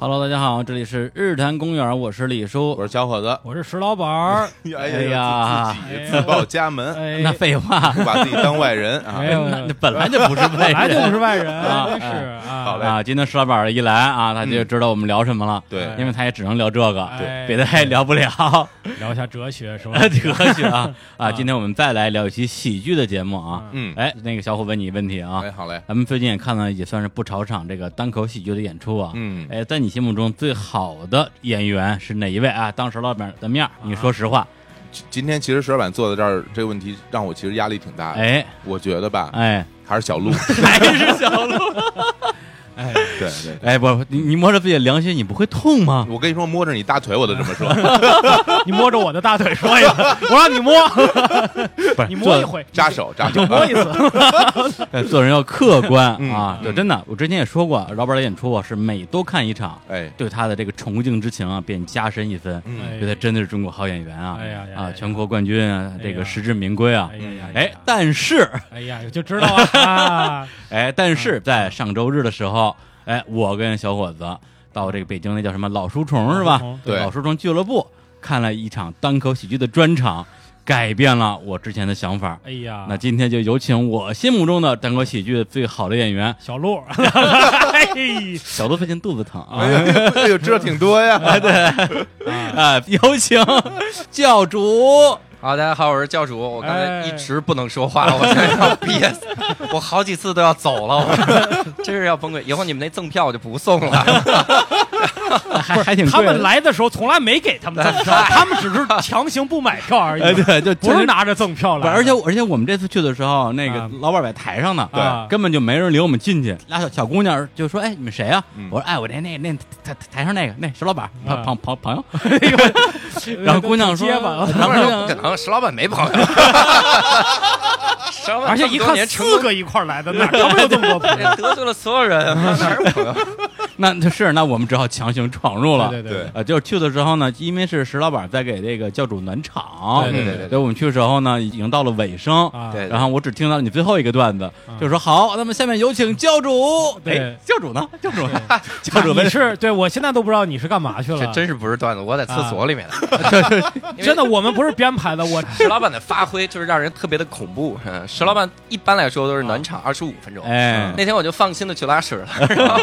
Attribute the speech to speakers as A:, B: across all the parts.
A: Hello，大家好，这里是日坛公园，我是李叔。
B: 我是小伙子。
C: 我是石老 板儿，
B: 哎
A: 呀
B: 自己自报家门，
C: 哎，
A: 那废话，
B: 不把自己当外人
C: 没
B: 啊！
C: 有，
A: 那那本来就不是
C: 哎本
A: 本
C: 来就不是外人，
A: 哎啊
C: 真是
A: 哎
C: 啊，
B: 好嘞
A: 啊。今天石老板一来啊，他就知道我们聊什么了，
B: 对，
A: 因为他也只能聊这个，
C: 哎
A: 别的也聊不了。
C: 聊一下哲学是吧？
A: 哲学啊啊！
C: 啊
A: 今天我们再来聊一期喜剧的节目啊。
B: 嗯，
A: 哎，那个小伙问你问题啊，
B: 哎，好嘞，
A: 咱们最近也看了，也算是不少场这个单口喜剧的演出啊。
B: 嗯，
A: 哎，在你心目中最好的演员是哪一位啊？当石老板的面儿，你说实话。
B: 今今天其实石老板坐在这儿，这个问题让我其实压力挺大的。
A: 哎
B: 我觉得吧，
A: 哎，
B: 还是小鹿，
A: 还是小鹿。
C: 哎，
B: 对对。
A: 哎，不，你你摸着自己的良心，你不会痛吗？
B: 我跟你说，摸着你大腿我都这么说，
C: 你摸着我的大腿说一个，我让你 摸，
A: 不是，
C: 你摸一
A: 做
C: 回，
B: 扎手扎手
C: 就。摸一次，
A: 呃做人要客观
B: 嗯
A: 啊。对，真的，我之前也说过，老板的演出啊，是每多看一场，
B: 哎，
A: 对他的这个崇敬之情啊，便加深一分。
B: 嗯
A: 觉得真的是中国好演员啊！
C: 哎呀呀
A: 啊，
C: 呀
A: 全国冠军啊，这个
C: 呀
A: 实至名归啊
C: 哎！呀，
A: 哎，但是，
C: 哎呀，我就知道啊，啊
A: 哎，但是在上周日的时候，哎，我跟小伙子到这个北京那叫什么老书虫是吧？
C: 嗯
B: 对
A: 老书虫俱乐部看了一场单口喜剧的专场，改变了我之前的想法。
C: 哎呀，
A: 那今天就有请我心目中的单口喜剧最好的演员
C: 小鹿， 哎，
A: 小鹿，最近肚子疼啊
B: 哎，呦，哎呦，知道挺多呀。
A: 啊，有请教主。
D: 好，大家好，我是教主。我刚才
C: 哎
D: 一直不能说话， 我现在要憋死，我好几次都要走了，我 真是要崩溃。以后你们那赠票我就不送 了。
A: 还还挺
C: 他
A: 贵的
C: 们来的时候从来没给他们 赠票，他们只是强行不买票而
A: 哎，
C: 已，
A: 对，就
C: 不是
A: 拿，
C: 拿着赠票
A: 不是
C: 来的，
A: 而且我而且我们这次去的时候，那个
C: 啊
A: 老板在台上呢，
C: 啊
A: 根本就没人领我们进去。俩小小姑娘就说：“哎，你们谁啊？”
B: 嗯
A: 我说：“哎，我那那那台台上那个那石老板
C: 啊
A: 朋朋朋朋友。
C: 哎”
A: 然后姑娘说：“
C: 结巴 了，
A: 然后姑
B: 哎
A: 娘
D: 不可能，石老板没朋友。石老板
C: 而且一
D: 这么多
C: 看
D: 年成
C: 四
D: 功，哎
C: 个一块儿来的，哪儿他们有这么 多朋友？
D: 得罪了所有 人，哪有朋友？
A: 那是那我们只好强行闯入了。
C: 对对
B: 对
A: 呃，就是去的时候呢，因为是石老板在给这个教主暖场，
C: 对
B: 对对
A: 所
B: 对
A: 以我们去的时候呢，已经到了尾声。
C: 啊，
D: 对
A: 然后我只听到你最后一个段子，就是说好，那么下面有请教主。
C: 对
A: 哎，教主呢？教主呢，教
C: 啊
A: 主
C: 你
A: 们
C: 是对我现在都不知道你是干嘛去
D: 这
C: 了，
D: 真是不是段子，我在厕所里面。
C: 啊真的，我们不是编排 的，我
D: 石老板的发挥就是让人特别的恐怖。嗯石老板一般来说
C: 啊
D: 都是暖场二十五分钟，
A: 哎
D: 那天我就放心的去拉屎了。
C: 啊
D: 然后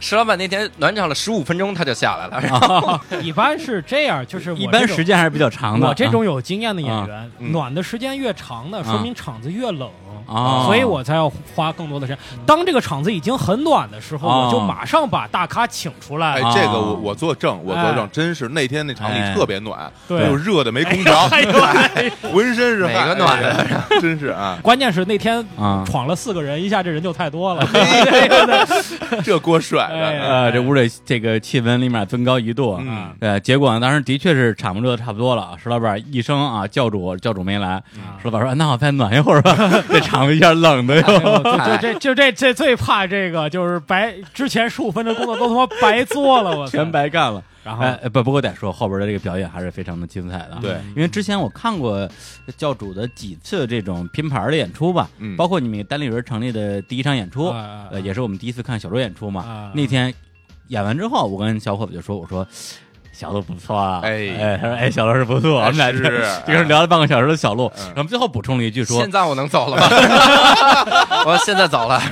D: 石老板那天暖场了十五分钟，他就下
C: 啊
D: 来了。然后
C: 一般是这样，就是我
A: 一般
C: 这种
A: 时间还是比较长的。
C: 我这
A: 啊
C: 种有经验的演员，
B: 嗯
C: 暖的时间越长呢，说明场子越冷。
A: 哦
C: 所以我才要花更多的时间。
A: 嗯
C: 当这个场子已经很暖的时候，
A: 哦
C: 我就马上把大咖请出来
B: 哎，
C: 了。
B: 这个我我作证，我作
C: 哎
B: 证，真是那天那场
A: 哎
B: 里特别暖，
C: 对
B: 哎呦热的没空调，
C: 哎呦哎呦
B: 浑身是汗，
D: 哪个暖的
B: 哎呀真是啊，
C: 关键是那天
A: 啊，
C: 闯了四个人，一下这人就太多 了。
A: 哎
B: 这锅甩的啊
C: 哎，
A: 呃，这屋里这个气温立马增高一度。
B: 嗯，
A: 呃，结果呢，当时的确是场热差不多了。石老板一声啊，教主教主没来， 石老板说：“那我再暖一会儿吧， 这场子一下冷的
C: 啊
A: 哟。
C: 哎呦就就这就这这最怕这个，就是白之前十五分钟工作都他妈白做了，我” 操
A: 全。白干了，
C: 然后
A: 哎，哎不不过得说后边的这个表演还是非常的精彩的，啊
B: 对
C: 嗯
A: 因为之前我看过教主的几次这种拼盘的演出吧，
B: 嗯
A: 包括你们单立人成立的第一场演出，
C: 啊
A: 呃，也是我们第一次看小鹿演出嘛。
C: 啊
A: 那天演完之后，我跟小伙子就说：“我说小鹿不错啊。”
B: 哎
A: 哎，他说：“哎，小鹿是不错。”我们俩
B: 是
A: 就就是聊了半个小时的小鹿，
B: 嗯
A: 然后最后补充了一句说
D: 现在我能走了吗？ 我现在走了。：“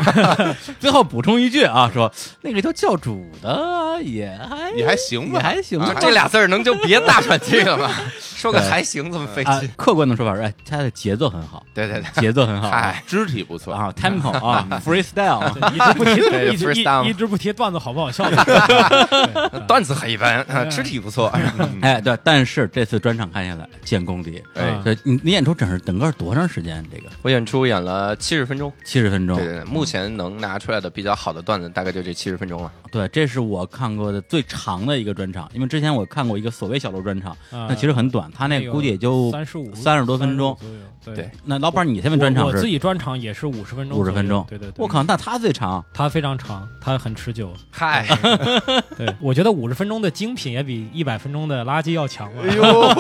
A: 最后补充一句啊，说那个叫教主的也还
B: 也还行
A: 也
B: 吧，
A: 还行吧
B: 啊。
D: 这俩字儿能就别大喘气了吗？ 说个还行，这么费
A: 啊
D: 劲。，
A: 客观的说法是，哎，他的节奏很好，
D: 对对对，
A: 节奏很好啊
D: 嗨，
B: 肢体不错
A: 啊，tempo 啊，freestyle 啊。
C: 一直不提，
D: 对
C: 一直
D: freestyle
C: 一一直不提段子好不好笑的事儿。
D: 段子很一般，啊肢体不错。
B: 嗯
A: 哎，对，但是这次专场看下来见功底。
B: 哎，
A: 对你，你演出整是整个多长时间？这个
D: 我演出演了七十分钟，
A: 七十分钟
C: 哦
D: 对。对对，目前能拿出来的比较好的段子大概就这七十分钟了。
A: 对，这是我看过的最长的一个专场，因为之前我看过一个所谓小鹿专场，
C: 嗯
A: 那其实很短，他那个估计也就
C: 三十五
A: 30多分钟，
C: 对
D: 对
A: 那老板你这份专
C: 我
A: 场
C: 我自
A: 是？
C: 己专场也是五十分钟左右，
A: 50分钟
C: 对对对，
A: 我靠，那他最长，
C: 它非常长，它很持久。
D: 嗨，
A: 哎
C: 对，我觉得五十分钟的精品也比一百分钟的垃圾要强了。啊
B: 哎呦，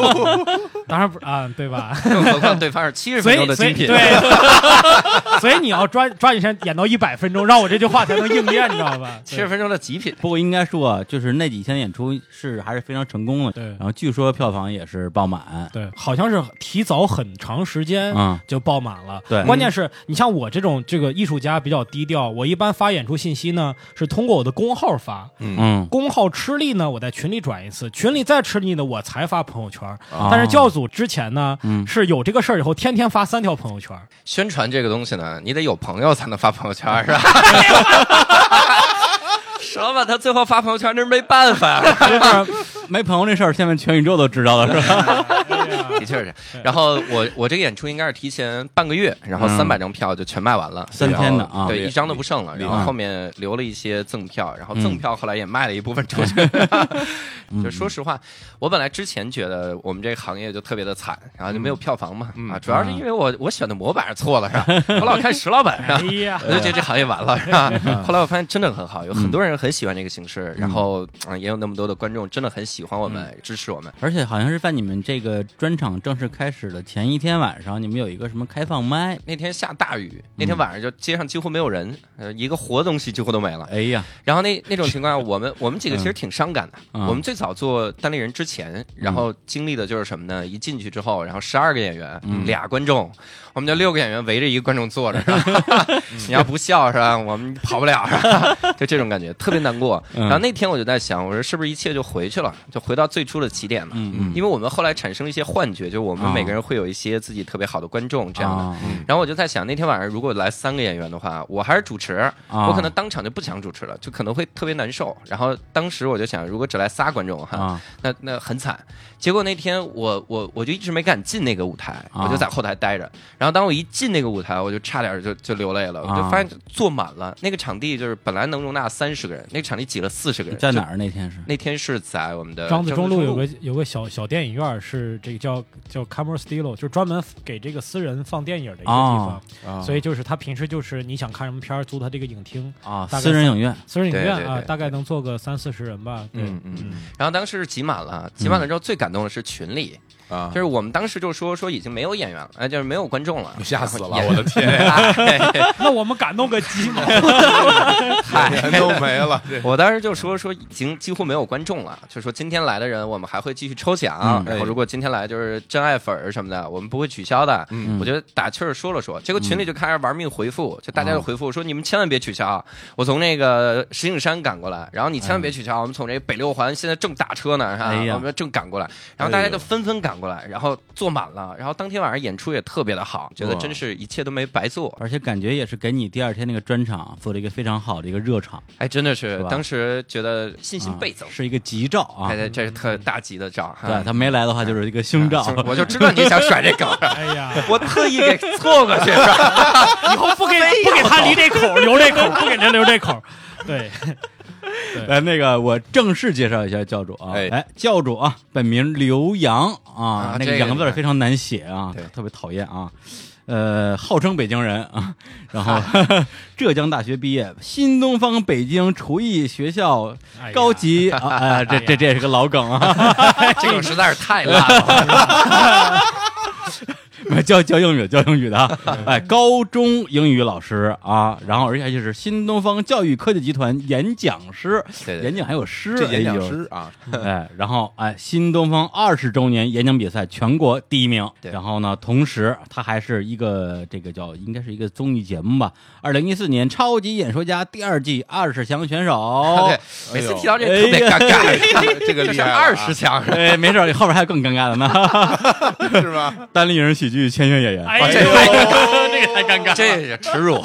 C: 当然不啊、对 吧？
D: 更 何况对方是七十
C: 所
D: 分
C: 以
D: 钟的
C: 所以
D: 精品，
C: 对， 所以你要抓抓紧时间演到一百分钟，让我这句话才能应验，你知道吧？
D: 七十分钟的极品。
A: 不过应该说啊，就是那几天演出是还是非常成功的，
C: 对
A: 然后据说票房也是爆满，
C: 对，好像是提早很长时间
A: 嗯
C: 就爆满了。
A: 对
C: 关键是你像我这种这个艺术家比较低调，我一般发演出信息呢是通过我的公号发，
A: 嗯，
C: 公号吃力呢我在群里转一次，群里再吃力呢我才发朋友圈。
A: 啊
C: 但是教组之前呢、
A: 嗯
C: 是有这个事儿以后，天天发三条朋 友圈。
D: 宣传这个东西呢，你得有朋友才能发朋友圈，是吧？ 蛇吧，他最后发朋友圈那是没办法，
A: 没朋友这事儿，现在全宇宙都知道了，是吧？
D: 的确是。然后我我这个演出应该是提前半个月，然后
A: 嗯
D: 三百张票就全卖完了，
A: 三
D: 然后
A: 天的啊
D: 对，
B: 厉
D: 一张都不剩了。然
A: 害
D: 后后面留了一些赠票，然后赠
A: 嗯
D: 票后来也卖了一部分出去。 就说实话，我本来之前觉得我们这个行业就特别的惨，然后就没
A: 嗯
D: 有票房嘛啊，主要是因为我我选的模板是错了，是吧？我老看石老板，是吧
C: 哎？呀，
D: 我就觉得这行业完了，是吧？
A: 嗯
D: 后来我发现真的很好，有很多人很喜欢这个形式，然后嗯也有那么多的观众真的很喜欢我
A: 嗯
D: 们，支持我们。
A: 而且好像是在你们这个专场正式开始的前一天晚上，你们有一个什么开放麦？
D: 那天下大雨，那
A: 嗯
D: 天晚上就街上几乎没有人，呃，一个活东西几乎都没了。
A: 哎呀，
D: 然后那那种情况下，我们我们几个其实挺伤感的。
A: 嗯
D: 我们最早做单立人之前，然后经历的就是什么呢？一进去之后，然后十二个演员，
A: 嗯
D: 俩观众，我们就六个演员围着一个观众坐着。是吧
A: 嗯
D: 你要不笑是吧？我们跑不了，是 吧？就这种感觉，特别难过。
A: 嗯
D: 然后那天我就在想，我说是不是一切就回去了，就回到最初的起点了？
A: 嗯嗯，
D: 因为我们后来产生了一些幻觉，就是我们
A: 啊
D: 每个人会有一些自己特别好的观众这样的。嗯
A: 啊
D: 然后我就在想，那天晚上如果来三个演员的话，我还是主持，
A: 啊
D: 我可能当场就不想主持了，就可能会特别难受。然后当时我就想，如果只来仨观众哈，
A: 啊
D: 那那很惨。结果那天我我我就一直没敢进那个舞台，
A: 啊
D: 我就在后台待着。然后当我一进那个舞台，我就差点就就流泪了，我
A: 啊
D: 就发现坐满了。那个场地就是本来能容纳三十个人，那个场地挤了四十个人。
A: 在哪
D: 就？
A: 儿那天是？
D: 那天是在我们的
C: 张自忠
D: 忠
C: 路有
A: 呃
C: 个有个小小电影院儿，是这个叫叫 Camera Studio，就是专门给这个私人放电影的一个地方
A: 哦。
B: 啊
C: 所以就是他平时就是你想看什么片儿，租他这个影厅，
A: 啊，
C: 大概
A: 私人影院
C: 私人影院
D: 对对
C: 啊，
D: 对
C: 大概能坐个三四十人吧。对，
B: 嗯嗯
D: 然后当时是挤满了，挤满
A: 嗯
D: 了之后最感动的是群里，
B: 啊
D: 就，是我们当时就说说已经没有演员了，哎，就是没有观众了，
B: 吓死了，
D: 然后
B: 我的天，
D: 演哎
C: 那我们感动个鸡毛！
B: 人都没了，这
D: 我当时就说说已经几乎没有观众了，就说今天来的人我们还会继续抽奖
A: 嗯，
B: 哎
D: 然后如果今天来就是真爱粉儿什么的，我们不会取消的。
B: 嗯
D: 我就打趣儿说了说，结果群里就开始玩命回复，就大家就回复说你们千万别取消啊，我从那个石景山赶过来，然后你千万别取消，我们从这北六环现在正打车呢，是吧
A: 哎呀
D: 我们正赶过来，然后大家就纷纷赶过来，然后坐满了，然后当天晚上演出也特别的好，觉得真是一切都没白做。
A: 而且感觉也是给你第二天那个专场做了一个非常好的一个热场，
D: 哎，真的
A: 是
D: 是
A: 吧
D: 当时觉得信心
A: 啊
D: 倍增，
A: 是一个吉兆啊
D: 哎，。这这是特大吉的照哈。
A: 对他没来的话，就是一个凶兆。
D: 我啊 就知道你想甩这梗，
C: 哎呀，
D: 我特意给错过去。
C: 以后不给不给他离这口，留这口，不给他留这口。对，
A: 来，那个我正式介绍一下教主啊，
B: 哎
A: 哎，教主啊，本名刘洋啊
D: 啊，
A: 那个
D: 这个
A: 洋字儿
D: 你看
A: 非常难写啊
D: 对，
A: 特别讨厌啊。呃，号称北京人啊，然后浙江大学毕业，新东方北京厨艺学校
C: 哎呀
A: 高级啊，哎这这这也是个老梗啊，
D: 这个实在是太烂了。
A: 教教英语教英语的啊，哎，高中英语老师啊，然后而且就是新东方教育科技集团演讲师，
D: 对对
A: 演讲还有诗，
B: 这演
A: 哎
B: 讲
A: 呦
B: 师啊，
A: 哎，然后哎，新东方二十周年演讲比赛全国第一名。
D: 对
A: 然后呢，同时他还是一个这个叫应该是一个综艺节目吧，二零一四年超级演说家第二季二十强选 手。
D: 对，每
B: 哎
D: 次提到这个特别尴尬，
B: 这个
D: 这
B: 厉
D: 是
B: 害了
D: 二十强。
A: 哎，没事儿，后边还有更尴尬的呢。
B: 啊是吧？
A: 单立人喜剧签约演员，
C: 哎
D: 这
C: 呀，
B: 这
A: 太尴尬
D: 这是 耻辱，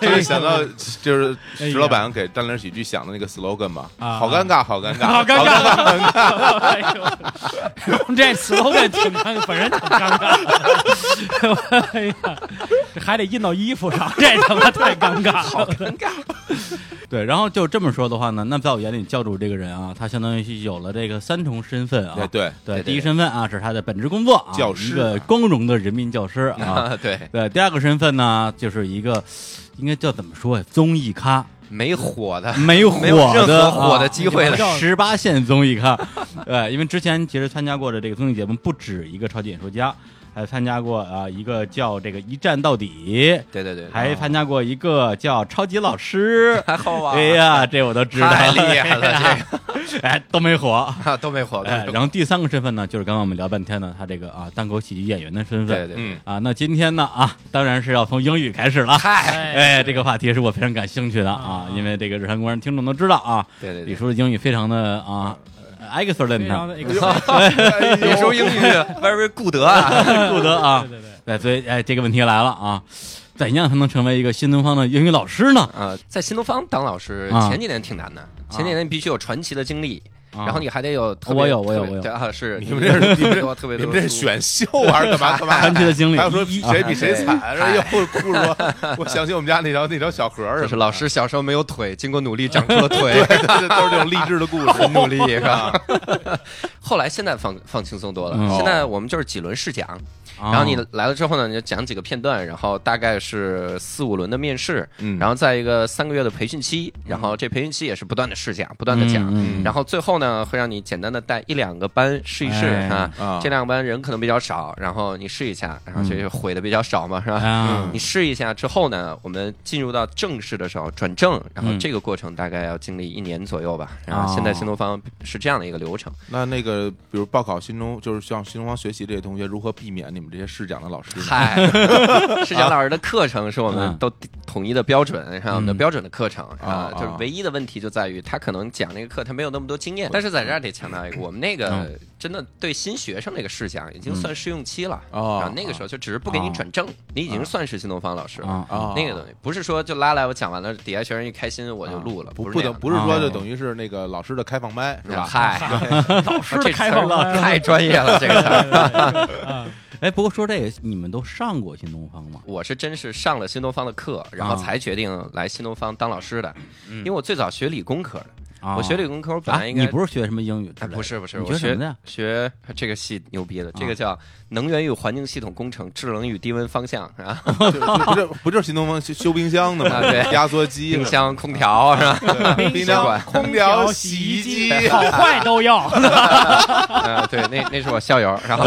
B: 就是想到就是石老板给单立喜剧想的那个 slogan 嘛，
C: 啊
B: 好尴尬，好尴尬，
C: 好尴
B: 尬，
C: 尬，哎呦，我们这 slogan 挺尴，本人挺尴尬。哎呀，这还得印到衣服上，这他妈太尴尬了。
A: 对，然后就这么说的话呢，那在我眼里，教主这个人啊，他相当于有了这个三重身份啊
B: 哎。对，
A: 对，
D: 对对
A: 第一身份啊是他的本职工作啊，
B: 教师
A: 一个光荣的人民教师 啊。
D: 对
A: 对，第二个身份呢，就是一个应该叫怎么说呀？综艺咖
D: 没火的，
A: 没有
D: 没有任
A: 的
D: 何火的机会
C: 啊
D: 了
C: 你。知道
A: 十八线综艺看，对，因为之前其实参加过的这个综艺节目不止一个《超级演说家》，还参加过啊、一个叫这个“一站到底
D: 对对嗯对”，，
A: 还参加过一个叫“超级老师
D: 还 好”。吧？
A: 哎呀，这我都知道，
D: 太厉害了，
A: 哎，都没火。
D: 这个啊都没火。
A: 哎，然后第三个身份呢，就是刚刚我们聊半天呢，他这个啊单口喜剧演员的身
D: 对
A: 份。
D: 对，
B: 嗯，
A: 啊，那今天呢啊，当然是要从英语开始了。
D: 嗨，
A: 哎，这个话题是我非常感兴趣的啊
C: 啊，
A: 因为这个日常观众听众都知道啊，
D: 对对
A: 李
D: 对。
A: 叔的英语非常的啊，excellent，
C: 非常的哎 exciting
D: 李叔英语 very good 啊，
A: 不得啊
C: 对。对对，
A: 对，所以哎，这个问题来了啊，怎样才能成为一个新东方的英语老师呢？
D: 呃，在新东方当老师
A: 啊
D: 前几年挺难的，前几年你必须有传奇的经历，
A: 啊
D: 然后你还得有特别
A: 我有我有
D: 特别
A: 我有
D: 对啊，是
B: 你们这是
D: 特别多特别
B: 你
D: 多
B: 们这是
D: 书
B: 选秀还是干嘛干嘛？
A: 传奇的经历
B: 还，有说比谁比谁惨，
D: 哎
B: 然后又哭说，我想起我们家那条那条小河儿，
D: 就是老师小时候没有腿，经过努力长出了腿
B: 对，， 对对都是这种励志的故事，
D: 很 努力是吧？
B: 啊，
D: 后来现在放放轻松多了，
A: 嗯
D: 现在我们就是几轮试讲，
A: 然
D: 然后你来了之后呢，你就讲几个片段，然后大概是四五轮的面试，
B: 嗯
D: 然后在一个三个月的培训期，然后这培训期也是不断的试讲，不断的讲，
A: 嗯嗯嗯
D: 然后最后呢会让你简单的带一两个班试一试、
A: 哎
D: 啊，
B: 啊
D: 这两个班人可能比较少，然后你试一下，然后就毁的比较少嘛，是吧？
A: 啊
D: 你试一下之后呢，我们进入到正式的时候转正，然
A: 嗯
D: 后这个过程大概要经历一年左右吧。然后现
A: 哦
D: 在新东方是这样的一个流程，
B: 那那个，比如报考新中，就是向新东方学习这些同学，如何避免你们这些试讲的老师呢？
D: 嗨，视角老师的课程是我们
A: 嗯
D: 都统一的标准，是吧我们的
A: 嗯
D: 标准的课程啊
B: 啊，
D: 就是唯一的问题就在于他可能讲那个课他没有那么多经验，但是在这儿得强调一个，我们那个
A: 嗯
D: 真的对新学生那个试讲已经算试用期了
B: 哦
D: 然后那个时候就只是不给你转正，你已经算是新东方老师了。
A: 啊
B: 啊，
D: 那个东西不是说就拉来我讲完了，底下学生一开心我就录了，
B: 哦不
D: 是那
B: 等
D: 样的
B: 不是说
A: 哦
B: 就等于是那个老师的开放麦是吧？
D: 嗨，
C: 老师
D: 这
C: 开放
D: 词儿
C: 麦
D: 太专业了，这个词儿。
C: 啊，
A: 哎，不过说这个，你们都上过新东方吗？
D: 我是真是上了新东方的课，然后
A: 啊
D: 才决定来新东方当老师的，因为我最早学理工科的，
A: 啊
D: 我学理工科，我
A: 嗯
D: 本
A: 啊，
D: 来应该
A: 你不是学什么英语之
D: 哎
A: 类的？
D: 不是不是，
A: 你
D: 我
A: 学什
D: 学
A: 么的呀？啊
D: 学这个系牛逼的，这个叫能源与环境系统工程、制冷与低温方向啊是
B: 就
D: 吧？
B: 就不就不就是新东方修修冰箱的吗？
D: 啊对
B: 压缩机、
D: 冰箱、空调
A: 啊
D: 是吧？
B: 对、
C: 冰
B: 冰
D: 管
B: 箱、空调、洗
C: 洗
B: 衣机，
C: 好坏都 要。
D: 啊，对，那那是我校友，然后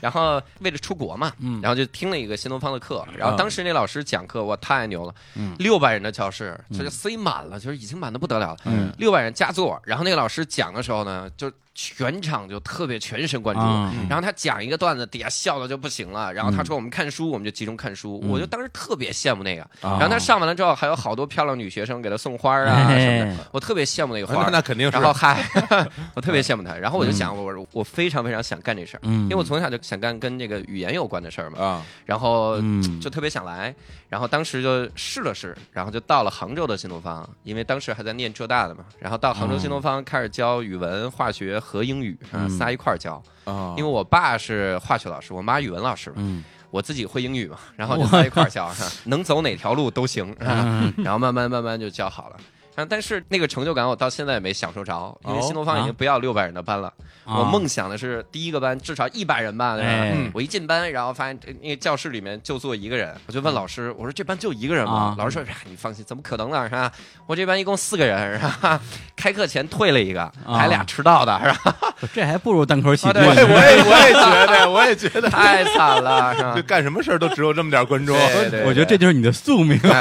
D: 然后为了出国嘛，然后就听了一个新东方的课，然后当时那老师讲课，哇，太牛了，六百人的教室，这就塞满了，就是已经满的不得了了，六百人加座，然后那个老师讲的时候呢，就全场就特别全神贯注
A: 啊，
D: 然后他讲一个段子，底下笑的就不行了，然后他说我们看书，我们就集中看书，我就当时特别羡慕那个，
A: 啊
D: 然后他上完了之后，还有好多漂亮女学生给他送花啊什么
A: 哎
D: 的，我特别羡慕那个花
B: 那
D: 儿。
B: 那肯定是
D: 然后嗨， 我特别羡慕他。然后我就想，我我非常非常想干这事儿，
A: 嗯
D: 因为我从小就想干跟这个语言有关的事儿嘛。
B: 啊，
D: 然后
A: 嗯
D: 就特别想来，然后当时就试了试，然后就到了杭州的新东方，因为当时还在念浙大的嘛。然后到杭州新东方开始教语文、化学和英语，啊，
A: 哦嗯哦
D: 仨一块儿教。
B: 啊，
D: 因为我爸是化学老师，我妈语文老师嘛，
A: 嗯
D: 我自己会英语嘛， 然后就在一块儿教，是吧 能走哪条路都行，是吧然后慢慢慢慢就教好了。啊但是那个成就感我到现在也没享受着，因为
B: 哦
D: 新东方已
A: 啊
D: 经不要六百人的班了。
A: 啊
D: 我梦想的是第一个班至少一百人吧，对吧？
A: 哎
D: 嗯我一进班，然后发现这那个教室里面就坐一个人，我就问老师，我说这班就一个人
A: 啊？
D: 吗老师说、哎你放心，怎么可能呢？是吧？我这班一共四个人，是吧？ 开课前退了一个，
A: 啊
D: 还俩迟到的，是吧？
A: 这还不如单口喜剧
D: 啊
A: 呢
D: 对
B: 哎我也我也我也觉得，我也觉得，
D: 太惨了，是吧
B: 就？干什么事儿都只有这么点观众，
D: 啊对 对
A: 我觉得这就是你的宿命。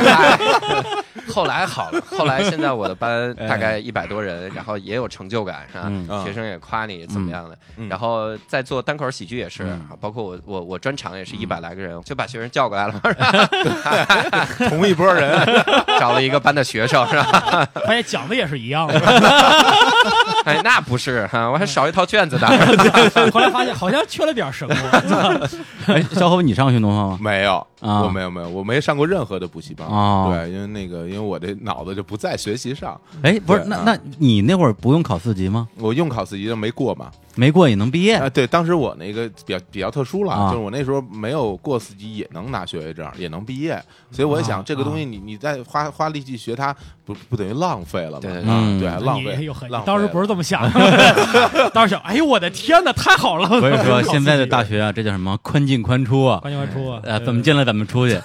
D: 后来好了，后来现在我的班大概一百多人，然后也有成就感，是吧？
A: 哎嗯
B: 啊
D: 学生也夸你怎么样的，
B: 嗯
D: 然后再做单口喜剧也是，
A: 嗯
D: 包括我我我专场也是一百来个人，就把学生叫过来了，
B: 同一波人，
D: 找了一个班的学生，是吧？
C: 发现讲的也是一样的，
D: 哎，那不是哈，我还少一套卷子呢。
C: 后来发现好像缺了点什么。
A: 哎，小伙，你上过新东方吗？
B: 没有，
A: 啊
B: 我没有没有，我没上过任何的补习班，
A: 哦
B: 对，因为那个因为我这脑子就不在学习上，
A: 哎，不是，那
D: 啊
A: 那你那会儿不用考四级吗？
B: 我用考四级就没过嘛，
A: 没过也能毕业
B: 啊，对，当时我那个比较比较特殊了，
A: 啊
B: 就是我那时候没有过四级也能拿学位证，也能毕业，所以我也想、
A: 啊
B: 这个东西你你再花花力气学它，不不等于浪费了吗？
D: 对对
A: 对
B: 啊
A: 嗯
B: 对浪
C: 你
B: 费
C: 哟呵，你
B: 浪费。
C: 当时不是这么想，当时想，哎呦我的天哪，太好了！
A: 所以 说现在的大学啊，这叫什么宽进宽出啊？
C: 关键外出啊，
A: 呃，怎么进来怎么出去，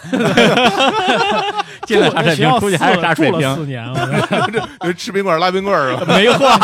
A: 进来啥水平，
C: 我这学校
A: 出
C: 四
A: 去还是啥水
C: 住了
A: 平。
C: 四年，我
B: 吃冰棍儿拉冰棍儿是吧？啊
C: 没换，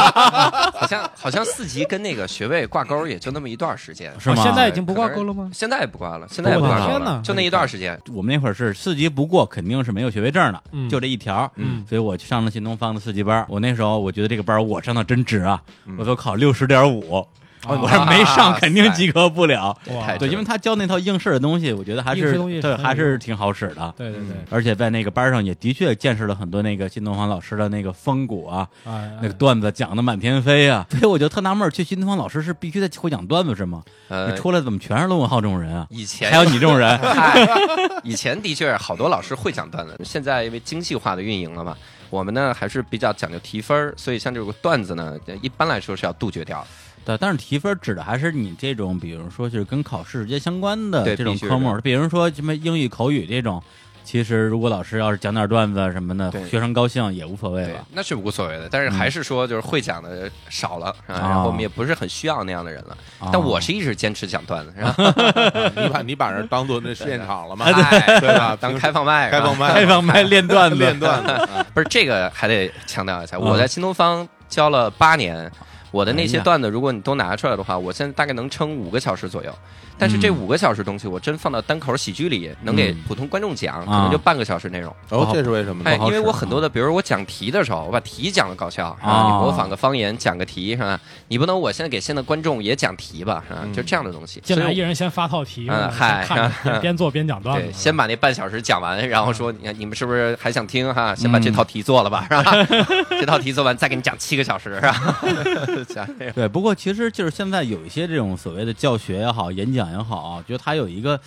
D: 好像好像四级跟那个学位挂钩也就那么一段时间，
A: 是吗？
C: 哦
A: 哦
C: 现在已经不挂钩了吗？
D: 现在也不挂了，现在也
A: 我
D: 不
A: 的
D: 挂钩
C: 天哪
D: 了，就那一段时间。
A: 我们那会儿是四级不过，肯定是没有学位证的，
C: 嗯
A: 就这一条。
C: 嗯
A: 所以我去上了新东方的四级班儿。我那时候我觉得这个班儿我上的真值啊，
B: 嗯
A: 我都考六十点
C: 啊
A: 五，我
D: 是
A: 要没上
D: 哇
A: 肯定及格不 了。
C: 嗯哇
D: 太
A: 对，因为他教那套应试的东西，我觉得还
C: 哎应
A: 是
C: 试东西
A: 对，
C: 很有
A: 还是挺好使的。
C: 对对对，
A: 而且在那个班上也的确见识了很多那个新东方老师的那个风骨啊，
C: 哎，
A: 那个段子讲的满天飞啊，所以我就特纳闷儿，去新东方老师是必须得会讲段子是吗？
D: 呃
A: 你，出来怎么全是罗文浩这种人啊？
D: 以前
A: 还有你这种人，
D: 嗨， 以前的确好多老师会讲段子，现在因为精细化的运营了嘛，我们呢还是比较讲究提分儿，所以像这个段子呢，一般来说是要杜绝掉的。
A: 对，但是提分指的还是你这种，比如说就是跟考试直接相关的
D: 对
A: 这种
D: 必须
A: 科目，比如说什么英语、口语这种。其实，如果老师要是讲点段子什么的，
D: 对
A: 学生高兴也无所谓
D: 对
A: 了。，
D: 那是无所谓的，但是还是说就是会讲的少了，啊
B: 嗯
A: 哦
D: 然后我们也不是很需要那样的人了。
A: 哦
D: 但我是一直坚持讲段子， 然后
B: 你把你把人当做那试验场 了吗？
D: 哎
B: 对吧？
D: 当开放麦，
B: 开放麦，
A: 开放麦练 段子，
B: 练段子，啊
D: 不是这个还得强调一下，
A: 嗯
D: 我在新东方教了八年。我的那
A: 哎
D: 些
A: 呀
D: 段子，如果你都拿出来的话，我现在大概能撑五个小时左右。但是这
A: 嗯
D: 五个小时东西，我真放到单口喜剧里，能给
A: 嗯
D: 普通观众讲，可
A: 啊嗯
D: 能就半个小时内容。
A: 不
B: 哦
A: 好，
B: 这是为什么
D: 哎
B: 呢？
A: 好，
D: 因为
A: 使
D: 我很多的，比如我讲题的时候，我把题讲的搞笑，是
A: 啊
D: 吧？你模仿个方言，讲个题，是吧？你不能我现在给现在观众也讲题吧，是吧？
B: 嗯
D: 就这样的东西。
C: 进
D: 所以
C: 来
D: 我
C: 一人先发套题，
D: 嗯
C: 我
D: 嗨
C: 看着边做边讲
A: 嗯
C: 段
D: 对，
C: 子，
D: 先把那半小时讲完，然后说，你看你们是不是还想听
A: 嗯
D: 哈？先把这套题做 了吧，是吧？这套题做完，再给你讲七个小时，是吧？ 讲这 个
A: 对，不过其实就是现在有一些这种所谓的教学也好，演讲也好啊，觉得他有一个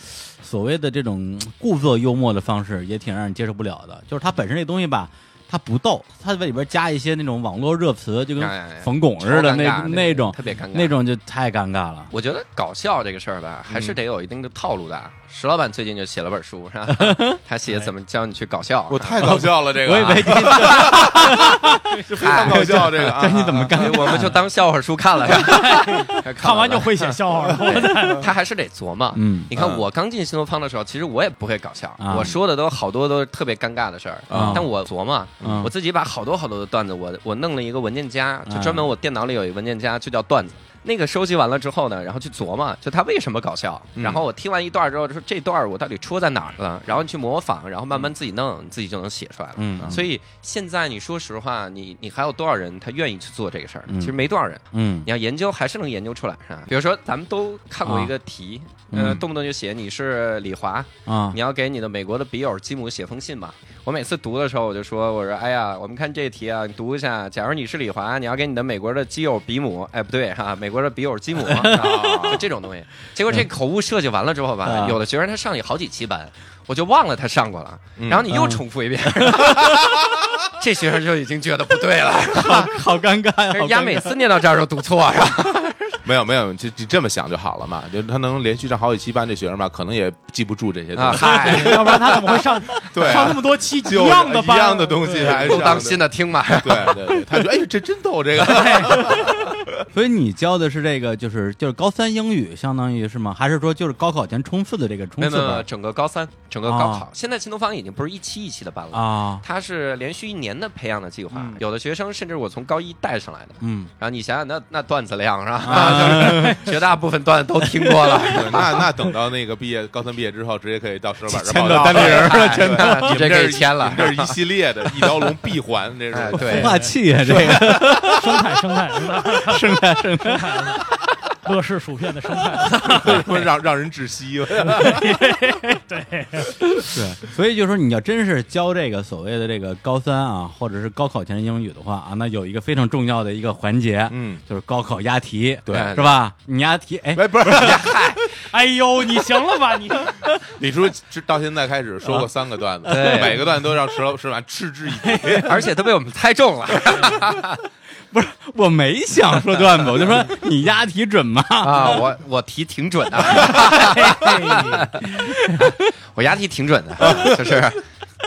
A: 所谓的这种故作幽默的方式，也挺让人接受不了的。就是他本身这东西吧，他不逗，他在里边加一些那种网络热词，就
D: 哎
A: 跟
D: 哎哎
A: 冯巩似
D: 超
A: 的
D: 尴
A: 那
D: 尬
A: 那种
D: 特别尴尬
A: 那。种就嗯太尴尬了。
D: 我觉得搞笑这个事儿吧，还是得有一定的套路的。石老板最近就写了本书，是吧？他写怎么教你去搞笑。
B: 我太搞笑了，这个啊
A: 我以为你
B: 这非常搞笑，这个啊
A: 这你怎么
D: 所
A: 尴
D: 以我们就当笑话书 看了，是吧
C: 看完
D: 了
C: 就会写笑话 了。
D: 他还是得琢磨。
A: 嗯
D: 你看
B: 嗯
D: 我刚进新东方的时候，其实我也不会搞笑，
A: 啊
D: 我说的都好多都是特别尴尬的事儿
A: 啊，
D: 但我琢磨
A: 嗯，
D: 我自己把好多好多的段子，我我弄了一个文件夹，就专门我电脑里有一个文件夹，就叫段子。那个收集完了之后呢，然后去琢磨，就他为什么搞笑。
B: 嗯
D: 然后我听完一段之后，就说这段我到底戳在哪儿了？然后你去模仿，然后慢慢自己弄，你自己就能写出来了。
A: 嗯
D: 所以现在你说实话，你你还有多少人他愿意去做这个事儿？
A: 嗯
D: 其实没多少人。
A: 嗯
D: 你要研究还是能研究出来，是吧？比如说，咱们都看过一个题，
A: 啊嗯
D: 呃，动不动就写你是李华，
A: 啊
D: 你要给你的美国的笔友吉姆写封信吧。我每次读的时候，我就说，我说，哎呀，我们看这题啊，你读一下。假如你是李华，你要给你的美国的基友比姆，哎，不对 哈、美国的笔友吉姆，啊就这种东西。结果这口误设计完了之后吧
A: 啊，
D: 有的学生他上去好几期班，我就忘了他上过了，
A: 嗯
D: 然后你又重复一遍。 这学生就已经觉得不对了，
A: 好尴尬呀！好
D: 人家
A: 尴
D: 每
A: 尬
D: 次念到这儿就读错，是吧？
B: 没有没有，这你这么想就好了嘛。就他能连续上好几期班，这学生吧，可能也记不住这些东
D: 啊，
B: 西。
D: 嗨。
C: 要不然他怎么会上
B: 对啊
C: 上那么多期
B: 就
C: 样的班
B: 一样的东西
C: 对
B: 还
D: 都当新
B: 的。
D: 的听嘛。
B: 对对对，他觉得哎，这真逗，这个
A: 所以你教的是这个，就是就是高三英语，相当于是吗？还是说就是高考前冲刺的这个冲
D: 没有
A: 刺
D: 没有没有，
A: 班
D: 整个高三，整个高考
A: 啊，
D: 现在新东方已经不是一期一期的班了，
A: 啊？
D: 它是连续一年的培养的计划
A: 嗯。
D: 有的学生甚至我从高一带上来的，
A: 嗯，
D: 然后你想想那那段子量是吧？ 就是绝大部分段子都听过 了。
B: 那那等到那个毕业，高三毕业之后，直接可以到石头板上
A: 签
B: 报
A: 个
B: 道
A: 单立人
D: 哎
A: 儿，真的
D: 哎直接可以签了
B: 你。这是一系列的，一条龙闭环，这
D: 哎
B: 是。
D: 对
A: 孵化器啊，这个。
C: 生态生态生态
A: 生态生态，
C: 生态的，乐事薯片的生态，
B: 说 让让人窒息。
A: 对，所 以就是说，你要真是教这个所谓的这个高三啊，或者是高考前的英语的话啊，那有一个非常重要的一个环节，
B: 嗯，
A: 就是高考押题，
B: 对
A: 是吧？你押题，哎，
B: 哎，不是，
C: 哎呦，你行了吧你？
B: 李叔直到现在开始说过三个段子，
D: 啊对
B: 每个段子都让石老石老板嗤之以 鼻。
D: 而且都被我们猜中 了
A: 不是，我没想说段子，我就说你押题准吗？
D: 啊！我我题挺准的，
C: 哎
D: 我押题挺准的，就是。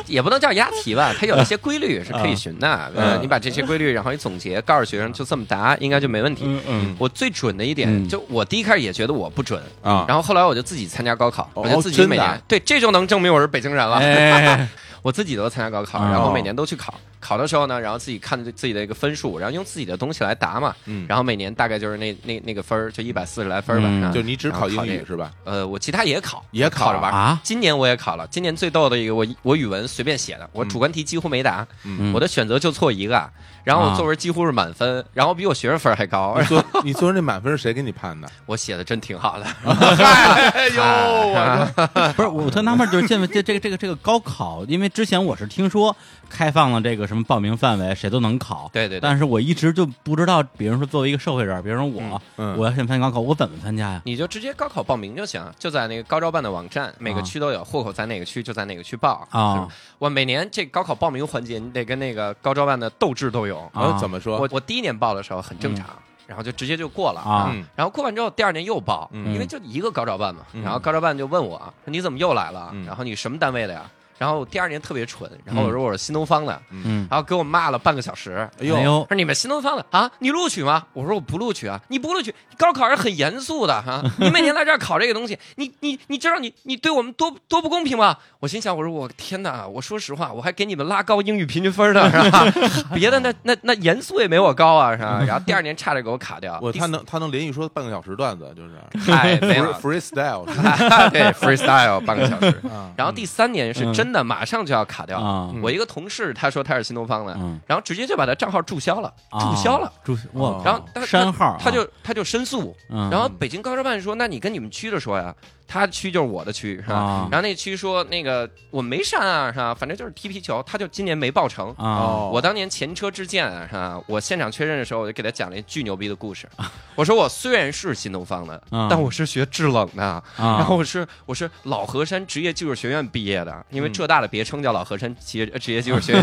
D: 也不能叫押题吧，它有一些规律是可以循的。呃，你把这些规律，然后一总结，告诉学生就这么答，应该就没问题。
A: 嗯嗯，
D: 我最准的一
A: 嗯
D: 点，就我第一开始也觉得我不准
B: 啊
D: 然后后来我就自己参加高考，
B: 哦
D: 我就自己每
B: 真的
D: 年
B: 啊
D: 对这就能证明我是北京人了。
A: 哎，
D: 我自己都参加高考，
A: 哦
D: 然后每年都去考。考的时候呢，然后自己看自己的一个分数，然后用自己的东西来答嘛。
B: 嗯，
D: 然后每年大概就是那那那个分儿，就一百四十来分儿吧。
A: 嗯
D: 啊
B: 就你只
D: 然
B: 考
D: 后
B: 英
D: 这
B: 语
D: 个
B: 是吧？
D: 呃，我其他也考，
B: 也考
D: 考着玩儿
A: 啊
D: 今年我也考了，今年最逗的一个，我我语文随便写的，我主观题几乎没答，
B: 嗯
D: 我的选择就错一个，然后
A: 啊
D: 我作文几乎是满分，然后比我学生分儿还高
B: 你，作你作文那满分是谁给你判的？
D: 我写的真挺好的。啊
B: 哎呦，我
A: 不是，我特纳闷儿，就是现在这这个这个这个高考，因为之前我是听说开放了这个什么报名范围，谁都能考，
D: 对对对，
A: 但是我一直就不知道，比如说作为一个社会人，比如说我，
B: 嗯嗯
A: 我要想参加高考，我怎么参加呀？
D: 你就直接高考报名就行，就在那个高招办的网站，每
B: 啊
D: 个区都有，户口在哪个区就在哪个区报
A: 啊。
D: 我每年这高考报名环节，你得跟那个高招办的斗智斗勇。
A: 啊
B: 我怎么说
D: 我？我第一年报的时候很正常，然后就直接就过了
A: 啊
B: 嗯
D: 然后过完之后，第二年又报，
B: 嗯
D: 因为就一个高招办嘛。
B: 嗯
D: 然后高招办就问我：“你怎么又来了？
B: 嗯
D: 然后你什么单位的呀？”然后我第二年特别蠢，然后我说我是新东方的，
A: 嗯，
D: 然后给我骂了半个小时。
B: 哎
A: 哎
B: 呦，
A: 呦，
D: 说你们新东方的啊，你录取吗？我说我不录取啊，你不录取，高考是很严肃的哈、啊 你每年来这儿考这个东西，你你你知道你你对我们多多不公平吗？我心想，我说我天哪，我说实话，我还给你们拉高英语平均分呢，是吧？ 别的那那那严肃也没我高啊，是 吧？然后第二年差点给我卡掉，
B: 我
D: 第
B: 他能他能连续说半个小时段子，就是
D: 太啊没有哎
B: free-，freestyle 是吧
D: 对 freestyle 半个小时。
B: 啊
D: 然后第三年是真的马上就要卡掉，
A: 嗯啊
D: 我一个同事他说他是新东方的，
A: 嗯
D: 然后直接就把他账号注销了，
A: 啊
D: 啊注销了。，
A: 注我
B: 哦
D: 然后他他
A: 删号啊，
D: 他就他就申诉，
A: 嗯
D: 然后北京高招办说，那你跟你们区的说呀，他区就是我的区是吧？
A: 啊
D: 然后那区说那个我没删啊是吧？反正就是踢皮球，他就今年没报成。
A: 啊
B: 哦
D: 我当年前车之鉴啊，是吧？我现场确认的时候，我就给他讲了一巨牛逼的故事。我说我虽然是新东方的，
A: 啊嗯
D: 但我是学制冷的，
A: 啊
D: 然后我是我是老河山职业技术学院毕业的，因为浙大的别称叫老河山职业职业技术 学院。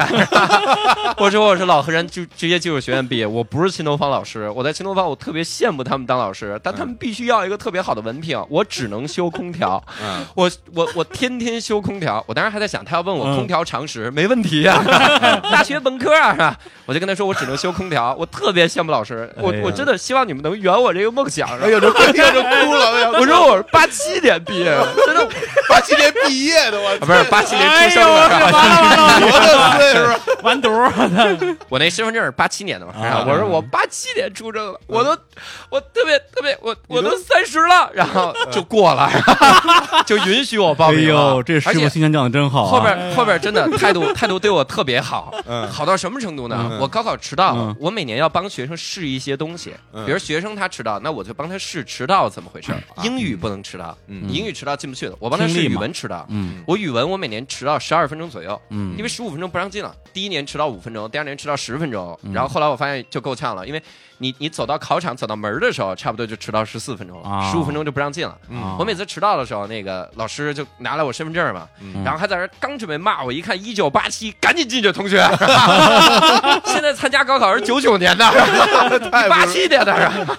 D: 我说我是老河山职职业技术学院毕业，我不是新东方老师。我在新东方，我特别羡慕他们当老师，但他们必须要一个特别好的文凭，我只能修空调。
B: 嗯
D: 我我我天天修空调，我当时还在想，他要问我空调常识，没问 题呀、
B: 嗯
D: 大学本科啊，是吧？我就跟他说，我只能修空调，我特别羡慕老师，我、
A: 哎呀
D: 我真的希望你们能圆我这个梦想。
B: 哎呦，这听着就哭了，哎 呦，
D: 我说我是八七年毕业的，真的
B: 八七年毕业的，我
D: 啊不是八七年出生的，啊
C: 哎呦，完了完了，
B: 多大岁数？
C: 完犊儿！
D: 我那身份证是八七年的嘛，然后我说我八七年出生的，我都我特别特别我我都三十了，然后就过了， 就允许我报
A: 哎
D: 名了。
A: 呦，这师
D: 而
A: 傅
D: 且
A: 心情讲的真好啊，
D: 后边后边真的态度态度对我特别好，
B: 嗯
D: 好到什么程度呢
B: 嗯？
D: 我高考迟到
A: 嗯，
D: 我每年要帮学生试一些东西，
B: 嗯
D: 比如学生他迟到，那我就帮他试迟到怎么回事儿。英语不能迟到，
B: 嗯
D: 英语迟到进不去的，我帮他
A: 听
D: 试
A: 力
D: 语
A: 嘛
D: 文迟到。
A: 嗯
D: 我语文我每年迟到十二分钟左右，
A: 嗯，
D: 因为十五分钟不让进了。第一年迟到五分钟，第二年迟到十分钟，然后后来我发现就够呛了，因为你你走到考场走到门儿的时候，差不多就迟到十四分钟了
A: 啊，
D: 十五分钟就不让进了。
A: 啊
D: 我每次迟到的时候，那个老师就拿来我身份证嘛，
B: 嗯
D: 然后还在那儿刚准备骂我，一看一九八七，赶紧进去，同学，现在参加高考是九九年的，
B: 太不
D: 八
B: 容易
D: 七年的是吧，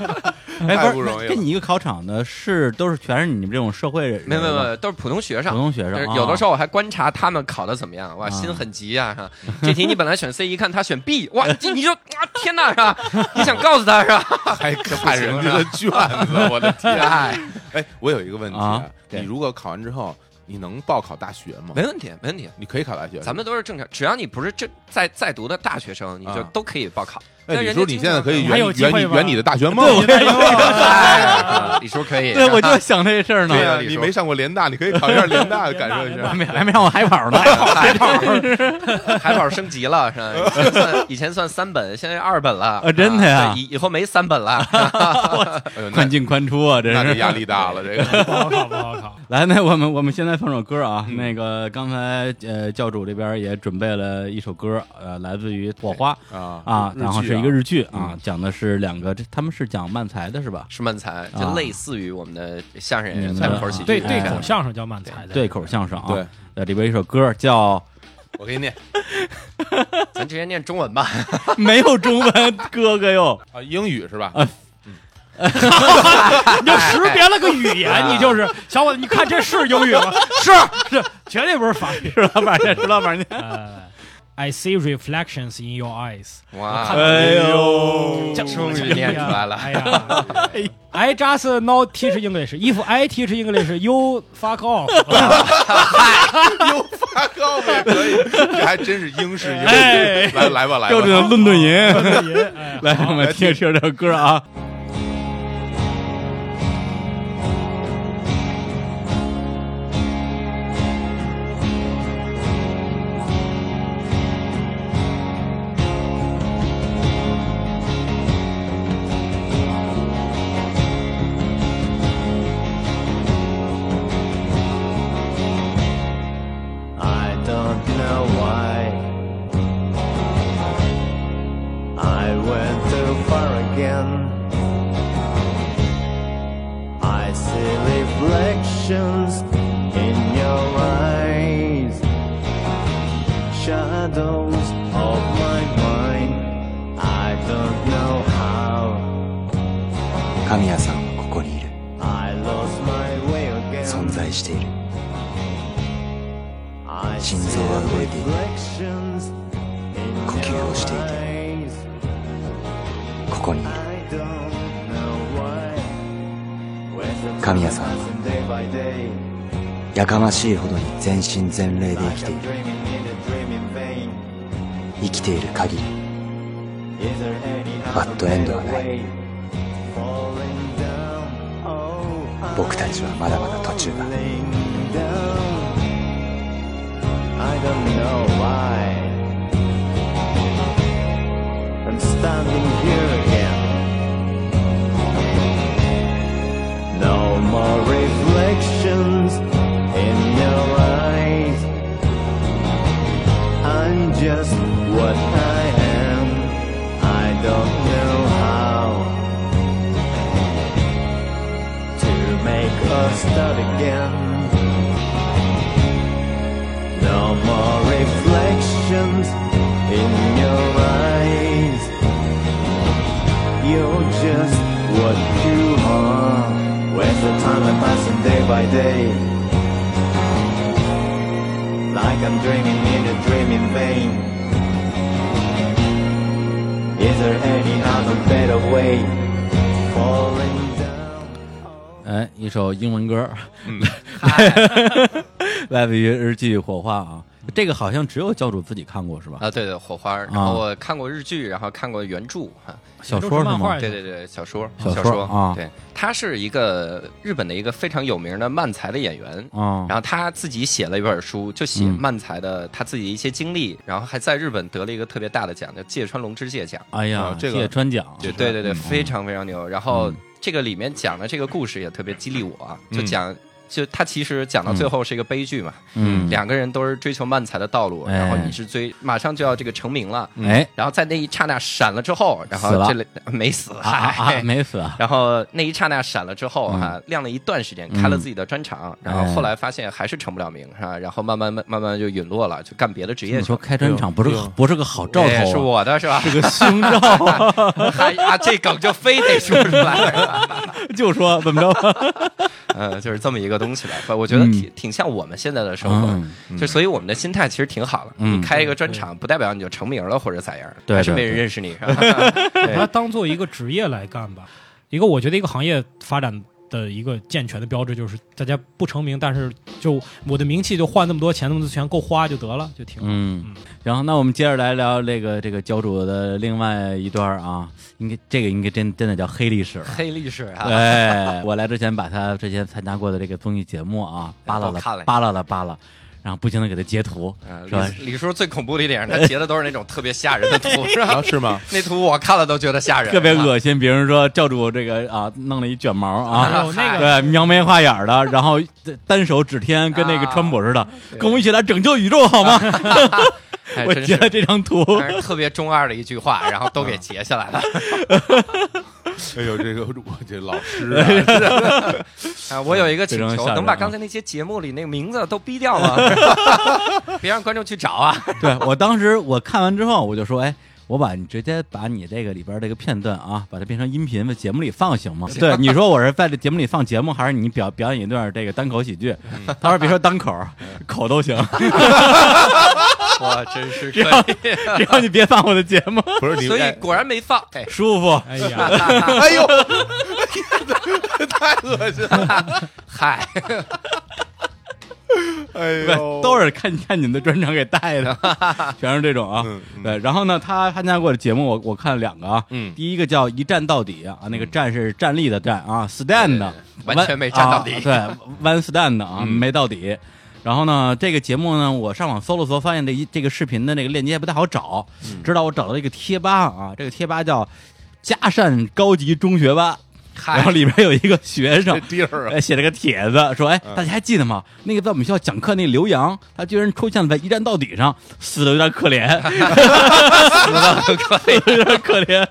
A: 哎
B: 太
A: 不
B: 不
A: 是
B: 容易
A: 那
B: 了
A: 跟你一个考场的是都是全是你们这种社会人，
D: 没有没有没有，都是普通学
A: 普
D: 生。
A: 通学
D: 但
A: 生
D: 是
A: 啊，
D: 有的时候我还观察他们考的怎么样，哇，
A: 啊
D: 心很急啊！哈，这题你本来选 C，一看他选 B，哇，你你就啊，天哪，是吧？你想告诉他是吧？
B: 还看人家的卷子，我的天！
D: 哎，
B: 哎，我有一个问题
A: 啊，
B: 你如果考完之后，你能报考大学吗？
D: 没问题，没问题。
B: 你可以考大学。
D: 咱们都是正常，只要你不是正在在读的大学生，你就
B: 啊
D: 都可以报考。
B: 哎，
D: 但
B: 李
D: 人
B: 叔，
D: 家
B: 你
D: 经
B: 现在
D: 常
B: 可以
C: 还
B: 圆
C: 有
B: 你
C: 机
B: 圆
C: 会
B: 你
C: 吗
B: 圆你的大学梦。
C: 啊
D: 哎李叔 可以，
A: 对，我就想这事儿呢
B: 对，呀，
D: 李
B: 你
D: 叔
B: 没上过联大，你可以考一下联 大，感受一
A: 还
B: 下。
A: 没还没让我海跑呢，
D: 海跑，海跑升级了是吧？以前算以前算三本，现在二本了。
A: 啊真的呀
D: 对以以后没三本了。
B: 哎呦，那
A: 宽进宽出啊，这
B: 那这
A: 是。
B: 压力大了，这个
C: 不好考，不好考。
A: 来，那我们我们现在放首歌啊，那个刚才呃教主这边也准备了一首歌，呃，来自于火花。
B: 啊
A: 啊，
B: 日
A: 然后
B: 剧
A: 是一
B: 啊
A: 个日剧啊，讲的是两个，这他们是讲漫才的是吧？
D: 是漫才，
A: 啊
D: 就类似于我们的相声演员
A: 嗯
D: 在口喜剧。啊
C: 对
A: 哎
C: 对口相声叫慢才的，
A: 对口相声啊，
B: 对，
A: 呃，里边有一首歌叫
B: 我给你念
D: 咱直接念中文吧。
A: 没有中文，哥哥哟，
B: 啊，英语是吧？
C: 你就识别了个语言，你就是小伙子，你看这是英语吗？是是，绝对不是法语。
A: 哎石老板，石老板，
C: 呃 I see reflections in your eyes。
D: 哇，
A: 哎呦
C: 这
D: 终于念出来了
C: 哎呀哎呀，I just now teach English. If I teach English, you fuck off。
B: 发高也可以，这还真是英式英
C: 哎
B: 语。来来吧来
A: 标准
B: 吧，
A: 的伦敦音。
C: 哎
A: 来，我们听一听这首歌啊。
E: I don't know why. I went too far again. I see reflections in your eyes, shadows of my mind. I don't know how.
F: 神谷さんはここにいる
E: I lost my way
F: 存
E: again.
F: 在している
E: I
F: 心
E: see
F: 臓は動いている
E: reflections in
F: 呼吸をしてい
E: your
F: て
E: eyes.
F: ここにいる
E: I don't know why. When the
F: 神谷さん
E: passes day by day,
F: やかましいほどに全身全霊で
E: I
F: 生きて
E: am dreaming in a dream in vain.
F: いる生きている限り
E: Is there any
F: バッドエンドは
E: other
F: ない
E: way? Falling down, oh, I'm
F: 僕たちはまだまだ途中だ
E: falling down. I don't know why. I'm standing here again. No more reflections in your eyes. I'm just what I am. I don't know how to make us start again. No more reflections in your eyes. You're just what you are. Where's the time I'm passing day by day? Like I'm dreaming in a dream in vain. Is there any other better way? Falling down.
A: 哎，一首英文歌， 来自于日剧《火花》啊。这个好像只有教主自己看过是吧？
D: 啊，对对，火花儿。然后我看过日剧，然后看过原著啊，
A: 小说是
C: 漫画
A: 吗
C: 哎？
D: 对对对，小说
A: 小说
D: 说
A: 啊
D: 对，他是一个日本的一个非常有名的漫才的演员。
A: 啊
D: 然后他自己写了一本书，就写
A: 嗯
D: 漫才的他自己一些经历，然后还在日本得了一个特别大的奖，叫芥川龙之介奖。
A: 哎呀
B: 啊，这个
A: 芥川奖，
D: 对对对对，
A: 嗯
D: 非常非常牛。然后
A: 嗯
D: 这个里面讲的这个故事也特别激励我，就
B: 嗯
D: 讲。就他其实讲到最后是一个悲剧嘛，
A: 嗯
D: 两个人都是追求漫才的道路，然后
A: 哎
D: 你是追马上就要这个成名了，
A: 哎
D: 然后在那一刹那闪了之后，然后
A: 死了
D: 这里没死，
A: 啊嗯啊
D: 嗨
A: 啊，没死啊！
D: 然后那一刹那闪了之后哈、亮了一段时间，开了自己的专场，然
A: 嗯
D: 后后来发现还是成不了名，是吧？然后慢慢慢慢慢就陨落了，就干别的职业
A: 你
D: 去
A: 说
D: 了。
A: 开专场不是
B: 对哦
A: 不是个好兆头
D: 哎
A: 啊，
D: 是我的是吧？
A: 是个凶兆 啊，
D: 还啊，这梗就非得说出来 是吧，
A: 就说怎么着？
D: 呃，就是这么一个东西吧。反我觉得挺、挺像我们现在的生活，
A: 嗯
D: 就所以我们的心态其实挺好了。
A: 嗯
D: 你开一个专场，不代表你就成名了或者咋样，
A: 对
D: 还是
A: 对
D: 没人认识你。是吧
C: 把它当做一个职业来干吧。一个我觉得一个行业发展的一个健全的标志就是大家不成名，但是就我的名气就换那么多钱，那么多钱够花就得了，就挺好。
A: 嗯，然后那我们接着来聊这个这个教主的另外一段啊，应该这个应该真真的叫黑历史了。
D: 黑历史啊，
A: 对，哎我来之前把他之前参加过的这个综艺节目啊，扒拉
D: 我
A: 了
D: 哎看了一下
A: 扒拉了扒拉，然后不停的给他截图，
D: 呃
A: 是吧？
D: 李李叔最恐怖的一点，他截的都是那种特别吓人的图，是吧
B: 啊？ 是吗？
D: 那图我看了都觉得吓人，
A: 哎特别恶心，比如说教主这个啊，弄了一卷毛
C: 还
A: 啊，
C: 有哦那个
A: 对，描眉画眼儿的，然后单手指天，跟那个川普似
D: 啊
A: 的，跟我一起来拯救宇宙好吗？
D: 哎，
A: 我
D: 真
A: 截
D: 是
A: 了这张图，嗯
D: 还是特别中二的一句话，然后都给截下来 了。
B: 哎呦，这个我这老师
A: 哎
B: 啊，
D: 啊，我有一个请
A: 非常吓
D: 求，
A: 人啊
D: 能把刚才那些节目里那个名字都逼掉 吗？ 别让观众去找啊！
A: 对我当时我看完之后，我就说，哎。我把你直接把你这个里边这个片段啊，把它变成音频在节目里放行吗？对，你说我是在这节目里放节目，还是你表表演一段这个单口喜剧？他说别说单口，口都行。
D: 哇，真是
A: 只要
D: 可以，
A: 只要你别放我的节目，
B: 不是你，
D: 所以
B: 哎
D: 果然没放。哎
A: 舒服。
C: 哎呀，
B: 哎呦，太恶心了！
D: 嗨，
B: 哎
A: 对，
B: 呦，
A: 都是看看你们的专场给带 的，全是这种啊
B: 嗯。嗯
A: 对，然后呢，他参加过的节目我我看了两个啊，
B: 嗯
A: 第一个叫一站到底啊，那个站是站立的站啊，stand
D: 嗯对完全没站到底嗯
A: 啊对，one stand 啊，没到底。然后呢，这个节目呢，我上网搜了搜，发现这一这个视频的那个链接不太好找，
D: 嗯
A: 直到我找到一个贴吧啊，这个贴吧叫嘉善高级中学吧，
D: 嗨
A: 然后里边有一个学生
B: 这，地儿啊
A: 呃，写了个帖子说，哎，
B: 嗯
A: 大家还记得吗？那个在我们学校讲课那刘洋，他居然出现在一站到底上，死的有点可 怜，有点可怜。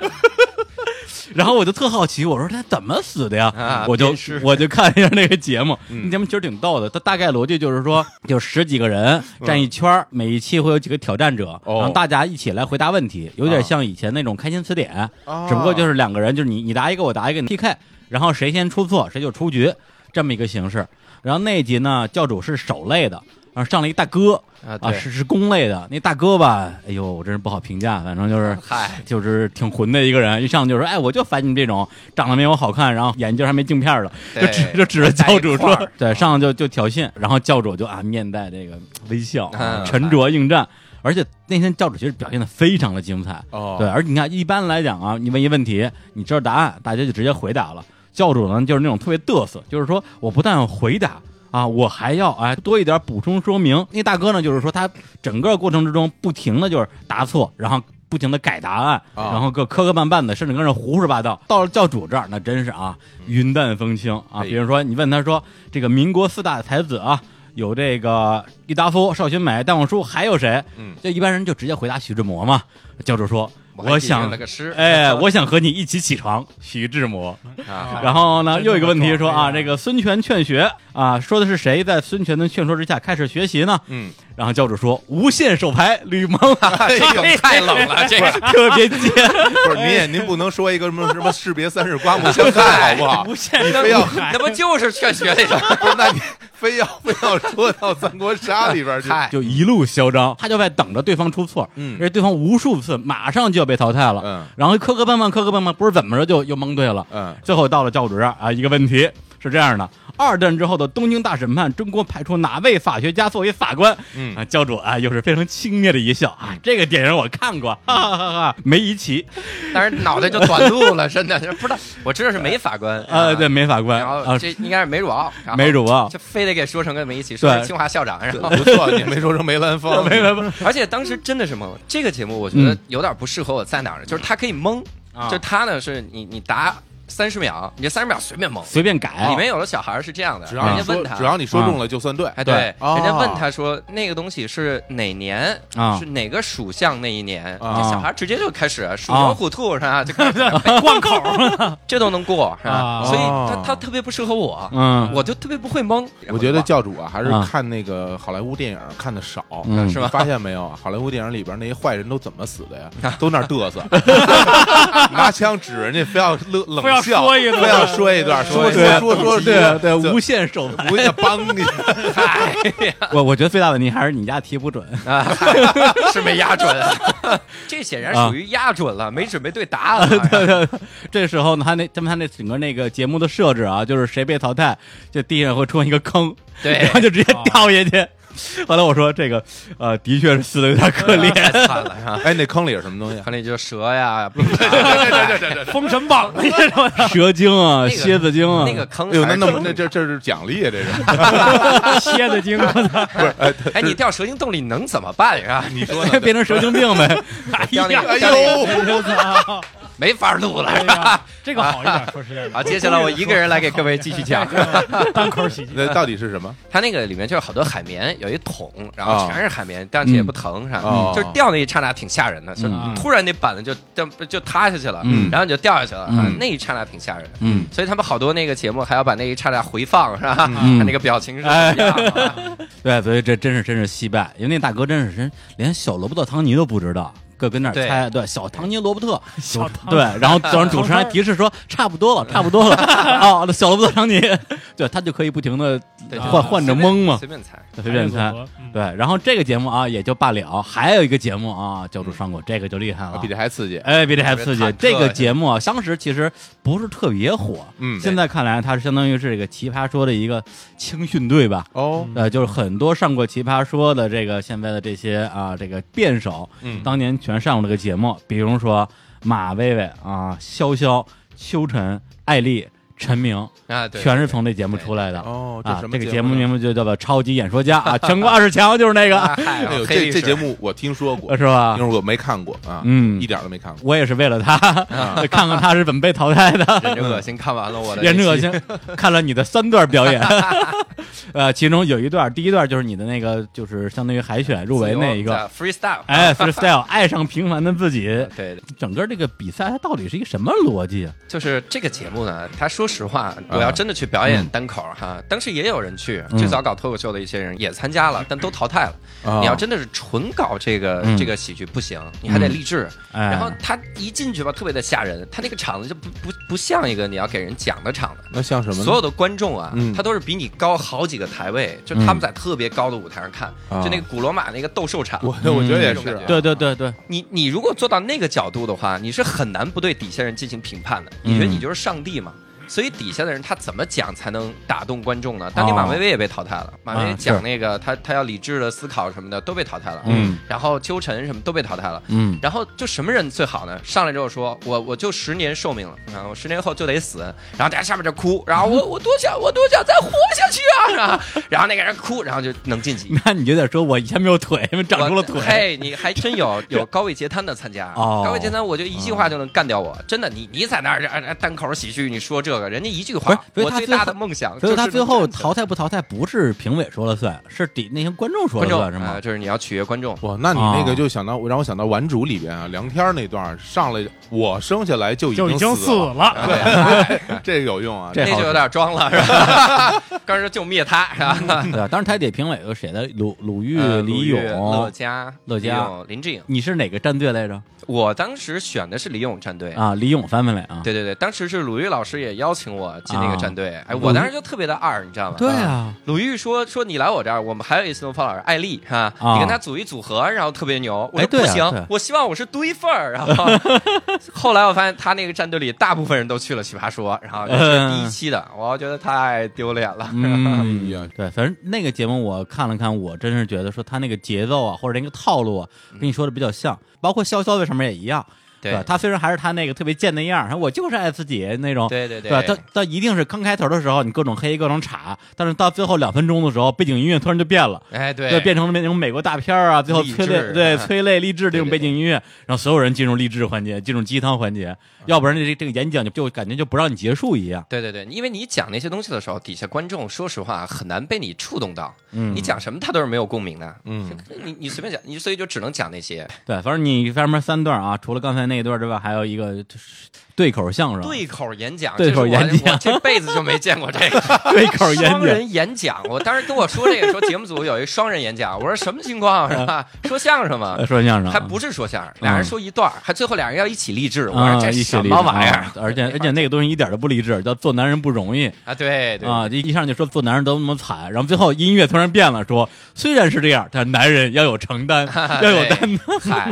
A: 然后我就特好奇，我说他怎么死的呀？
D: 啊
A: 我就
D: 电视
A: 我就看了一下那个节目，
B: 嗯
A: 那节目其实挺逗的。它大概逻辑就是说，有十几个人站一圈儿，每一期会有几个挑战者，
B: 嗯哦
A: 然后大家一起来回答问题，有点
B: 啊
A: 像以前那种开心词典，只不过就是两个人，就是你你答一个，我答一个你 PK，然后谁先出错谁就出局，这么一个形式。然后那一集呢，教主是手累的，然后上了一大哥
D: 啊
A: 啊，
D: 对
A: 是是弓类的。那大哥吧，哎呦，我真是不好评价，反正就是
D: 嗨，
A: 就是挺混的一个人，一上就说，哎，我就烦你这种长得没我好看，然后眼镜还没镜片儿的，就
D: 对
A: 指就指着教主
D: 戴一
A: 说
D: 块儿，
A: 对，上来就就挑衅，然后教主就啊面带这个微笑，啊
D: 嗯
A: 沉着应战。而且那天教主其实表现的非常的精彩，
B: 哦
A: 对，而你看，一般来讲啊，你问一问题，你知道答案，大家就直接回答了。教主呢，就是那种特别嘚瑟，就是说我不但要回答啊，我还要哎多一点补充说明。那大哥呢，就是说他整个过程之中不停的就是答错，然后。不停的改答案，
B: 啊
A: 然后个磕磕绊绊的，甚至跟人胡说八道。到了教主这儿，那真是啊，云淡风轻啊。
B: 哎
A: 比如说，你问他说，这个民国四大才子啊，有这个郁达夫、邵群美、戴望舒，还有谁？
B: 嗯，
A: 就一般人就直接回答徐志摩嘛。教主说，
D: 还
A: 我
D: 记
A: 想
D: 着了个诗，
A: 哎，我想和你一起起床，徐志摩。
D: 啊，
A: 然后呢，
C: 真
A: 又有一个问题
C: 这么
A: 说啊，
C: 壮
A: 这个孙权劝学啊，说的是谁在孙权的劝说之下开始学习呢？
B: 嗯，
A: 然后教主说无限手牌吕蒙，啊
D: 这梗太冷了，这个
A: 特别接。
B: 不是您也您不能说一个什么什么士别三世刮目相看好不 好？
C: 无限
B: 非要
D: 那不就是劝学那种？
B: 不是，那你非要非要说到三国杀里边去？
D: 嗨，
A: 就一路嚣张，他就在等着对方出错，
B: 嗯
A: 因为对方无数次马上就要被淘汰了，
B: 嗯，
A: 然后磕磕绊绊，磕磕绊绊，不知道怎么着就又蒙对了，
B: 嗯，
A: 最后到了教主这儿啊，一个问题是这样的：二战之后的东京大审判，中国派出哪位法学家作为法官？
B: 嗯
A: 啊，教主啊，又是非常轻蔑的一笑啊，这个电影我看过，哈哈哈哈，梅贻琦，
D: 但是脑袋就短路了，真的是不知道。我知道是梅法官
A: 呃，对，，梅法官
D: 啊然后
A: 啊，
D: 这应该是梅鲁奥，然后
A: 梅主啊，
D: 就非得给说成跟梅一起，说
A: 对
D: 是清华校长，然后。
B: 不错，你 没说成梅兰芳，
A: 梅法官
D: 而且当时真的是懵，这个节目我觉得
A: 嗯
D: 有点不适合我在哪儿呢，就是他可以蒙，
A: 啊
D: 就他呢是你你答三十秒，你这三十秒随便蒙，
A: 随便改，
D: 里面有的小孩儿是这样的，
B: 只要
D: 人
B: 你
D: 家
B: 说
D: 问他，
B: 只要你说中了就算对。
D: 哎，对，
B: 哦
D: 人家问他说那个东西是哪年
A: 啊
D: 是哪个属相那一年？
B: 啊
D: 这小孩直接就开始属牛虎兔是吧？就开始
C: 灌口儿了，
D: 这都能过是吧
C: 啊？
D: 所以他他特别不适合我，
A: 嗯，
D: 我就特别不会蒙。
B: 我觉得教主啊，还是
A: 啊
B: 看那个好莱坞电影看的少，
A: 嗯
D: 是吧
B: 你发现没有，好莱坞电影里边那些坏人都怎么死的呀？都那儿嘚瑟， 拿枪指人家，非要乐冷
C: 非要
B: 笑，
C: 说一段
B: 非要说一段，说
A: 对
B: 说说说，
A: 对对，无
B: 无
A: 限手牌，
B: 无限帮你，
A: 我我觉得最大问题还是你家题不准，
D: 啊， 是没压准， 这显然属于压准了，没准备对答 案了。
A: 这时候呢，他那他们他那整个那个节目的设置啊，就是谁被淘汰，就地上会出现一个坑，
D: 对
A: 然后就直接掉下去。后来我说这个，呃，的确是死的有点可
D: 太
A: 怜。
D: 惨了是吧？
B: 哎，那坑里是什么东西啊？
D: 看那就蛇呀， 冰茶
C: 封神榜那种的，
A: 蛇精啊，
D: 那个
A: 蝎子精啊，
D: 那个坑
B: 哎呦，那
D: 还是
B: 那么那这这是奖励啊，这是
C: 蝎子精，
D: 哎，你掉蛇精洞里能怎么办呀？
B: 你说呢？
A: 变成蛇精病 呗。
D: 哎掉那
B: 哎
D: 个
B: 呦，
C: 我操！
D: 没法录了
C: 哎
D: 是吧？
C: 呀，这个好一点，说实在的。
D: 好，接下来我一个人来给各位继续讲。
C: 单口喜剧，
B: 那到底是什么？
D: 它那个里面就是好多海绵，有一桶，然后全是海绵，掉下去也不疼，是吧？
B: 哦
D: 就是掉那一刹那挺吓人的，就是
A: 嗯
D: 突然那板子就掉就塌下去了，
A: 嗯
D: 然后你就掉下去了，
A: 嗯
D: 啊那一刹那挺吓人的。
A: 嗯，
D: 所以他们好多那个节目还要把那一刹那回放，是吧？
A: 嗯
D: 看那个表情是什么样啊？
A: 对，所以这真是真是惜败，因为那大哥真是真连小罗伯特·唐尼都不知道。各跟那儿
D: 对
A: 猜，对小唐尼罗伯特，
C: 小唐
A: 对，然后早上主持人还提示说差不多了，差不多了，哦，那小罗伯特唐尼，对他就可以不停的
D: 对
A: 换换着蒙嘛
D: 随便猜。
A: 随便
C: 还有
A: 猜
C: 组。合嗯
A: 对，然后这个节目啊也就罢了，还有一个节目啊叫《
D: 嗯
A: 做伤口》，这个就厉害了，
B: 啊比这还刺激。
A: 哎，比这还刺激
D: 啊特别。忐忑
A: 这个节目啊，当时其实不是特别火，
B: 嗯
A: 现在看来它是相当于是这个《奇葩说》的一个青训队吧。
B: 哦，
A: 呃，就是很多上过《奇葩说》的这个现在的这些啊，这个辩手，
B: 嗯
A: 当年全上过这个节目，比如说马薇薇啊、潇潇、秋晨、艾丽、陈明，
D: 啊，对，
A: 全是从这节目出来的。
B: 哦，
A: 啊，
B: 什么
A: 这个节目
B: 呢
A: 名字就叫做《超级演说家》啊，全国二十强就是那个，
D: 嗨
B: 哎呦，这
D: 黑历
B: 这
D: 史
B: 节目我听说过，
A: 是吧
B: 因为？我没看过啊，
A: 嗯
B: 一点儿都没看过。
A: 我也是为了他，看看他是怎么被淘汰的。
D: 忍着恶心看完了我的
A: 忍着
D: 这
A: 恶
D: 期
A: 心，看了你的三段表演， 呃，其中有一段，第一段就是你的那个，就是相当于海选入围那一
D: 自
A: 个，
D: 由的 E freestyle，
A: 哎，freestyle，爱 上平凡的自己，
D: 对，
A: 整个这个比赛它到底是一个什么逻辑啊？
D: 就是这个节目呢，他说实话，我要真的去表
A: 嗯
D: 演单口儿哈，当时也有人去，最早搞脱口秀的一些人也参加了，但都淘汰了。
B: 啊
D: 你要真的是纯搞这个
A: 哦嗯
D: 这个喜剧不行，你还得励志。
A: 哎
D: 然后他一进去吧，特别的吓人，他那个场子就不不不像一个你要给人讲的场子。
B: 那像什么呢？
D: 所有的观众啊
B: 嗯，
D: 他都是比你高好几个台位，就他们在特别高的舞台上看，
B: 啊
D: 就那个古罗马那个斗兽场，
B: 我我觉得也
D: 那嗯种
B: 是
D: 感
B: 啊
D: 觉，
A: 对对对对，
D: 你你如果做到那个角度的话，你是很难不对底下人进行评判的。
B: 嗯
D: 你觉得你就是上帝嘛？所以底下的人他怎么讲才能打动观众呢？
B: 啊
D: 当年马薇薇也被淘汰了，马薇薇讲那个她她要理智的思考什么的都被淘汰了，
A: 嗯，
D: 然后秋晨什么都被淘汰了。
A: 嗯，
D: 然后就什么人最好呢？上来之后说，我我就十年寿命了，啊，我十年后就得死。然后大家下面就哭，然后我我多想我多想再活下去啊，是吧？然后那个人哭，然后就能晋级。
A: 那你就得说我以前没有腿， 长出了
D: 我
A: 腿，
D: 嘿，你还真有有高位截瘫的参加，
A: 哦
D: 高位截瘫，我就一句话就能干掉我。真的，你你在那儿啊啊单口喜剧，你说这个，人家一句
A: 不是
D: 话，
A: 所以
D: 我
A: 他
D: 最
A: 最后
D: 大的梦想就
A: 所
D: 是
A: 以他
D: 能
A: 最后
D: 站起来
A: 淘汰不淘汰不是评委说了算，是底那些观众说
D: 观
A: 了
D: 众
A: 算是
D: 啊
A: 吗？
D: 就是你要取悦观众，
B: 哇，那你那
A: 啊
B: 个就想到让我想到《顽主》里边啊，梁天儿那段儿上来，我生下来就已
C: 就已
B: 经
C: 经死
B: 了，
C: 了，
D: 对，哎
B: 这个有用啊，
A: 这
D: 那
A: 好
D: 就
A: 使
D: 有点装了，是吧？ 刚才说就灭他，是吧？
A: 对啊，当时台底评委有谁的？鲁鲁豫、
D: 呃
A: 李
D: 鲁豫乐
A: 咏，
D: 嘉、
A: 乐嘉
D: 李咏、林志颖，
A: 你是哪个战队来着？
D: 我当时选的是李咏战队。
A: 啊，李咏翻翻来啊，
D: 对对对，当时是鲁豫老师也邀请我进那个
A: 啊
D: 战队，哎，
A: 鲁
D: 我当
A: 豫
D: 时就特别的二，你知道吗？
A: 对啊，
D: 鲁豫说说你来我这儿，我们还有一次东方老师艾丽哈，
A: 啊
D: 你跟他组一组合，然后特别牛。我
A: 哎
D: 说
A: 对啊
D: 不行，
A: 对啊
D: 我希望我是堆份儿。然 后后来我发现他那个战队里大部分人都去了奇葩说，然后这是第一期的，我觉得太丢脸了。
A: 嗯
B: 哎呀，
A: 对，反正那个节目我看了看，我真是觉得说他那个节奏啊，或者那个套路啊，
D: 嗯
A: 跟你说的比较像，包括潇潇在上面也一样。
D: 对
A: 吧啊他虽然还是他那个特别贱那样儿，然后我就是爱自己那种，
D: 对对
A: 对
D: 对
A: 吧，他他一定是刚开头的时候你各种黑各种查，但是到最后两分钟的时候，背景音乐突然就变了。
D: 哎，对，
A: 就变成了那种美国大片儿啊，最后
D: 励
A: 催泪
D: 志
A: 对
D: 啊
A: 催泪励志这种
D: 对对
A: 背景音乐，让所有人进入励志环节，进入鸡汤环节，
D: 嗯
A: 要不然这这个演讲就就感觉就不让你结束一样。
D: 对对对，因为你讲那些东西的时候，底下观众说实话很难被你触动到，
A: 嗯
D: 你讲什么他都是没有共鸣的，
B: 嗯，
D: 你你随便讲，你所以就只能讲那些
A: 对，反正你上面三段啊，除了刚才那一段之外，还有一个就是对口相声，
D: 对口演讲，
A: 对口
D: 这是我
A: 演讲
D: 我这辈子就没见过这个。
A: 对口演
D: 双
A: 讲，
D: 人演讲，我当时跟我说这个，说节目组有一双人演讲，我说什么情况
A: 嗯
D: 是吧？说相声吗
A: 呃？说相声
D: 还不
A: 是
D: 是说相声，俩人说一段儿，还最后俩人要一起励志，我
A: 嗯啊
D: 说，这
A: 一起
D: 什
A: 励
D: 么
A: 志
D: 玩意儿
A: 啊而且而且那个东西一点都不励志，叫做男人不容易
D: 啊？对对
A: 啊！这一上就说做男人都那么惨，然后最后音乐突然变了，说虽然是这样，但男人要有承 担，要有担 当，
D: 当。啊嗨，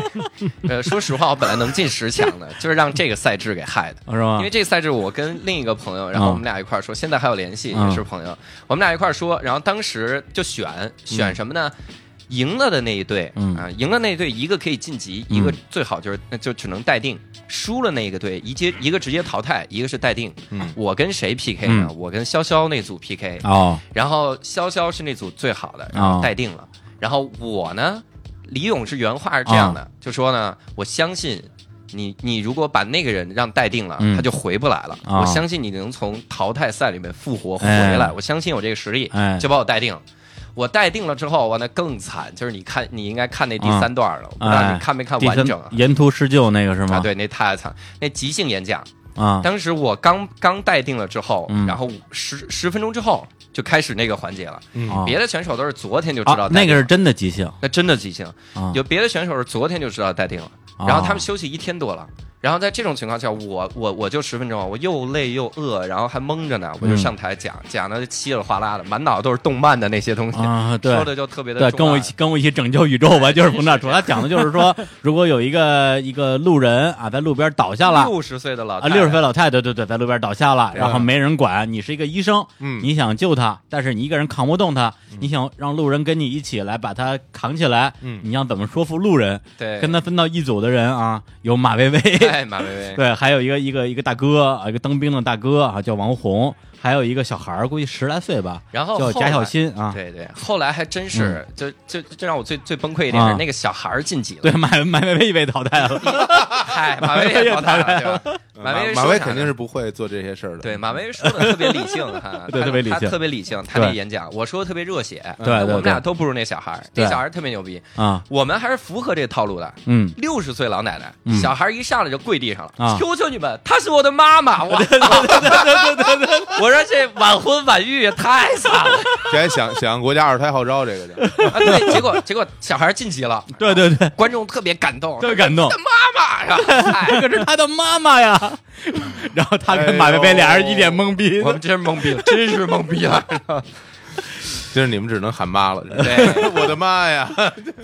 D: 呃，说实话，我本来能进十强的，就是让这个赛制给害的。
A: 是吧？
D: 因为这个赛制，我跟另一个朋友，然后我们俩一块儿说，现在还有联系，
A: 嗯
D: 也是朋友。我们俩一块儿说，然后当时就选选什么呢？赢了的那一队，
A: 嗯
D: 啊，赢了那一队，一个可以晋级，一个
A: 嗯
D: 最好就是那就只能待定；输了那一个队，一接一个直接淘汰，一个是待定。
B: 嗯
D: 我跟谁 PK 呢？
A: 嗯
D: 我跟潇潇那组 PK，
A: 哦，
D: 然后潇潇是那组最好的，然后待定了。然后我呢，李勇是原话是这
A: 哦
D: 样的，就说呢，我相信你，你如果把那个人让待定了，
A: 嗯
D: 他就回不来了。
A: 啊
D: 我相信你能从淘汰赛里面复活回来，
A: 哎
D: 我相信有这个实力，
A: 哎
D: 就把我待定了。我待定了之后，我那更惨，就是你看，你应该看那第三段了，我不知道
A: 哎
D: 你看没看
A: 第
D: 完
A: 三
D: 整啊？
A: 沿途施救那个是吗？
D: 啊，对，那太惨，那即兴演讲，
A: 啊，
D: 当时我刚刚待定了之后，
A: 嗯
D: 然后十十分钟之后就开始那个环节了。
A: 啊
D: 别的选手都是昨天就知
A: 啊
D: 道，待
A: 那
D: 定
A: 个
D: 了
A: 是真的即兴
D: 那真的即兴，
A: 啊，
D: 有别的选手是昨天就知道待定了，
A: 啊
D: 然后他们休息一天多了，然后在这种情况下，我我我就十分钟啊，我又累又饿，然后还蒙着呢，我就上台讲、讲的稀里哗啦的，满脑子都是动漫的那些东西，
A: 嗯啊，对
D: 说的就特别的
A: 对，
D: 重
A: 跟我
D: 啊
A: 一起跟我一起拯救宇宙 吧，就是冯大厨，他讲的就是说，如果有一个一个路人啊，在路边倒下 了。
D: 六十岁的老
A: 啊，六十岁
D: 了，
A: 老太太，对对，在路边倒下了，然后
B: 嗯
A: 没人管。你是一个医生，
B: 嗯
A: 你想救她，但是你一个人扛不动她，你想让路人跟你一起来把她扛起来，
B: 嗯
A: 你要怎么说服路人？
D: 对，
A: 跟他分到一组的人啊，有马薇薇，
D: 哎，马薇薇，
A: 对，还有一个一个一个大哥啊，一个当兵的大哥啊，叫王红，还有一个小孩儿，估计十来岁吧，
D: 然后
A: 叫
D: 后
A: 贾
D: 来
A: 小新啊，
D: 对对，后来还真是，就就就让我最最崩溃一点
A: 啊
D: 是那个小孩儿晋级了，
A: 对，马马薇薇被淘汰了，，
D: 嗨，马薇薇也淘汰了，对吧？ 马薇薇
B: 呃马
D: 说
B: 威
D: 啥
B: 肯定
D: 呢
B: 是不会做这些事儿的。嗯
D: 对，马薇说的特别理性哈
A: 嗯 对
D: 她
A: 特别理性
D: 她特别理性，她那
A: 对
D: 演讲，我说的特别热血，
A: 对对
D: 我们俩
A: 对
D: 都不如那小孩儿，
A: 对
D: 那小孩儿特别牛逼，
A: 啊，
D: 我们还是符合这套路的。
A: 嗯，
D: 六十岁老奶奶，
A: 嗯
D: 小孩儿一上来就跪地上
A: 啊
D: 了，求求你们，她是我的妈 妈，我我说这晚婚晚育也太惨 了，
B: 该想想国家二胎号召这个 去。
D: 啊对，结果结果小孩儿晋级了，
A: 对对对，
D: 观众特别感动，
A: 特别感动
D: 她，妈妈是吧？哎嗨
A: 可是他的妈妈呀，然后他跟马薇薇俩人一脸懵逼，
D: 我们真是懵逼了，真是懵逼了。
B: 今儿你们只能喊妈了，真是
D: 对，
B: 我的妈呀！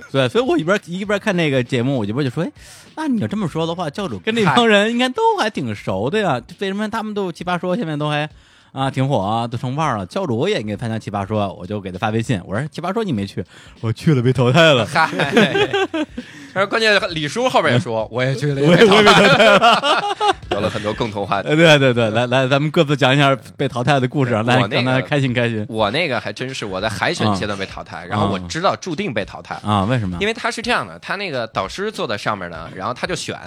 A: 对，所以我一边一边看那个节目，我一边就说，哎，那你要这么说的话，教主跟那帮人应该都还挺熟的呀，为什么他们都奇葩说现在都还啊挺火啊，都成腕儿了？教主也应该参加奇葩说，我就给他发微信，我说奇葩说你没去，我去了被淘汰了，
D: 嗨，但是关键李叔后边也说，我也觉得
A: 我也我也被淘汰了，
D: 有了很多共同话题。
A: 呃对对对，来来，咱们各自讲一下被淘汰的故事，啊
D: 对
A: 来
D: 我那
A: 让大家
D: 个
A: 开心开心
D: 我那个还真是我在海
A: 嗯
D: 选阶段被淘汰，然后我知道注定被淘汰，
A: 啊？为什么
D: 因？为他是这样的，他那个导师坐在上面呢，然后他就选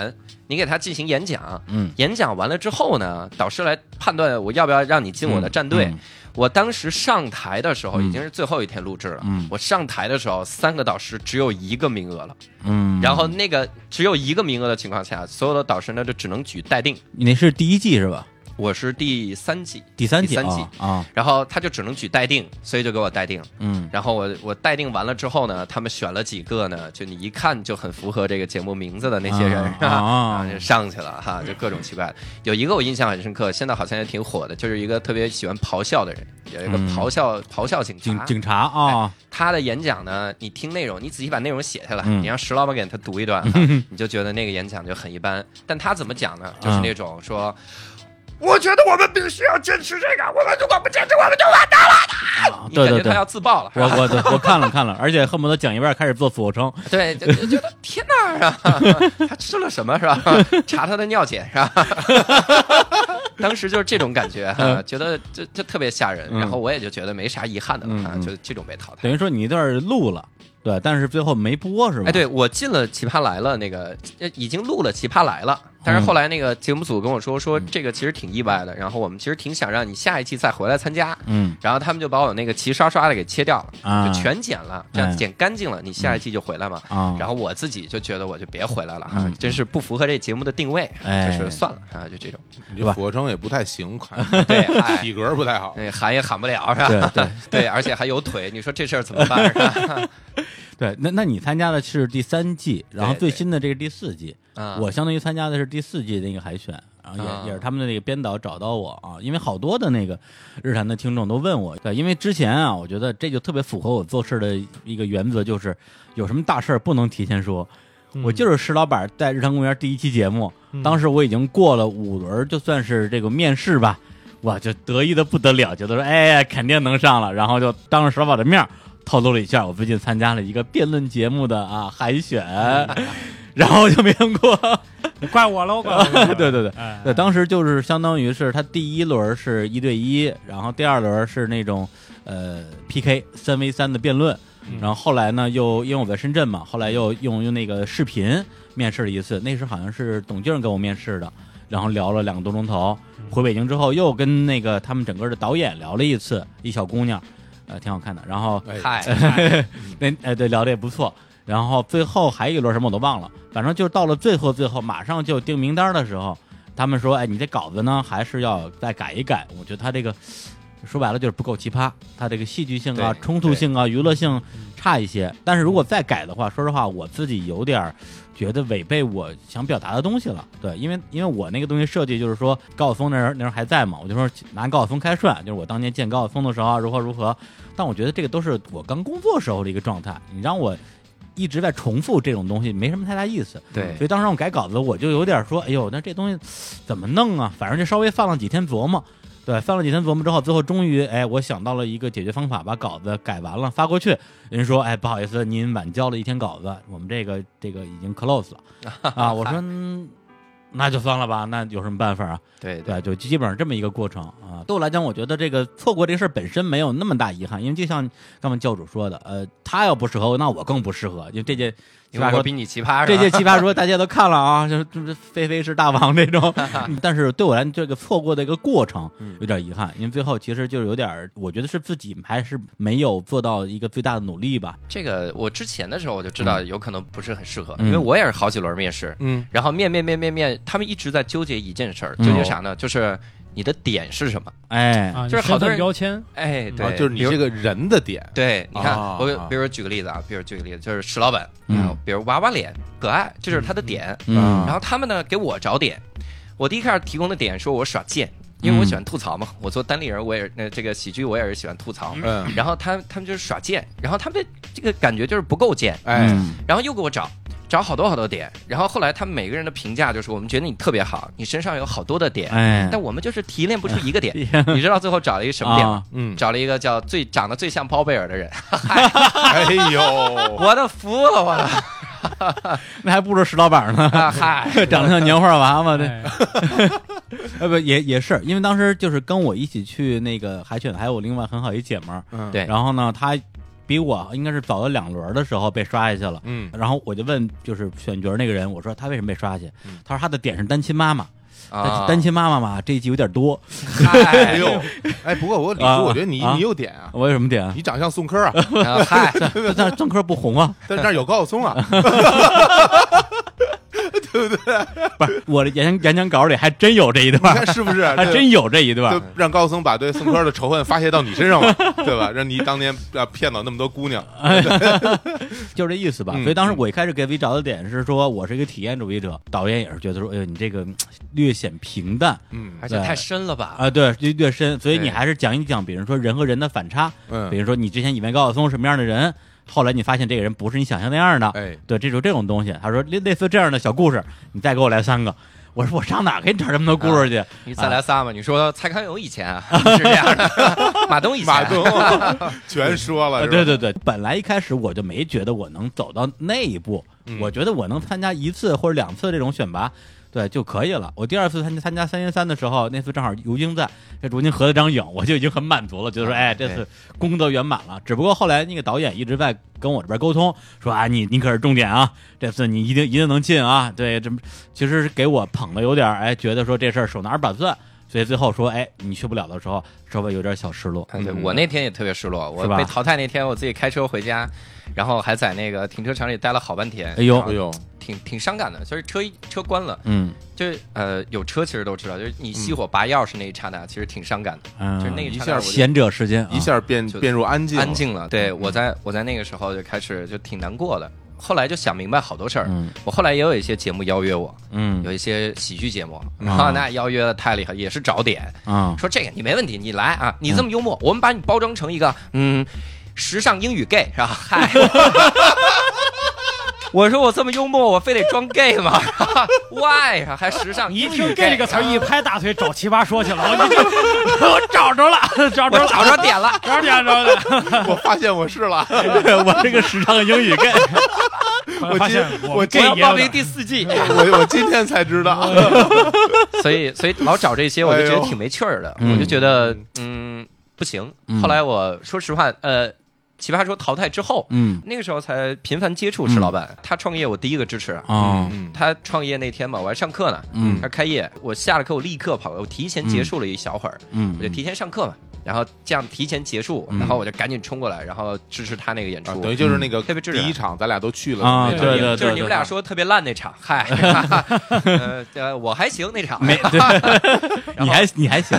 D: 你给他进行演讲，
A: 嗯
D: 演讲完了之后呢，导师来判断我要不要让你进我的战队。
A: 嗯嗯
D: 我当时上台的时候
A: 嗯
D: 已经是最后一天录制了，
A: 嗯
D: 我上台的时候三个导师只有一个名额了，
A: 嗯，
D: 然后那个只有一个名额的情况下，所有的导师呢就只能举待定。
A: 你是第一季是吧？
D: 我是第三季，
A: 第三季
D: 第三季
A: 啊啊，
D: 然后他就只能举待定，所以就给我待定。
A: 嗯
D: 然后我我待定完了之后呢，他们选了几个呢，就你一看就很符合这个节目名字的那些人，
A: 啊
D: 是吧
A: 啊
D: 然后就上去了哈，就各种奇怪的。有一个我印象很深刻，现在好像也挺火的，就是一个特别喜欢咆哮的人，有一个
A: 嗯
D: 咆哮、咆哮警
A: 警
D: 察。
A: 警察
D: 哎
A: 啊，
D: 他的演讲呢，你听内容，你仔细把内容写下来，
A: 嗯
D: 你让石老板给他读一 段，哈你就觉得那个演讲就很一般。但他怎么讲呢？就是那种说，我觉得我们必须要坚持这个，我们如果不坚持，我们就完蛋
A: 啊
D: 了。你
A: 对
D: 感
A: 对
D: 觉他
A: 对
D: 要，自爆了，是
A: 我
D: 吧
A: 我对我看了看了，而且恨不得讲一半开始做俯卧撑，
D: 对，就就觉得天哪啊， 他吃了什么是吧？查他的尿检是吧？当时就是这种感觉哈，觉得这这特别吓人，
A: 嗯
D: 然后我也就觉得没啥遗憾的了啊
A: 嗯嗯，
D: 就这种被淘汰
A: 等。于说你一段录了，对，但是最后没播是吧？
D: 哎，对我进了《奇葩来了》那个，呃已经录了《奇葩来了》，但
A: 嗯
D: 是后来那个节目组跟我说，说这个其实挺意外的，然后我们其实挺想让你下一期再回来参加，
A: 嗯，
D: 然后他们就把我那个齐刷刷的给切掉了，
A: 啊
D: 就全剪了，这
A: 哎
D: 样剪干净了，你下一期就回来嘛。
A: 啊，
D: 然后我自己就觉得我就别回来了哈
A: 嗯，
D: 真是不符合这节目的定位，
A: 哎
D: 就是算了啊，就这种。
B: 你这俯卧撑也不太行，看
D: 对，嗨
B: 体格不太好。
D: 那喊也喊不了是吧？
A: 对对
D: 对而且还有腿，你说这事儿怎么办？是吧？
A: 对，那那你参加的是第三季，然后
D: 对
A: 最
D: 对
A: 新的这个第四季，
D: 啊
A: 我相当于参加的是第四季那个海选，然后也、
D: 啊
A: 也是他们的那个编导找到我啊，因为好多的那个日坛的听众都问我，对，因为之前啊，我觉得这就特别符合我做事的一个原则，就是有什么大事儿不能提前说。我就是石老板在日坛公园第一期节目，当时我已经过了五轮，就算是这个面试吧，我就得意的不得了，觉得说哎呀肯定能上了，然后就当着石老板的面儿透露了一下，我最近参加了一个辩论节目的啊海选， 然后就没通过。
C: 啊怪我喽，怪我喽。
A: 对对对
C: 哎，
A: 对，当时就是相当于是他第一轮是一对一，然后第二轮是那种呃 PK 三 v 三的辩论，然后后来呢又因为我在深圳嘛，后来又用用那个视频面试了一次，那时好像是董静跟我面试的，然后聊了两个多钟头。回北京之后又跟那个他们整个的导演聊了一次，一小姑娘，呃，挺好看的。然
B: 哎
A: 后
D: 哎嗨，
A: 那哎对，聊的也不错。然后最后还有一轮什么我都忘了，反正就到了最后最后，马上就定名单的时候，他们说：“哎，你这稿子呢，还是要再改一改。”我觉得他这个说白了就是不够奇葩，它这个戏剧性啊、
D: 对嗯
A: 冲突性啊、娱乐性差一些。但是如果再改的话，说实话，我自己有点儿觉得违背我想表达的东西了。对，因为因为我那个东西设计就是说，高晓松那人那人还在嘛，我就说拿高晓松开涮，就是我当年见高晓松的时候啊如何如何。但我觉得这个都是我刚工作时候的一个状态，你让我。一直在重复这种东西，没什么太大意思。
D: 对
A: 所以当时我改稿子，我就有点说，哎呦，那这东西怎么弄啊？反正就稍微放了几天琢磨，对，放了几天琢磨之后，最后终于，哎，我想到了一个解决方法，把稿子改完了发过去。人说，哎，不好意思，您晚交了一天稿子，我们这个这个已经 close 了啊。我 说，嗯那就算了吧，那有什么办法啊？
D: 对对
A: 对，就基本上这么一个过程啊。对我来讲，我觉得这个错过这个事儿本身没有那么大遗憾，因为就像刚才教主说的，呃，他要不适合，那我更不适合，因为这届奇
D: 因
A: 葩
D: 为
A: 说
D: 我比你奇葩是
A: 这
D: 吧？
A: 届奇葩说大家都看了啊，就是就是菲菲是大王这种，嗯但是对我来讲，这个错过的一个过程有点遗憾，因为最后其实就是有点儿，我觉得是自己还是没有做到一个最大的努力吧。
D: 这个我之前的时候我就知道有可能不是很适合，
A: 嗯
D: 因为我也是好几轮面试，
B: 嗯，
D: 然后面面面面面，他们一直在纠结一件事儿，纠
B: 哦
D: 结啥呢？就是你的点是什么？
A: 哎，
C: 啊，
D: 就是好多
C: 身份
D: 人
C: 标签，
D: 哎，对，
B: 啊就是你
D: 比如
B: 这个人的点，
D: 对，你看，
B: 啊
D: 我
B: 啊
D: 比如举个例子啊，比如举个例子，就是石老板，
A: 嗯
D: 然后比如娃娃脸可爱，这就是他的点。
A: 嗯
D: 然后他们呢给我找点，我第一开始提供的点说我耍贱，因为
B: 嗯
D: 我喜欢吐槽嘛，我做单立人，我也是呃这个喜剧我也是喜欢吐槽。
B: 嗯，
D: 然后他他们就是耍贱，然后他们的这个感觉就是不够贱，
B: 哎，
A: 嗯
D: 然后又给我找找好多好多点，然后后来他们每个人的评价就是我们觉得你特别好，你身上有好多的点，
A: 哎，
D: 但我们就是提炼不出一个点。 你知道最后找了一个什么点吗？
A: 啊
B: 嗯，
D: 找了一个叫最长得最像包贝尔的人，
B: 哎呦，
D: 我的服了，我的
A: 那还不如石老板呢。
D: 啊嗨，
A: 长得像年画娃嘛，这
C: 哎
A: 呃不也也是，因为当时就是跟我一起去那个海选的，还有我另外很好一姐们儿，
B: 嗯
D: 对
A: 然后呢，她比我应该是早了两轮儿的时候被刷下去了，
B: 嗯，
A: 然后我就问，就是选角那个人，我说他为什么被刷下去？
B: 嗯
A: 他说他的点是单亲妈妈，但
D: 啊
A: 是单亲妈妈嘛，这一集有点多。
B: 哎
D: 嗨
B: 呦，哎，不过我李
A: 啊
B: 叔，我觉得你
A: 啊
B: 你有点啊，
A: 我有什么点啊？
B: 你长相宋柯啊，
D: 啊 嗨，
A: 但是正科不红啊，
B: 但是那儿有高晓松 啊，
A: 不是我的演讲演讲稿里还真有这一
B: 你
A: 段，
B: 看是不是？
A: 还
B: 对
A: 真有啊这一段
B: 就。让高晓松把对宋柯的仇恨发泄到你身 上了，对吧？让你当年啊骗到那么多姑娘，
A: 就是这意思吧。
B: 嗯
A: 所以当时我一开始给自己找的点是说，我是一个体验主义者，导演也是觉得说，哎呦，你这个嗯略显平淡
B: 嗯
D: 而且太深了吧？
A: 啊，对，略略深，所以你
D: 对
A: 还是讲一讲，比如说人和人的反差，比
B: 嗯，
A: 如说你之前以为高晓松是什么样的人，后来你发现这个人不是你想象那样的，
B: 哎，
A: 对，这种这种东西。他说类类似这样的小故事，你再给我来三个。我说我上哪儿给你找这么多故事去？
D: 你再来仨吧。你说蔡康永以前啊是这样 的，马东以前，啊
B: 马东全说了，
A: 呃
B: 是吧
A: 对对对，本来一开始我就没觉得我能走到那一步，
B: 嗯
A: 我觉得我能参加一次或者两次这种选拔。对就可以了。我第二次参加参加三千三的时候，那次正好吴京在，这吴京合了张影，我就已经很满足了，觉得说，
D: 啊
A: 哎，这次功德圆满了。只不过后来那个导演一直在跟我这边沟通，说啊，你你可是重点啊，这次你一定一定能进啊。对，这其实是给我捧的有点儿，哎，觉得说这事儿手拿着板蒜，所以最后说，哎，你去不了的时候，稍微有点小失落。
D: 嗯对
B: 嗯
D: 我那天也特别失落，我
A: 是吧
D: 被淘汰那天，我自己开车回家，然后还在那个停车场里待了好半天。
A: 哎呦
D: 然后
B: 哎呦，
D: 挺挺伤感的，就是车一车关了，
A: 嗯
D: 就是呃有车其实都知道，就是你熄火拔钥匙那一刹那，其实挺伤感的，
A: 嗯，
D: 就是那一刹
B: 一下
D: 那我就
A: 贤者时间啊
B: 一下变
D: 就
B: 变入安静，
D: 安，静了。对我在我在那个时候就开始就挺难过的，后来就想明白好多事儿。
A: 嗯
D: 我后来也有一些节目邀约我，
A: 嗯
D: 有一些喜剧节目，
A: 嗯
D: 然后 那邀约的太厉害，也是找点，
A: 啊
D: 说这个你没问题，你来啊，你这么幽默，我们把你包装成一个嗯，时尚英语 gay 是吧？嗨。 我说我这么幽默，我非得装 gay 吗？Why 啊还时尚
C: 一
D: 英
C: 听
D: 语
C: gay 这个词儿，一拍大腿找奇葩说去了，我就我找 着了，找
D: 我
C: 着了，
D: 找着点了。
C: 找着点着了，
B: 我发现我是了，
A: 我这个时尚英语 gay，
C: 我发现
B: 我
C: 我
D: 我
C: gay
D: 要
C: 也有
D: 报名
C: 点
D: 第四季，
B: 我我今天才知道，
A: 哎
D: 所以所以老找这些，我就觉
B: 哎
D: 得
B: 呦
D: 挺没趣儿的，
A: 嗯
D: 我就觉得嗯不行
A: 嗯。
D: 后来我说实话，呃，奇葩说淘汰之后，
A: 嗯
D: 那个时候才频繁接触石老板，他创业我第一个支持。
A: 啊
B: 嗯，
D: 他创业那天嘛，我还上课呢，
A: 嗯
D: 他开业，我下了课我立刻跑，我提前结束了一小会儿，
A: 嗯
D: 我就提前上课嘛，然后这样提前结束，然后我就赶紧冲过来，然后支持他那个演
B: 啊
D: 出。
B: 等于就是那个
D: 嗯特别质
B: 第
D: 量
B: 一场咱俩都去了
A: 啊
B: 那个
A: 对对
D: 就是你们俩说特别烂那场，嗨， 呃呃，我还行那场，
A: 没对，你还你还行，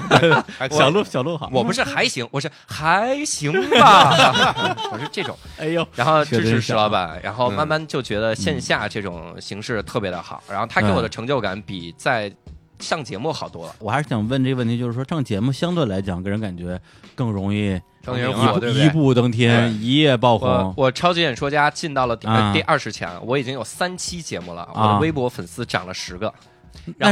B: 还
A: 小鹿小鹿好，
D: 我不是还行，我是还行吧， 我是这种。
A: 哎呦，
D: 然后
A: 确
D: 支
A: 实
D: 持
A: 是
D: 石
A: 啊
D: 老板，然后慢慢就觉得线下这种形式特别的好，然后他给
A: 嗯
D: 我的成就感比在上节目好多了。
A: 我还是想问这个问题，就是说上节目相对来讲，给人感觉更容易
D: 更容易
A: 一
D: 火对不对
A: 一步登天，
D: 对
A: 一夜爆
D: 我
A: 红。
D: 我超级演说家进到了第、
A: 哦
D: 呃
A: 啊
D: 第二十强，我已经有三期节目了，我的
A: 啊
D: 微博粉丝涨了十个。然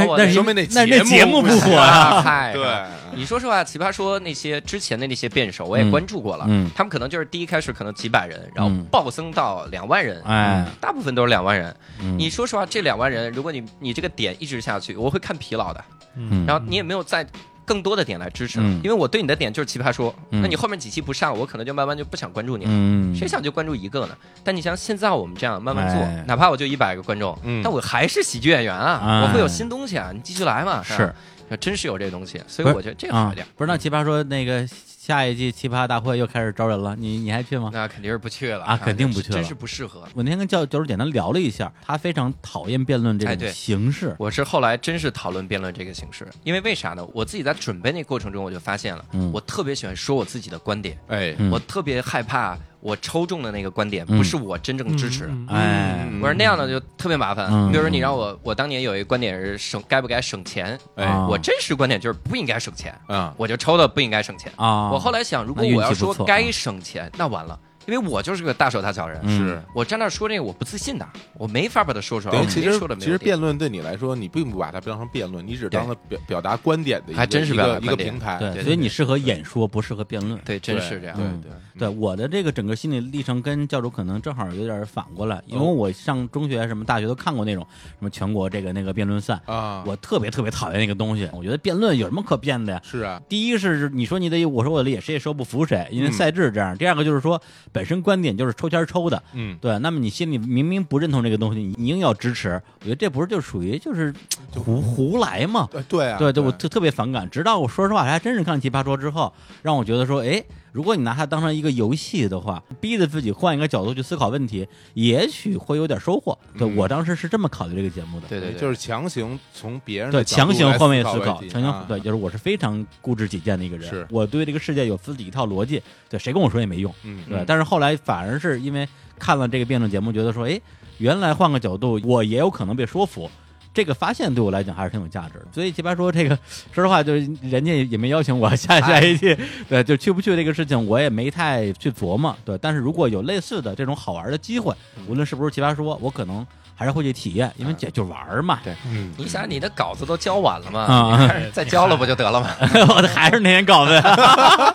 A: 那
D: 后我
A: 那
D: 那
A: 是
B: 说 明那
A: 那那
B: 节
A: 节
B: 目
A: 目
B: 不
A: 不
B: 行
A: 火呀。
D: 啊，嗨，
B: 对，
D: 你说实话，奇葩说那些之前的那些辩手，我也
A: 嗯
D: 关注过了，
A: 嗯
D: 他们可能就是第一开始可能几百人，然后
A: 嗯
D: 暴增到两万人，
A: 哎
D: 嗯大部分都是两万人。
A: 嗯
D: 你说实话，这两万人，如果你你这个点一直下去，我会看疲劳的。
A: 嗯
D: 然后你也没有再更多的点来支持了，
A: 嗯
D: 因为我对你的点就是奇葩说，
A: 嗯
D: 那你后面几期不上，我可能就慢慢就不想关注你了。
A: 嗯，
D: 谁想就关注一个呢？但你像现在我们这样慢慢做，
A: 哎
D: 哪怕我就一百个观众，
B: 嗯
D: 但我还是喜剧演员啊，
A: 哎
D: 我会有新东西啊，你继续来嘛。吧
A: 是，
D: 真是有这东西，所以我觉得这个好一点
A: 啊。不是，那奇葩说那个下一季奇葩大会又开始招人了，你你还去吗？
D: 那肯定是不去了
A: 啊肯定不去了
D: 真是不适合。
A: 我那天跟教教主简单聊了一下，他非常讨厌辩论这
D: 哎对
A: 种形式。
D: 我是后来真是讨论辩论这个形式，因为为啥呢？我自己在准备那过程中，我就发现了，
A: 嗯
D: 我特别喜欢说我自己的观点，
B: 哎，
A: 嗯
D: 我特别害怕我抽中的那个观点
A: 嗯
D: 不是我真正支持的。
A: 哎，
B: 嗯
D: 我说那样的就特别麻烦，
A: 嗯
D: 你比如说你让我，我当年有一个观点是省该不该省钱，
B: 哎
A: 啊
D: 我真实观点就是不应该省钱，
B: 啊，
D: 我就抽了不应该省钱。
A: 啊，
D: 我后来想，如果
A: 那运
D: 我
A: 气
D: 要
A: 不
D: 说
A: 错啊
D: 该省钱，那完了，因为我就是个大手大脚人，
A: 嗯
B: 是
D: 我站那儿说这个我不自信的，我没法把它说出来。
B: 等
D: 我
B: 于其
D: 肯定
B: 实
D: 说啊的没
B: 其
D: 有
B: 实
D: 底
B: 辩论对你来说，你并不把它当成辩论，你只当
D: 对
B: 了表表达观点的一个，
D: 还真是
B: 一
D: 表达
B: 个一个
D: 观点
B: 平台。
A: 对，
D: 对
A: 所以
D: 对
A: 你适合演说，不适合辩论。
D: 对，真是这样
B: 对。
A: 嗯
B: 对
A: 对我的这个整个心理历程跟教主可能正好有点反过来，因为
D: 哦
A: 我上中学、什么大学都看过那种什么全国这个那个辩论赛，
B: 啊，
A: 我特别特别讨厌那个东西。我觉得辩论有什么可辩的呀？
B: 是啊，
A: 第一是你说你得我说我的理，谁也说不服谁，因
D: 嗯
A: 为赛制这样。第二个就是说本身观点就是抽签抽的，
B: 嗯，
A: 对。那么你心里明明不认同这个东西，你你硬要支持，我觉得这不是就属于就是胡胡来嘛？
B: 对对啊，
A: 对对，我特特别反感。直到我说实话，还真是看《奇葩说》之后，让我觉得说，哎，如果你拿它当成一个游戏的话，逼着自己换一个角度去思考问题，也许会有点收获。对、
B: 嗯
A: 我当时是这么考虑这个节目的。
D: 对对对，
B: 就是强行从别人
A: 对，
B: 的角
A: 强
B: 度
A: 行
B: 来
A: 换位
B: 思
A: 思考
B: 问，题
A: 强行
B: 啊
A: 对，就是我是非常固执己见的一个人，
B: 是
A: 我对这个世界有自己一套逻辑，对，谁跟我说也没用，
B: 嗯
A: 对。但是后来反而是因为看了这个辩论节目，觉得说，哎，原来换个角度，我也有可能被说服。这个发现对我来讲还是挺有价值的，所以奇葩说这个，说实话，就是人家也没邀请我 下下一季，对，就去不去这个事情，我也没太去琢磨，对。但是如果有类似的这种好玩的机会，无论是不是奇葩说，我可能还是会去体验，因为就就玩儿嘛，
B: 嗯，
D: 你想你的稿子都交完了嘛，
A: 啊
D: 你看 再交了不就得了嘛？
A: 我的还是那天稿子，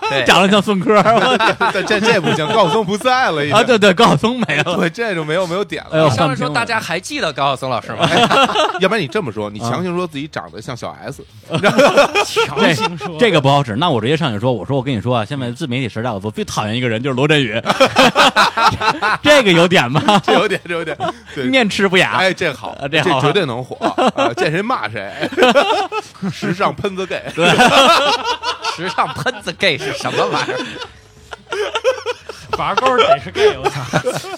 D: 对
A: 长得像宋柯啊，
B: 这这这不行，高晓松不在了，已 经
A: 对对，高晓松没了。
B: 对，这就没有没有点
A: 哎呦
B: 了。
D: 上来说大家还记得高晓松老师 吗？哎
B: 要不然你这么说，你强行说自己长得像小 S，
C: 强行说
A: 这个不好使，那我直接上去说，我说我跟你说啊，现在自媒体时代，我最讨厌一个人就是罗振宇， 这个有点吧，
B: 这有点，这有点，对，
A: 面吃不雅。
B: 哎，这好，
A: 啊
B: 这
A: 这好啊
B: 绝对能火，啊见谁骂谁，时尚喷子 gay，
D: 时尚喷子 gay 是什么玩意儿？
C: 拔钩儿得是 gay，我操！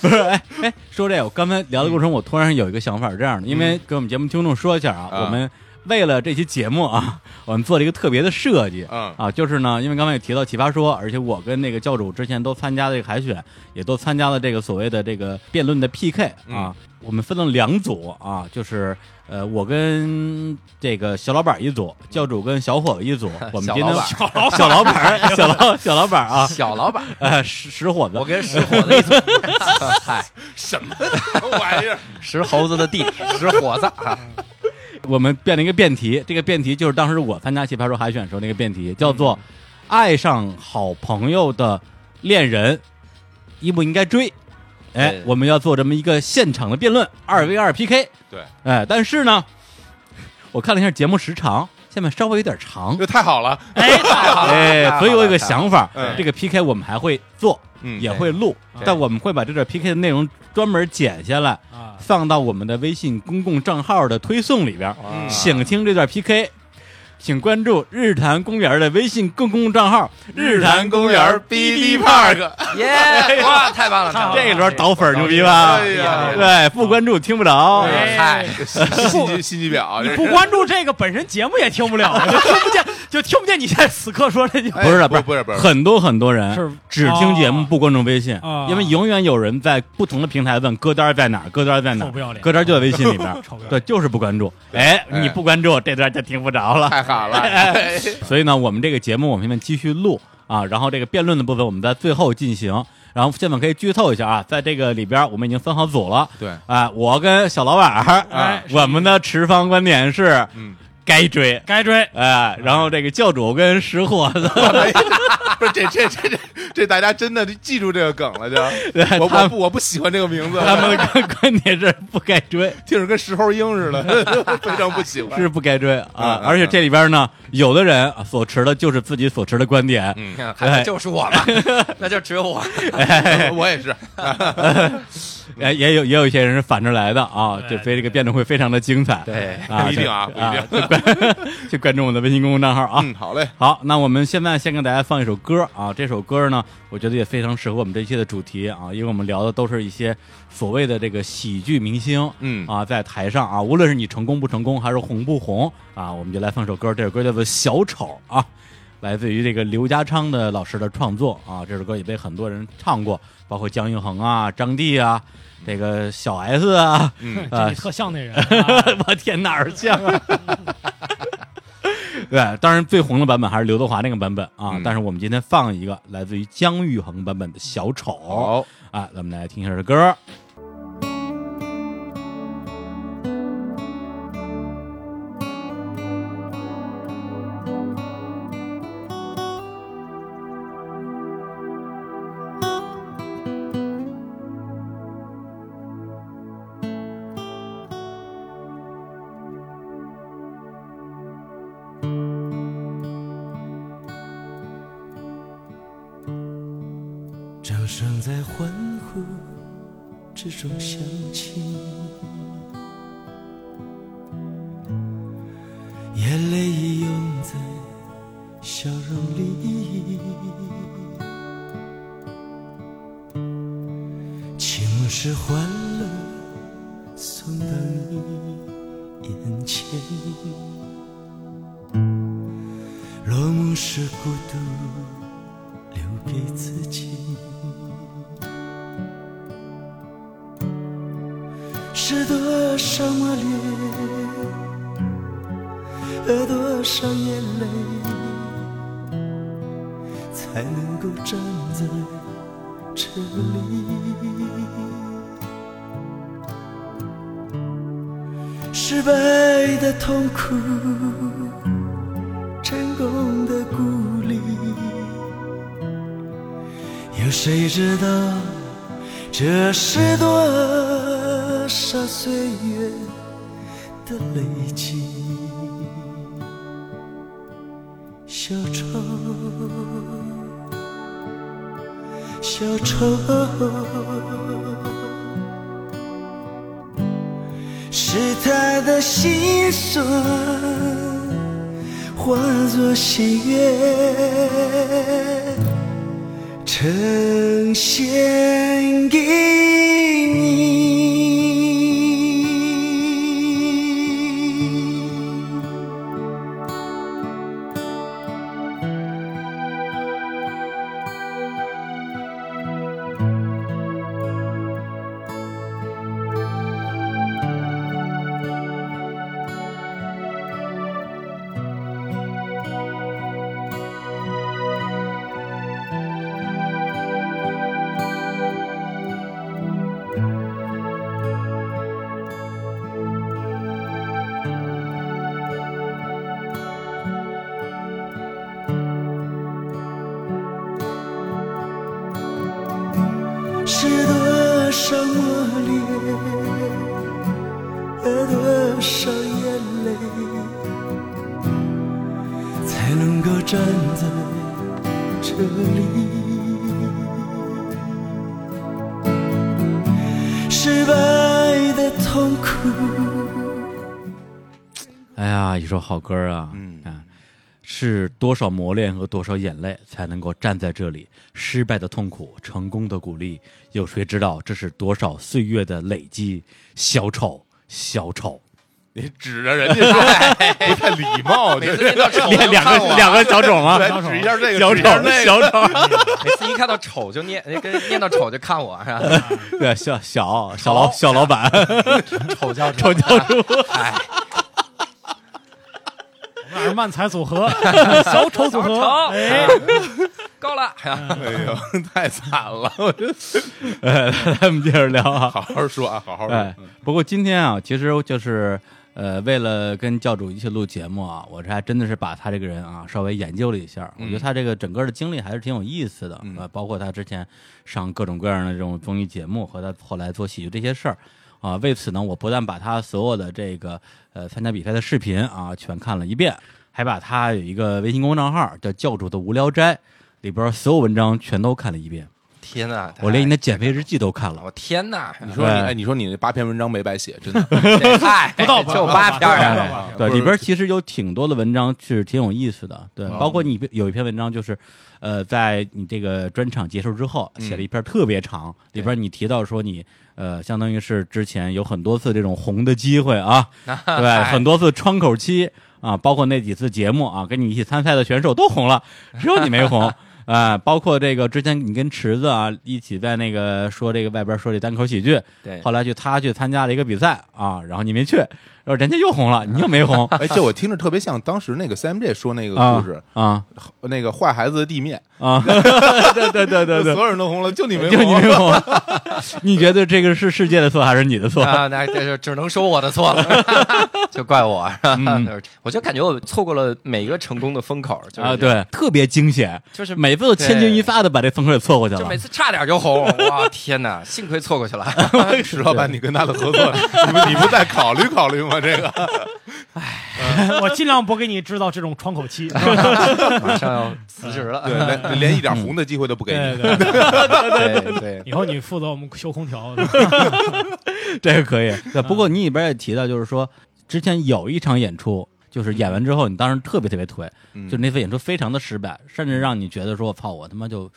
A: 不是，哎哎，说这个，我刚才聊的过程中，我突然有一个想法是这样的，因
B: 嗯
A: 为给我们节目听众说一下啊，
B: 啊
A: 我们为了这期节目啊，我们做了一个特别的设计，
B: 嗯
A: 啊，就是呢，因为刚才也提到奇葩说，而且我跟那个教主之前都参加了这个海选，也都参加了这个所谓的这个辩论的 PK 啊，
B: 嗯
A: 我们分了两组啊，就是呃，我跟这个小老板一组，教主跟小伙子一组，我们今天
D: 小
A: 小老板儿小老小老板儿啊，
D: 小老板，
A: 呃，石石伙子
D: 我，跟石火子一组， 嗨，
B: 什么玩意儿？
D: 石猴子的弟弟， 石火子啊，
A: 我们变了一个辩题，这个辩题就是当时我参加奇葩说海选的时候那个辩题，叫
D: 嗯
A: 做“爱上好朋友的恋人，应不应该追”。哎
D: 对，嗯
A: 我们要做这么一个现场的辩论，二 v 二 PK。
B: 对，
A: 哎，但是呢，我看了一下节目时长，下面稍微有点长
B: 这，太好了，
D: 哎，太好了太好
A: 哎，
D: 了
A: 所以我有个
D: 太好了
A: 想法
B: 嗯，
A: 这个 PK 我们还会做，
B: 嗯
A: 也会录
D: 对，
A: 但我们会把这段 PK 的内容专门剪下来，
C: 啊，
A: 放到我们的微信公共账号的推送里边。
B: 嗯
A: 请听这段 PK。请关注日坛公园的微信公共账号“日坛公园 BD Park”。
D: 耶！哇，太棒了！太棒了
A: 这一轮倒粉儿牛逼吧？
B: 哎呀
A: 对，不关注听不着。
C: 哎
D: 嗨，
B: 心机心机婊，这是
C: 你不关注这个，本身节目也听不了，就听不见，就听不见你在此刻说这句话。
B: 哎
A: 不是的
B: 不是不是不是
A: 很多很多
C: 是
A: 人只听节目
C: 哦
A: 不关注微信
C: 哦，
A: 因为永远有人在不同的平台问歌单在哪儿，歌单在哪
C: 臭不要
A: 儿，
C: 脸
A: 歌单就在微信里边儿
C: 臭不要脸，
A: 对，就是不关注。哎，
B: 哎
A: 你不关注这段就听不着了。
B: 太好了，哎
A: 所以呢，我们这个节目我们现在继续录啊，然后这个辩论的部分我们在最后进行。然后现在可以剧透一下啊，在这个里边儿我们已经分好组了。
B: 对
A: 啊，我跟小老板儿，啊
B: 哎
A: 我们的持方观点是
B: 嗯，
A: 该追。
C: 该追，
A: 哎，然后这个教主跟识货 的，
B: 不是这这这这这大家真的记住这个梗了就，我
A: 他
B: 我不我不喜欢这个名字，
A: 他们的观点是不该追，
B: 听着跟石猴鹰 似的，非常不喜欢。
A: 是不该追啊
B: 嗯！嗯
A: 而且这里边呢，有的人啊所持的就是自己所持的观点，
B: 嗯
D: 还就是我 吧，那就只有我。
B: 我我也是，嗯
A: 哎，也有也有一些人是反着来的啊，
C: 对
A: 就所以这个辩论会非常的精彩。
D: 对
A: 啊，
B: 哎 不一定啊
A: 就
B: 不
A: 就
B: 一定
A: 关就关注我们的微信公众账号啊。
B: 嗯，好嘞，
A: 好，那我们现在先给大家放一首歌啊，这首歌呢，我觉得也非常适合我们这期的主题啊，因为我们聊的都是一些所谓的这个喜剧明星，
B: 嗯
A: 啊，在台上啊，无论是你成功不成功，还是红不红啊，我们就来放首歌，这首歌叫做《小丑》啊，来自于这个刘家昌的老师的创作啊，这首歌也被很多人唱过，包括姜育恒啊、张帝啊、这个小 S 啊，
B: 嗯
A: 啊
C: 这你特像那人。啊
A: 我天，哪儿像啊？ 对，当然最红的版本还是刘德华那个版本啊，
B: 嗯
A: 但是我们今天放一个来自于姜育恒版本的《小丑》
B: 好，
A: 啊，咱们来听一下这歌。
G: 掌声在欢呼之中响起，眼泪已涌在笑容里，情是欢乐送到你眼前，落幕是孤独。留给自己。是多少磨练，和多少眼泪，才能够站在这里？失败的痛苦，成功的鼓励。有谁知道这是多少岁月的累积？小丑，小丑，是他的心酸化作喜悦。呈现给你。是多少磨练，和多少眼泪，才能够站在这里？失败的痛苦，
A: 哎呀，一首好歌啊！嗯，是多少磨练和多少眼泪才能够站在这里？失败的痛苦，成功的鼓励，有谁知道这是多少岁月的累积？小丑，小丑，
B: 你 指着人家说，不太礼貌，
D: 哎 每
B: 这
D: 次一到
B: 哦
D: 丑，
A: 两
D: 看
A: 个
D: 我
A: 两个小丑吗？
B: 啊来指一下这个，
A: 小
B: 指一下
A: 丑，
B: 那个，
A: 小丑，
D: 每次一看到丑就念，跟念到丑就看我是
B: 嗯
D: 吧？
A: 对，小小小老小老板，
D: 丑 叫
A: 丑教主，
D: 哎，
C: 我们俩是漫才组合，小丑组合，
D: 小丑啊
C: 哎，
D: 够了，啊
B: 哎呦， 太惨了，我这
A: 呃， 来我们接着聊啊，
B: 好好说啊，好好
A: 哎
B: 说，，
A: 不过今天啊，其实就是呃，为了跟教主一起录节目啊，我这还真的是把他这个人啊稍微研究了一下儿。我觉得他这个整个的经历还是挺有意思的，
B: 嗯
A: 呃，包括他之前上各种各样的这种综艺节目和他后来做喜剧这些事儿。啊，为此呢，我不但把他所有的这个呃参加比赛的视频啊全看了一遍，还把他有一个微信公众号叫“教主的无聊斋”，里边儿所有文章全都看了一遍，
D: 天哪！
A: 我连你的减肥日记都看了。
D: 我 天哪！
B: 你说你
A: 哎
B: 哎，你说你那八篇文章没白写，真的，
D: 哎，不
C: 到吧
D: 就八篇
C: 不到
D: 啊！
C: 吧
A: 对，
B: 不
A: 里
B: 是
A: 边其实有挺多的文章是挺有意思的，对，
B: 哦，
A: 包括你有一篇文章就是，呃，在你这个专场结束之后写了一篇特别长，里边你提到说你呃，相当于是之前有很多次这种红的机会啊，对，很多次窗口期啊，包括那几次节目啊，跟你一起参赛的选手都红了，只有你没红。啊、包括这个之前你跟池子啊一起在那个说这个外边说这单口喜剧，
D: 对
A: 后来去他去参加了一个比赛啊，然后你没去，然后人家又红了，你又没红
B: 哎，这我听着特别像当时那个 CMJ 说那个
A: 啊
B: 故事，
A: 啊
B: 那个坏孩子的地面，
A: 啊！ 对对对对
B: 所
A: 对，
B: 有人都红了，就你没
A: 就你
B: 红
A: 没红， 你觉得这个是世界的错还是你 的错？
D: 啊，那这就只能说我的错了， 就怪我。
A: 嗯
D: 我就感觉我错过了每一个成功的风口，就是
A: 啊，，对，特别惊险，
D: 就是
A: 每次都千钧一
D: 对
A: 发的把这风口给错过去
D: 就
A: 了
D: 每。次差点就红。哇，天哪！幸亏错过去了。
B: 了。石老板，你跟他的合作，你不你不再考虑考虑吗？这个
C: 我尽量不给你制造这种窗口期。
D: 马上要辞职了。
B: 对，连连一点红的机会都不给
C: 对
B: 你。
C: 对对，
D: 对对对，
C: 以后你负责我们修空调，
A: 这个可以。对，不
D: 嗯
A: 过你里边也提到，就是说之前有一场演出，就是演完之后，你当时特别特别颓，
B: 嗯
A: 就那次演出非常的失败，甚至让你觉得说，操，我他妈就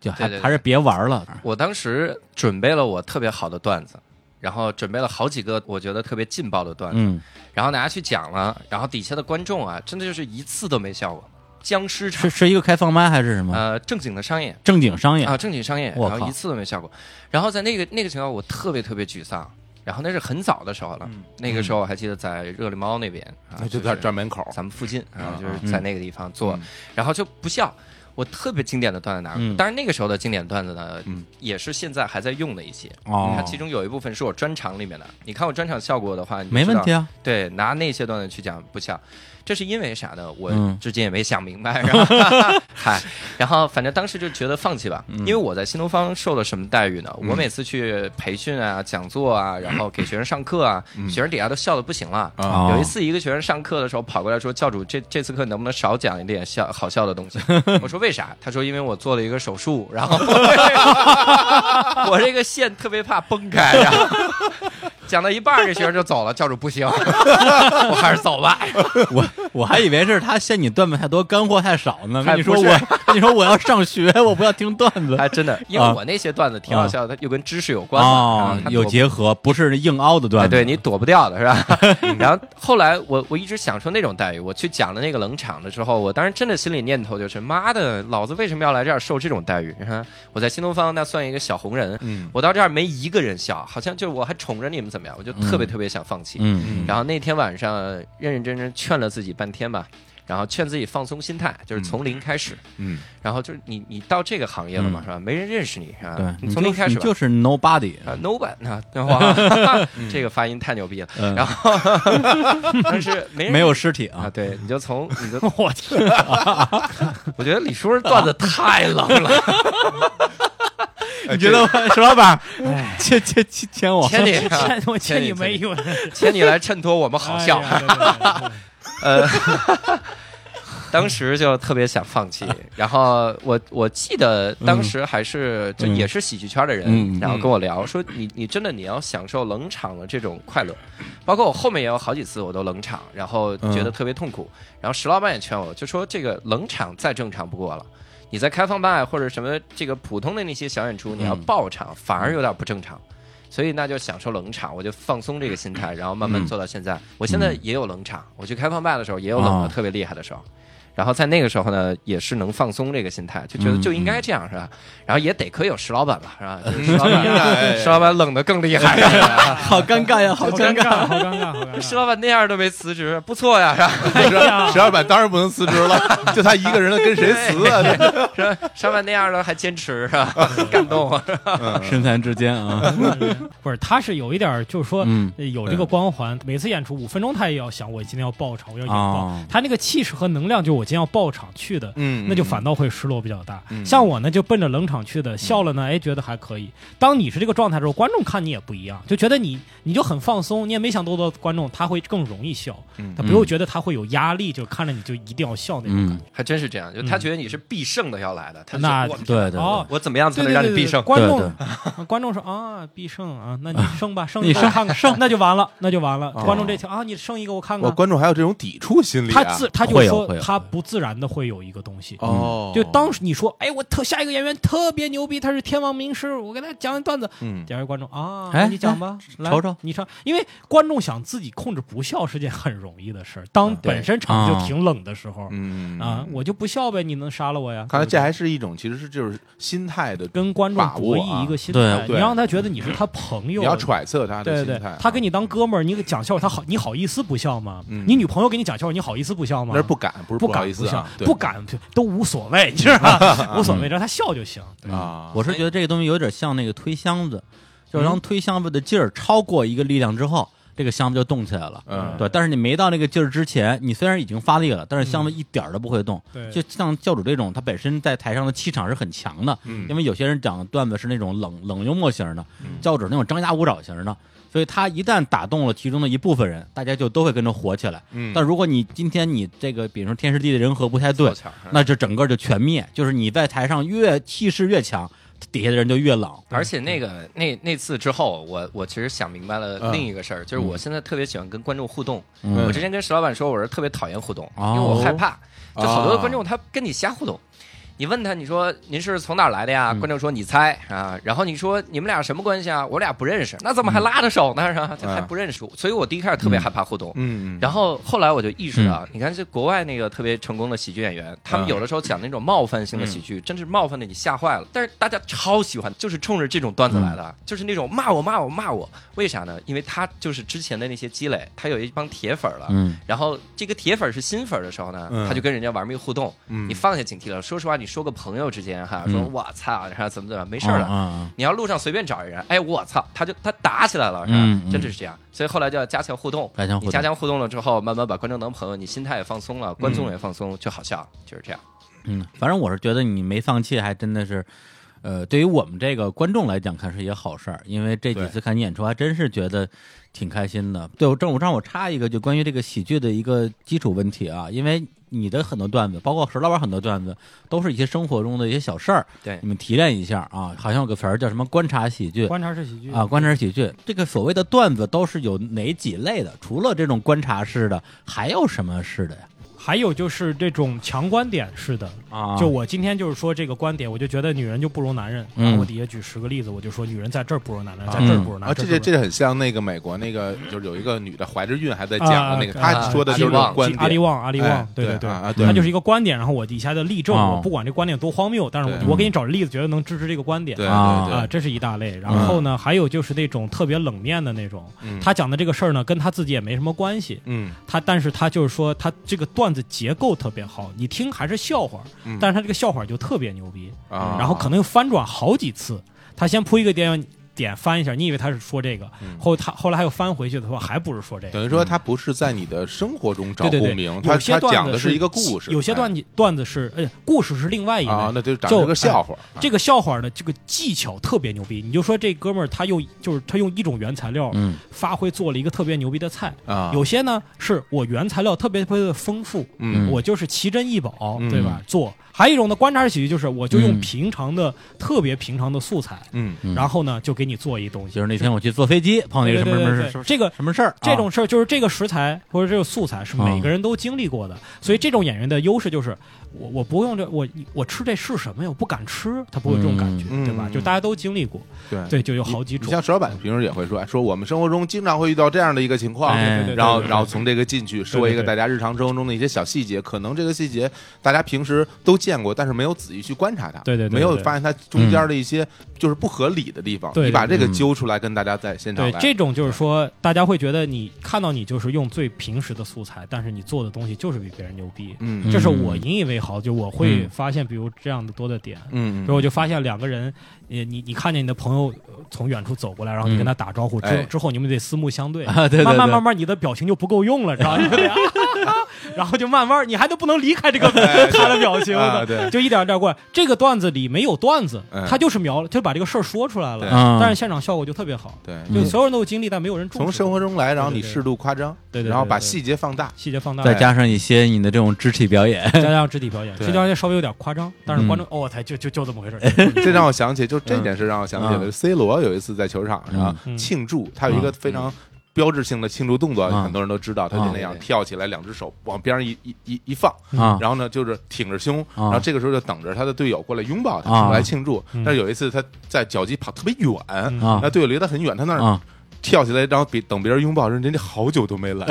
A: 就还
D: 对对对
A: 还是别玩了。
D: 我当时准备了我特别好的段子，然后准备了好几个我觉得特别劲爆的段子，
A: 嗯，
D: 然后拿去讲了，然后底下的观众啊，真的就是一次都没笑过，僵尸场
A: 是，是一个开放麦还是什么？
D: 呃，正经的商业
A: 正经商业
D: 啊，正经商业，
A: 我
D: 然后
A: 靠
D: 一次都没笑过，然后在那个那个情况，我特别特别沮丧。然后那是很早的时候了，那个时候我还记得在热力猫那边，啊、
B: 嗯就在
D: 是
B: 站门口，
D: 咱们附近啊，
B: 嗯
D: 就是在那个地方做，
B: 嗯
D: 然后就不笑。我特别经典的段子拿过，
A: 嗯
D: 当然那个时候的经典段子呢，
B: 嗯
D: 也是现在还在用的一些。
A: 哦
D: 它其中有一部分是我专场里面的，你看我专场效果的话，你就
A: 没
D: 知
A: 问
D: 道
A: 题。啊。
D: 对，拿那些段子去讲不笑，这是因为啥呢？我
A: 嗯
D: 至今也没想 明白。然后 嗨，然后反正当时就觉得放弃吧，因为我在新东方受了什么待遇呢？我每次去培训啊、讲座啊，然后给学生上课啊，学生底下都笑的不行了。
A: 啊
D: 有一次，一个学生上课的时候跑过来说：“教主，这这次课能不能少讲一点笑好笑的东西？”我说：“为啥？”他说：“因为我做了一个手术，然后我这 个线特别怕崩开。”然后 讲到一半儿，这学生就走了。教主不行， 我还是走吧。
A: 我我还以为是他嫌你段子太多，干货太少呢。
D: 还
A: 跟你说
D: 不是
A: 我，跟你说我要上学，我不要听段子
D: 还真的，因为我那些段子挺好笑的，它又跟知识有关嘛，然
A: 哦
D: 后，它
A: 有
D: 躲
A: 结合，不是硬凹的
D: 啊
A: 段
D: 哎，
A: 子。
D: 对你躲不掉的是吧？ 然后后来我我一直享受那种待遇，我去讲的那个冷场的时候，我当时真的心里念头就是妈的，老子为什么要来这儿受这种待遇？哈我在新东方那算一个小红人，
B: 嗯
D: 我到这儿没一个人笑，好像就是我还宠着你们怎么样？我就特别特别想放弃。
A: 嗯，
D: 然后那天晚上认认真真劝了自己半天吧，然后劝自己放松心态，就是从零开始。
B: 嗯，
D: 然后就是你你到这个行业了嘛，
A: 嗯
D: 是吧？没人认识你，是吧？
A: 对，
D: 嗯你
A: 你
D: 从
A: 就
D: 零开始
A: 你
D: 吧。
A: 就是 nobody。
D: 啊，Noban 啊，哇， 这个发音太牛逼了。
A: 嗯
D: 然后，但是没人
A: 没有尸体
D: 啊，
A: 啊，
D: 对，你就从 你就，
C: 我天，
D: 我觉得李叔段子太冷了，
A: 你觉得我石老 板欠欠欠欠我？
D: 哎千里
C: 欠我欠你
D: 你
C: 没用，
A: 哎
D: 千里来衬托我们好笑
C: 哎。呀对对对对
D: 呃，当时就特别想放 弃。然后我我记得当时还是就
A: 嗯
D: 也是喜剧圈的人，
A: 嗯
D: 然后跟我聊说你你真的你要享受冷场的这种快乐，包括我后面也有好几次我都冷场，然后觉得特别痛
B: 嗯
D: 苦。然后石老板也劝我，就说这个冷场再正常不过了。你在开放麦或者什么这个普通的那些小演出，你要
A: 嗯
D: 爆场反而有点不正常，
B: 嗯
D: 所以那就享受冷场，我就放松这个心态，然后慢慢
A: 嗯
D: 做到现在。我现在也有冷场，我去开放麦的时候也有
A: 哦
D: 冷的特别厉害的时候。
B: 嗯
D: 然后在那个时候呢，也是能放松这个心态，就觉得
A: 嗯
D: 就应该这样、是吧？然后也得亏有石老板了 是吧？就是石老
B: 应该
D: 板，
B: 哎
D: 石老板冷的更厉害，是吧
A: 好尴尬呀，好
C: 好尴尬，好尴尬，好 尴
D: 石
C: 尬。
D: 老板那样都没辞职，不错呀是 吧？
B: 嗯
C: 哎呀
B: 石老板当然不能辞职了，就他一个人跟谁辞啊？这
D: 是吧？石老板那样的还坚持是吧？ 很感动啊！
A: 身残志坚 啊，
C: 不是，他是有一点儿，就是说、
A: 嗯
C: 呃有这个光环，每次演出五分钟，他也要想我今天要爆场，我要引爆。
A: 哦
C: 他那个气势和能量，就是我今天要爆场去的。
B: 嗯
C: 那就反倒会失落比较大，像我呢就奔着冷场去的，笑了呢，哎，觉得还可以。当你是这个状态的时候，观众看你也不一样，就觉得你你就很放松，你也没想多多，观众他会更容易笑，他不会觉得他会有压力，就看着你就一定要笑那种感
A: 嗯
C: 觉。，
D: 还真是这样，就他觉得你是必胜的要来的，他
C: 那
D: 说我啊
A: 对对对，
C: 哦，
D: 我怎么样才
C: 对
D: 能
C: 对
D: 让
C: 对
D: 你
C: 对
D: 必胜？
C: 观
A: 对
C: 众啊观众说啊，必胜啊，那你胜 吧，胜一
A: 你
C: 个
A: 胜哦
C: 我看看，胜那就完了，那就完了。观众这条啊，你胜一个我 看
B: 我
C: 看。
B: 观众还有这种抵触心理啊，
C: 他自他就
A: 会有
C: 说
A: 会有
C: 他不自然的会有一个东西，
B: 哦，
C: 就当时你说哎，我特下一个演员特别牛逼，他是天王名师，我给他讲完段子，
B: 嗯
C: 底下有观众啊，
A: 哎
C: 那你讲吧，来
A: 瞅瞅
C: 你唱，因为观众想自己控制不笑是件很容易的事儿，
A: 嗯
C: 当
D: 对
C: 本身场
A: 啊
C: 子就挺冷的时候
B: 嗯
C: 啊，我就不笑呗，你能杀了我呀？
B: 看来
C: 对不对
B: 这还是一种其实是就是心态的，
C: 跟观众博弈一个心态，
A: 把握啊
B: 对
C: 你让他觉得你是他朋友，
B: 你要揣测他的
C: 对
B: 心
C: 对
B: 态啊，，
C: 他给你当哥们儿，你给讲笑话，他好，你好意思不笑吗？
B: 嗯
C: 你女朋友给你讲笑话，你好意思不笑吗
B: 那？是不敢，不是
C: 不
B: 好
C: 敢
B: 意
C: 不
B: 思
C: 笑
B: 啊，，
C: 不敢都无所谓，你知道吧？ 无所谓，让他笑就行。
B: 对啊，
A: 我是觉得这个东西有点像那个推箱子，就是
D: 嗯
A: 当推箱子的劲儿超过一个力量之后，这个箱子就动起来了。
B: 嗯
D: 啊
A: 对，但是你没到那个劲儿之前，你虽然已经发力了，但是箱子一点儿都不会动。
D: 嗯
C: 对
A: 就像教主这种，他本身在台上的气场是很强的，
D: 嗯
A: 因为有些人讲的段子是那种冷冷幽默型的，教主那种张牙舞爪型的，所以他一旦打动了其中的一部分人，大家就都会跟着火起来。
B: 嗯
A: 但如果你今天你这个，比如说天时地利人和不太对
D: 凑巧嗯，
A: 那就整个就全灭。就是你在台上越气势越强，底下的人就越冷。
D: 而
B: 嗯
D: 且那个那那次之后，我我其实想明白了
B: 嗯
D: 另一个事儿，就是我现在特别喜欢跟观众互动。
A: 嗯
D: 我之前跟石老板说，我是特别讨厌互动，
A: 哦
D: 因为我害怕，就好多
B: 哦
D: 的观众他跟你瞎互动。你问他，你说您是从哪儿来的
B: 嗯
D: 呀？观众说你猜啊，然后你说你们俩什么关系啊？我俩不认识，那怎
B: 嗯
D: 么还拉着手呢？是吧？这还不认识，所以我第一开始特别害怕互动。
B: 嗯，
D: 然后后来我就意识到，
A: 嗯
D: 你看这国外那个特别成功的喜剧演员，他们有的时候讲那种冒犯
A: 嗯
D: 性的喜剧，真是冒犯的你吓坏了。但是大家超喜欢，就是冲着这种段子
A: 嗯
D: 来的，就是那种骂我骂我骂我，为啥呢？因为他就是之前的那些积累，他有一帮铁粉了。
A: 嗯，
D: 然后这个铁粉是新粉的时候呢，
B: 嗯
D: 他就跟人家玩命互动。
B: 嗯
D: 你放下警惕了，说实话，你说个朋友之间哈，说
A: 嗯
D: 我操，然后怎么怎么样没
A: 没
D: 事儿了，
A: 啊，
D: 你要路上随便找一人，哎，我操，他就他打起来了，是吧？
A: 嗯嗯
D: 真的是这样。所以后来就要加强互动，
A: 加强互动
D: 你加强互动了之后，慢慢把观众当朋友，你心态也放松了，观众也放松，就好笑，就是这样。
A: 嗯，反正我是觉得你没放弃，还真的是，呃，对于我们这个观众来讲，看是一个好事儿，因为这几次看你演出，还真是觉得挺开心的。对，我正我让我插一个，就关于这个喜剧的一个基础问题啊，因为你的很多段子，包括石老板很多段子，都是一些生活中的一些小事儿，
D: 对
A: 你们提炼一下啊。好像有个词儿叫什么“观察喜剧”，
C: 观察式喜剧
A: 啊，观察喜剧这个所谓的段子都是有哪几类的？除了这种观察式的，还有什么式的呀？
C: 还有就是这种强观点式的，
A: 啊，
C: 就我今天就是说这个观点，我就觉得女人就不如男人。
A: 嗯
C: 然后我底下举十个例子，我就说女人在这儿不如男人，在这儿不如男
B: 啊，
C: 人。
B: 这
C: 这
B: 这
C: 儿不如
B: 这很像那个美国那个，就是有一个女的怀着孕还在讲
C: 啊
B: 的那个，她
D: 啊
B: 说的就是这种
D: 阿里旺
B: 观
C: 阿利
B: 点，
C: 旺，阿利旺
B: 哎，
C: 对
B: 对
C: 对
B: 啊啊对
C: 他就是一个观点，然后我底下的例证，
A: 哦
C: 我不管这观点多荒谬，但是
B: 对
C: 我我给你找例子，觉得能支持这个观点。
B: 对
A: 啊
B: 对
C: 啊，
B: 对，
C: 这是一大类。然后呢，还有就是那种特别冷面的那种，
B: 嗯
C: 他讲的这个事儿呢，跟他自己也没什么关系。
B: 嗯
C: 他但是他就是说，他这个段子结构特别好，你听还是笑话，
B: 嗯
C: 但是他这个笑话就特别牛逼。
B: 啊，
C: 然后可能又翻转好几次。他先铺一个点，点翻一下，你以为他是说这个，
B: 嗯
C: 后他后来还有翻回去的话，还不是说这个。
B: 等于说他不是在你的生活中找
C: 对对
B: 共
C: 对，
B: 鸣，
C: 有
B: 他
C: 些
B: 他讲
C: 段
B: 的
C: 子
B: 是一个故事，
C: 有些段
B: 哎
C: 子段子是，哎，故事是另外一个。
B: 啊，那就讲了个笑话，
C: 这个笑话的这个技巧特别牛逼，你就说这哥们儿他用就是他用一种原材料
A: 嗯
C: 发挥做了一个特别牛逼的菜，
B: 啊，
C: 有些呢是我原材料特别特别的丰富，
B: 嗯
C: 我就是奇珍异宝，
B: 嗯
C: 对吧？做。还有一种呢，观察式喜剧就是我就用
A: 嗯
C: 平常的、特别平常的素材，
B: 嗯
A: 嗯
C: 然后呢就给你做一东西
A: 就。是那天我去坐飞机碰见一
C: 对
A: 个什
C: 对
A: 么什么
C: 对
A: 事
C: 对
A: 什么
C: 对，这个
A: 什么事儿，啊
C: 这
B: 啊
C: 种事儿就是这个食材或者这个素材是每个人都经历过的，所以这种演员的优势就是我我不用这我我吃这是什么呀？我不敢吃，他不会有这种感觉，
B: 嗯
C: 对吧？
B: 嗯
C: 就大家都经历过，
B: 对
C: 对，就有好几
B: 你
C: 种
B: 像。石老板平时也会说，哎说我们生活中经常会遇到这样的一个情况，
A: 哎
C: 对对对
B: 然后
C: 对对
B: 然后从这个进去说一个大家日常生活中的一些小细节，可能这个细节大家平时都见过，但是没有仔细去观察它，
C: 对对对对
B: 没有发现它中间的一些就是不合理的地方，
C: 对对
B: 你把这个
A: 嗯
B: 揪出来跟大家在现场
C: 对，
B: 来，
C: 这种就是说，大家会觉得你看到你就是用最平时的素材，但是你做的东西就是比别人牛逼，
B: 嗯
C: 这是我引以为豪。就我会
A: 嗯
C: 发现，比如这样的多的点，
B: 嗯
C: 然后我就发现两个人，呃，你你看见你的朋友呃从远处走过来，然后你跟他打招呼，之后
B: 哎
C: 之后你们得四目相对，
A: 啊对对
C: 慢慢
A: 对
C: 慢慢你的表情就不够用了，知 道吗？ 然后就慢慢你还都不能离开这个
B: 哎
C: 他的表情
B: 啊对
C: 就一点一点过来。这个段子里没有段子
B: 哎，
C: 他就是描了，就把这个事儿说出来
B: 对
C: 了，
A: 嗯，
C: 但是现场效果就特别好，
B: 对。
C: 就所有人都有经历，但没有人重视
B: 从生活中来，然后你
C: 对对对
B: 适度夸张，
C: 对对对
B: 然后把
C: 对
B: 细节放大，
C: 细节放大，
A: 再
C: 再
A: 加上一些你的这种肢体表 演，
C: 加上肢体表演，
B: 对嗯
C: 肢体表演稍微有点夸张，但是观众哦，我才就就就这么回事儿。
B: 这让我想起，就这件事让我想起了
A: 嗯
B: C 罗有一次在球场上
C: 嗯
B: 庆祝，他有一个非常标志性的庆祝动作，
A: 嗯
B: 很多人都知道，他就那样
D: 嗯
B: 跳起来，两只手往边上一一一一放，
A: 啊
B: 然后呢就是挺着胸，
A: 嗯
B: 然后这个时候就等着他的队友过来拥抱他
A: 嗯
B: 来庆祝。
C: 嗯
B: 但是有一次他在脚际跑特别远。
A: 啊
B: 那队友离他很远，他那儿
A: 啊
B: 跳起来，然后比等别人拥抱，人人家好久都没来，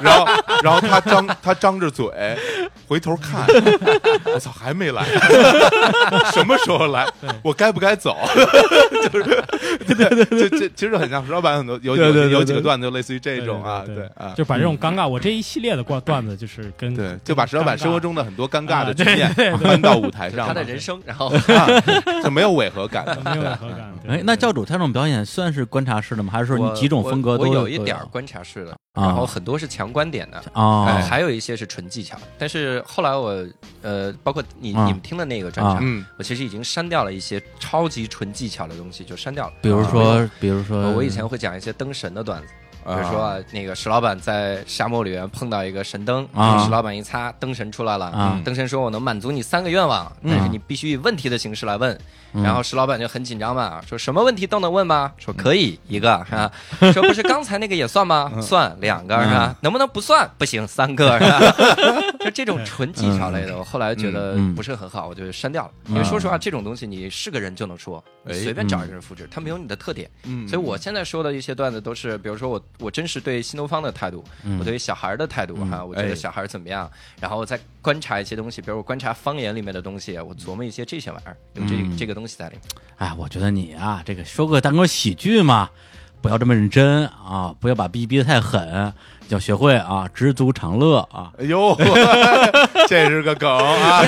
B: 然后然后他张他张着嘴回头看，我操还没来，什么时候来？我该不该走？就是对对对，这其实很像石老板很多有
A: 对对对
B: 有
A: 对
B: 有几个段子就类似于这种啊，
C: 对对对
B: 啊。
C: 就把
A: 嗯
C: 这种尴尬，我这一系列的段段子就是跟
B: 对，就把石老板生活中的很多尴尬的
C: 啊
B: 局
C: 对
B: 面搬到舞台上嘛，
D: 他的人生，然 后
B: 啊，就没有违和感 的。
C: 没有违和感。对
A: 哎，那教主他这种表演算是观察式的吗？还是说
D: 我
A: 你几种风格都
D: 我我有
A: 都
D: 一点儿观察式的，
A: 啊
D: 然后很多是强观点的。
A: 啊？
D: 哎，还有一些是纯技巧，但是后来我呃，包括你、
A: 啊
D: 你们听的那个专场，
A: 啊
B: 嗯，
D: 我其实已经删掉了一些超级纯技巧的东西，就删掉了。
A: 比如
D: 啊
A: 说，比如
D: 我
A: 说，嗯
D: 我以前会讲一些灯神的段子，比
B: 啊
D: 如说啊那个石老板在沙漠里面碰到一个神灯，
A: 啊
D: 石老板一擦，灯神出来了，
A: 啊
D: 灯神说我能满足你三个愿望，
A: 嗯
D: 但是你必须以问题的形式来问。然后石老板就很紧张嘛，说什么问题都能问吗？说可以一个是吧？说不是刚才那个也算吗？算两个是吧？能不能不算？不行，三个是吧？就这种纯技巧类的，我后来觉得
A: 嗯嗯
D: 不是很好，我就删掉了。因为说实话，这种东西你是个人就能说，
B: 哎
D: 随便找一个人复制，他没有你的特点。
B: 嗯
D: 所以我现在说的一些段子都是，比如说我我真是对新东方的态度，我对于小孩儿的态度哈，我觉
B: 哎
D: 得小孩儿怎么样，然后我再观察一些东西，比如我观察方言里面的东西，我琢磨一些这些玩意儿，有这
A: 嗯
D: 这个东西在里面。
A: 哎，我觉得你啊，这个说个单口喜剧嘛，不要这么认真啊，不要把逼逼得太狠，要学会啊，知足常乐啊。
B: 哎呦， 这是个梗啊！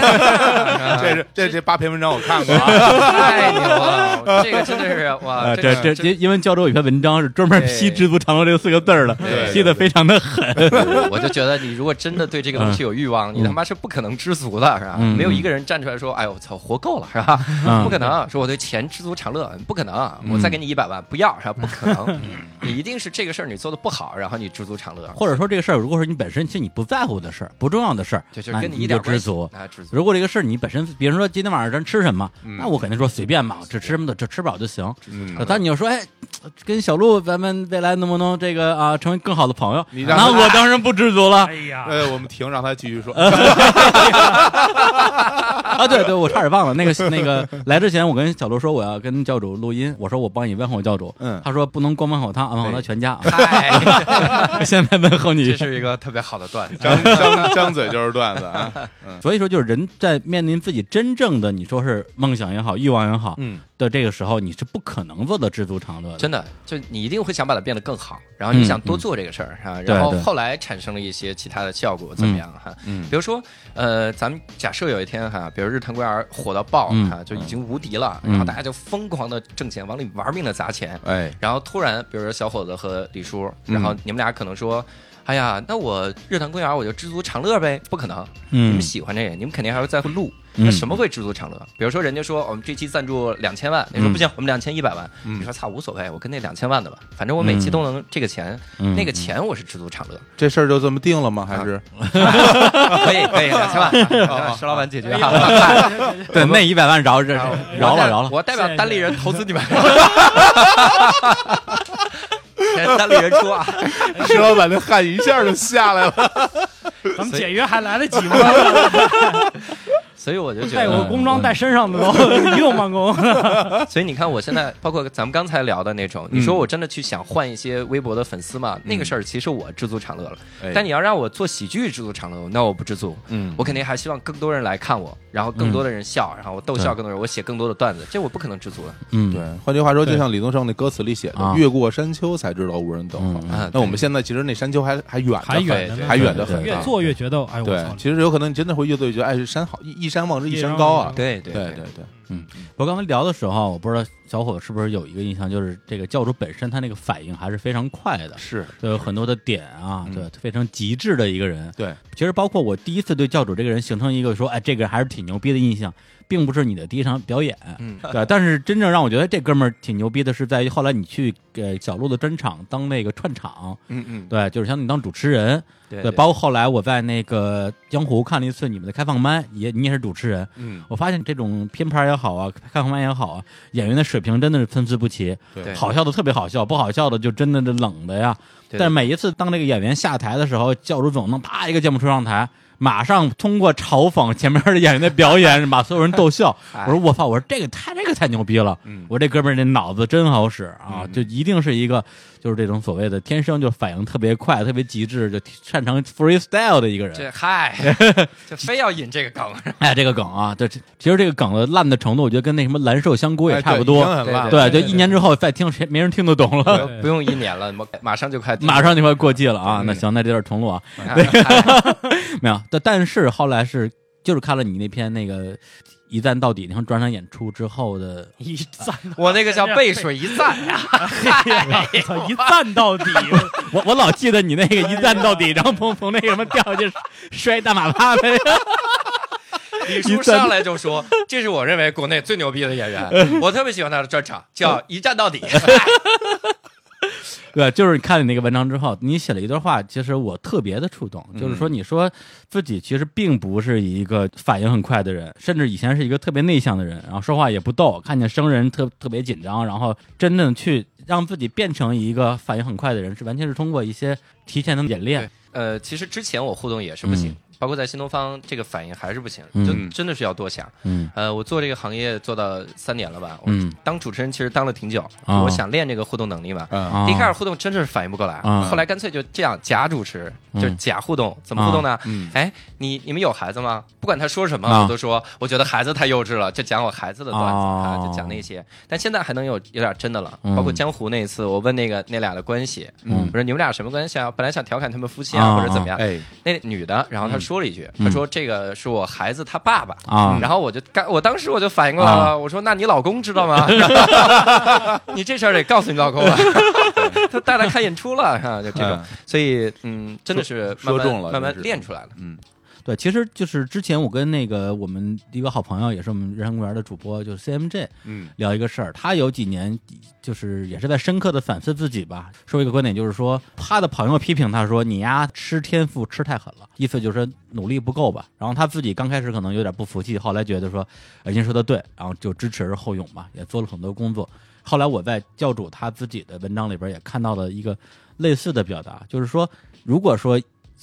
B: 这是这这八篇文章我看过啊，
D: 太牛了！哎这个真的是哇，
A: 呃，这
D: 啊这
A: 这这，因为教主有一篇文章是专门批“
D: 对
A: 知足常乐”这四个字儿的
D: 对，
A: 批的非常的狠。
D: 我就觉得你如果真的对这个东西有欲望，你他妈是不可能知足的，是吧？
A: 嗯
D: 没有一个人站出来说：“哎呦，我操，活够了，是吧？”
A: 嗯
D: 不可能，啊说我对钱知足常乐，嗯不可能。啊我再给你一百万，不要，
A: 嗯
D: 是吧？不 可能，你一定是这个事儿你做的不好，然后你知足常乐，
A: 或者说这个事儿，如果说你本身其实你不在乎的事儿，不重要的事儿，
D: 就就
A: 那
D: 跟你
A: 你
D: 一
A: 就
D: 点关
A: 知
D: 系
A: 足。
D: 啊，知足。嗯
A: 如果这个事儿你本身，比如说今天晚上咱吃什么，那我肯定说随便吧，只吃什么的，只吃饱就行。
B: 嗯
A: 但你要说，哎，跟小鹿咱们未来能不能这个啊成为更好的朋友？
B: 你让
A: 那
B: 他
A: 我当然不知足了
C: 哎呀，
B: 呃，我们停，让他继续 说。
A: 啊！对对，我差点忘了那个那个 来之前，我跟小鹿说我要跟教主录音，我说我帮你问候教主，
B: 嗯
A: 他说不能光问候他，问候他全 家。
D: 嗨，
A: 现在问候你
D: 哎这，是一个特别好的段子。
B: 张张张嘴就是段子啊，
A: 所以说就是人在面临自己真正的你说是梦想也好，欲望也好，
B: 嗯，
A: 的这个时候，你是不可能做到知足常乐的。嗯
D: 真的，就你一定会想把它变得更好，然后你想多做这个事儿、啊，然后
A: 对对
D: 后来产生了一些其他的效果怎么样哈、
B: 嗯
D: 比如说，呃，咱们假设有一天哈、比如日坛公园火到爆哈、
A: 嗯
D: 就已经无敌了，
A: 嗯
D: 然后大家就疯狂的挣钱，往里玩命的砸钱，
B: 哎，
D: 然后突然，比如说小伙子和李叔，
B: 嗯
D: 然后你们俩可能说。哎呀，那我日坛公园我就知足常乐呗？不可能，你
A: 嗯
D: 们喜欢这个，你们肯定还会在乎录。
A: 嗯
D: 那什么会知足常乐？比如说，人家说我们这期赞助两千万，你说
A: 嗯
D: 不行，我们两千一百万。
B: 嗯
D: 你说操，无所谓，我跟那两千万的吧，反正我每期都能这个钱，
A: 嗯
D: 那个钱我是知足常乐，
B: 这事儿就这么定了吗？还是
D: 可以 可以，两千万，让石老板解决。
A: 对，那一百万饶饶 饶了饶了，
D: 啊我代表单立人投资你们。 单立人出啊！
B: 石老板的汗一下就下来了？
C: 咱们解约还来得及 吗？
D: 所以我就 觉
C: 带
D: 得
B: 嗯
C: 我，工装带身上的 都一动 办公。
D: 所以你看，我现在包括咱们刚才聊的那种，你说我真的去想换一些微博的粉丝嘛？那个事儿其实我知足常乐了。
B: 哎
D: 但你要让我做喜剧知足常乐，那我不知足。
B: 嗯，
D: 我肯定还希望更多人来看我，然后更多的人笑，然后我逗笑更多人，我写更多的段子，这我不可能知足了。
A: 嗯，
B: 对，换句话说，就像李宗盛那歌词里写的
A: 啊
B: “越过山丘才知道无人等候
A: 嗯
D: 啊”，
B: 那我们现在其实那山丘还还远着
C: 还远着
D: 对
C: 呢，
B: 还远得
A: 很啊
C: 越做越觉得，哎呦我
B: 对
C: 操，！
B: 其实有可能你真的会越做越觉得，哎，山好，一一山望之一山高啊。
D: 对对
B: 对对对，
A: 我刚才聊的时候，我不知道小伙是不是有一个印象，就是这个教主本身他那个反应还是非常快的，
B: 是，
A: 就有很多的点啊，
D: 嗯
A: 对，非常极致的一个人。
B: 对，
A: 其实包括我第一次对教主这个人形成一个说，哎，这个人还是挺牛逼的印象，并不是你的第一场表演，
D: 嗯
A: 对。但是真正让我觉得这哥们儿挺牛逼的是在于后来你去给小鹿的专场当那个串场，
B: 嗯嗯，
A: 对，就是相当于当主持人，
D: 对
A: 对。包括后来我在那个江湖看了一次你们的开放麦，也你也是主持人，
B: 嗯，
A: 我发现这种拼盘也好啊，开放麦也好啊，演员的水平真的是参差不齐，
B: 对
A: 好笑的特别好笑，不好笑的就真的是冷的呀。
D: 对
A: 但每一次当这个演员下台的时候，教主总能啪一个箭步冲上台，马上通过嘲讽前面的演员的表演， 把所有人逗笑。我说我操，我说这个太这个太牛逼了，
B: 哎嗯
A: 我这哥们儿这脑子真好使啊，
B: 嗯
A: 就一定是一个就是这种所谓的天生就反应特别快、特别极致、就擅长 freestyle 的一个人。
D: 这嗨，就非要引这个梗，
A: 哎，这个梗啊，这其实这个梗的烂的程度，我觉得跟那什么蓝瘦香菇也
B: 哎
A: 差不
B: 对
A: 多。
B: 已经很烂了
A: 对，
C: 对
A: 就
C: 对
A: 一年之后再听，谁没人听得懂了，
D: 不用一年了，马马上就 快哎
A: 马上就快过季了啊。那行，那这段重录啊， 没有。但但是后来是就是看了你那篇那个一赞到底那场专场演出之后的，
C: 一 赞，
D: 我那个叫背水一战呀，
C: 我操，一赞到底，
A: 我我老记得你那个一赞到底，然后从从那个什么掉下去摔大马趴呗。
D: 李叔上来就说：“这是我认为国内最牛逼的演员，我特别喜欢他的专场，叫一战到底。
A: 对，就是看你那个文章之后，你写了一段话，其实我特别的触
D: 嗯
A: 动，就是说你说自己其实并不是一个反应很快的人，甚至以前是一个特别内向的人，然后说话也不逗，看见生人特特别紧张，然后真正去让自己变成一个反应很快的人，是完全是通过一些提前的演练。”
D: 呃，其实之前我互动也是不行，
A: 嗯
D: 包括在新东方这个反应还是不行，
A: 嗯
D: 就真的是要多想。
A: 嗯
D: 呃，我做这个行业做到三年了吧，我
A: 嗯
D: 当主持人其实当了挺久，
A: 啊
D: 我想练这个互动能力嘛。
B: 啊，
A: 啊
D: 第一开始互动真的是反应不过来，
A: 啊
D: 后来干脆就这样假主持，
A: 嗯
D: 就是假互动。怎么互动呢？
B: 嗯
D: 哎，你你们有孩子吗？不管他说什么，
A: 啊
D: 我都说我觉得孩子太幼稚了，就讲我孩子的段子、
A: 哦
D: 啊，就讲那些。但现在还能有有点真的了，
A: 嗯
D: 包括江湖那一次，我问那个那俩的关系，
A: 嗯
D: 我说你们俩什么关系啊？本来想调侃他们夫妻啊，
A: 啊
D: 或者怎么样。
B: 哎，
D: 那女的，然后她说了一句，
A: 嗯
D: 她说这个是我孩子他爸爸。
A: 啊
D: 然后我就干，我当时我就反应过来了，
A: 啊
D: 我说：“那你老公知道吗？ 你这事儿得告诉你老公了， 他带来看演出了，哈，就这种。
B: 嗯
D: 所以，嗯，真的是
B: 说
D: 慢慢
B: 说中了
D: 慢慢
B: 真是
D: 练出来了。
B: 嗯
A: 对，其实就是之前我跟那个我们一个好朋友，也是我们人山公园的主播，就是 CMJ，
B: 嗯
A: 聊一个事儿，他有几年就是也是在深刻的反思自己吧。说一个观点就是说，他的朋友批评他说：“你呀，吃天赋吃太狠了。”意思就是说努力不够吧。然后他自己刚开始可能有点不服气，后来觉得说人家说的对，然后就知耻而后勇嘛，也做了很多工作。后来我在教主他自己的文章里边也看到了一个类似的表达，就是说，如果说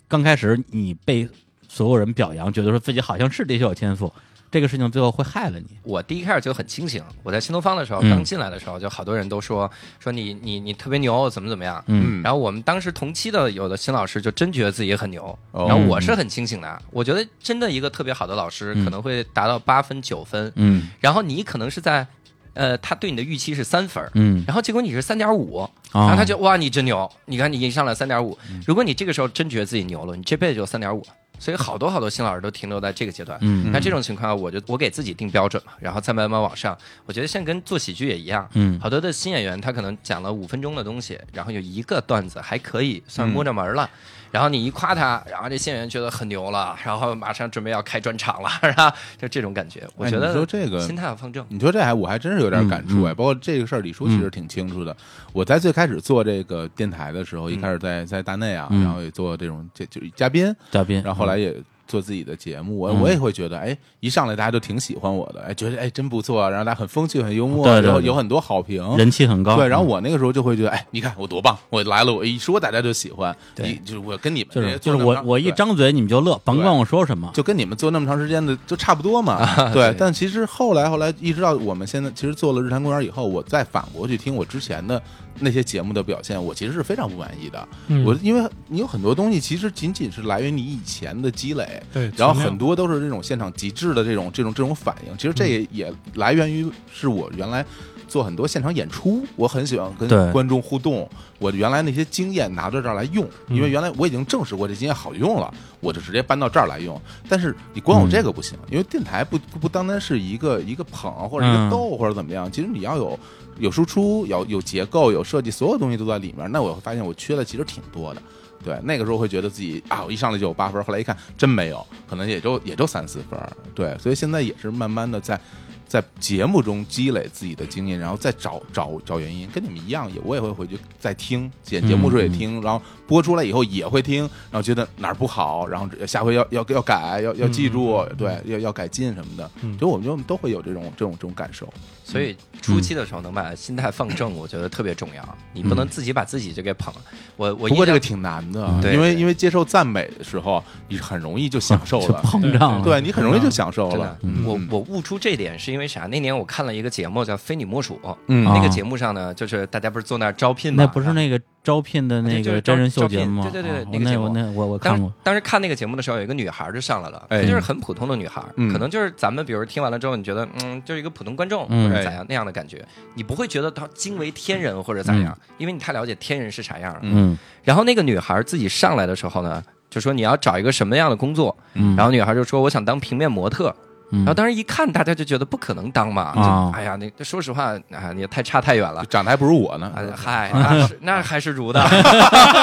A: 刚开始你被所有人表扬，觉得说自己好像是的确有天赋，这个事情最后会害了你。
D: 我第一开始就很清醒，我在新东方的时候，
A: 嗯
D: 刚进来的时候，就好多人都说说你你你特别牛，怎么怎么样。
A: 嗯
D: 然后我们当时同期的有的新老师就真觉得自己很牛，
B: 哦
D: 然后我是很清醒的，我觉得真的一个特别好的老师
A: 嗯
D: 可能会达到八分九分，
A: 嗯
D: 然后你可能是在呃，他对你的预期是三分儿
A: 嗯
D: 然后结果你是三点五，
A: 啊
D: 然后他就哇，你真牛！你看你一上来三点五，
B: 嗯
D: 如果你这个时候真觉得自己牛了，你这辈子就三点五。所以好多好多新老师都停留在这个阶段。
A: 嗯
D: 那这种情况，我就我给自己定标准嘛，然后再慢慢往上。我觉得现在跟做喜剧也一样，
A: 嗯
D: 好多的新演员他可能讲了五分钟的东西，然后有一个段子还可以，算摸着门儿了。
B: 嗯
D: 然后你一夸他，然后这新演员觉得很牛了，然后马上准备要开专场了， 是吧？就这种感觉，我觉
B: 哎你说
D: 得
B: 这个
D: 心态要放正。
B: 你说这还我还真是有点感触
A: 嗯
B: 哎，
A: 嗯嗯
B: 包括这个事儿，李叔其实挺清楚的。我在最开始做这个电台的时候，一开始在在大内啊，
A: 嗯
B: 然后也做这种这就是嘉宾，
A: 嘉宾，
B: 然后后来也做自己的节目，我
A: 嗯
B: 我也会觉得，哎，一上来大家就挺喜欢我的，哎，觉得哎真不错，然后大家很风趣、很幽默，
A: 对对对
B: 然后有很多好评，
A: 人气很高，
B: 对，然后
A: 嗯
B: 我那个时候就会觉得，哎，你看我多棒，我来了，我一说大家就喜欢，你就是我跟你们
A: 就
B: 这些
A: 是就是
B: 做那么
A: 我
B: 长
A: 我一
B: 对
A: 张嘴你们就乐，甭管我说什么，
B: 就跟你们做那么长时间的就差不多嘛。对，但其实后来后来一直到我们现在，其实做了日坛公园以后，我再反过去听我之前的那些节目的表现，我其实是非常不满意的。
C: 嗯
B: 我因为你有很多东西，其实仅仅是来源于你以前的积累。
C: 对，
B: 然后
C: 存量
B: 很多都是这种现场极致的这种这种这种反应，其实这
C: 嗯
B: 也也来源于是我原来做很多现场演出，我很喜欢
A: 对
B: 跟观众互动，我原来那些经验拿到这儿来用，
C: 嗯
B: 因为原来我已经证实过这经验好用了，我就直接搬到这儿来用。但是你光有
C: 嗯
B: 这个不行，因为电台不不不单单是一个一个捧啊或者一
A: 嗯
B: 个逗或者怎么样，其实你要有。有输出，有有结构，有设计，所有东西都在里面。那我会发现我缺的其实挺多的。对，那个时候会觉得自己啊，我一上来就有八分，后来一看真没有，可能也就也就三四分。对，所以现在也是慢慢的在在节目中积累自己的经验，然后再找找找原因，跟你们一样，也我也会回去再听，剪节目时候也
D: 嗯
B: 听，然后播出来以后也会听，然后觉得哪儿不好，然后下回要要要改，要要记住，
D: 嗯
B: 对，要要改进什么的，
C: 嗯
B: 就我们就都会有这种这种这种感受。
D: 所以
A: 嗯
D: 初期的时候能把心态放正，我觉得特别重要。你
A: 嗯
D: 不能自己把自己就给捧了。我我
B: 不过
D: 印
B: 这
D: 象
B: 个挺难的，
D: 对
B: 因为
D: 嗯对
B: 因为接受赞美的时候，你很容易就享 受
A: 啊就
B: 了，
A: 膨胀了，
B: 对你很容易就享受
D: 真
B: 了
D: 的。，
A: 嗯
D: 我我悟出这点是因为啥？那年我看了一个节目叫《非你莫属》，
B: 嗯
D: 那
A: 啊
D: 个节目上呢，就是大家不是坐那儿招聘吗？
A: 那不是
D: 然后
A: 那个招聘的那
D: 对就是
A: 个
D: 招
A: 真人秀
D: 招聘
A: 节目吗？
D: 对对对
A: 啊
D: 那个节目
A: 我那我我
D: 当
A: 看
D: 时
A: 过，
D: 当时看那个节目的时候，有一个女孩儿就上来了，
B: 哎
D: 她就是很普通的女孩儿，
B: 嗯
D: 可能就是咱们比如听完了之后，你觉得嗯，就是一个普通观众
A: 嗯
D: 或者咋样那样的感觉，你不会觉得她惊为天人或者咋样，因为你太了解天人是啥样了。
A: 嗯
D: 然后那个女孩自己上来的时候呢，就说你要找一个什么样的工作，
A: 嗯，
D: 然后女孩就说我想当平面模特，
A: 然
D: 然后当时一看大家就觉得不可能当嘛，
A: 啊
D: 就哎呀，那说实话啊，你也太差太 远了。
B: 长得还不如我呢
D: 啊，嗨，那是那还是如的，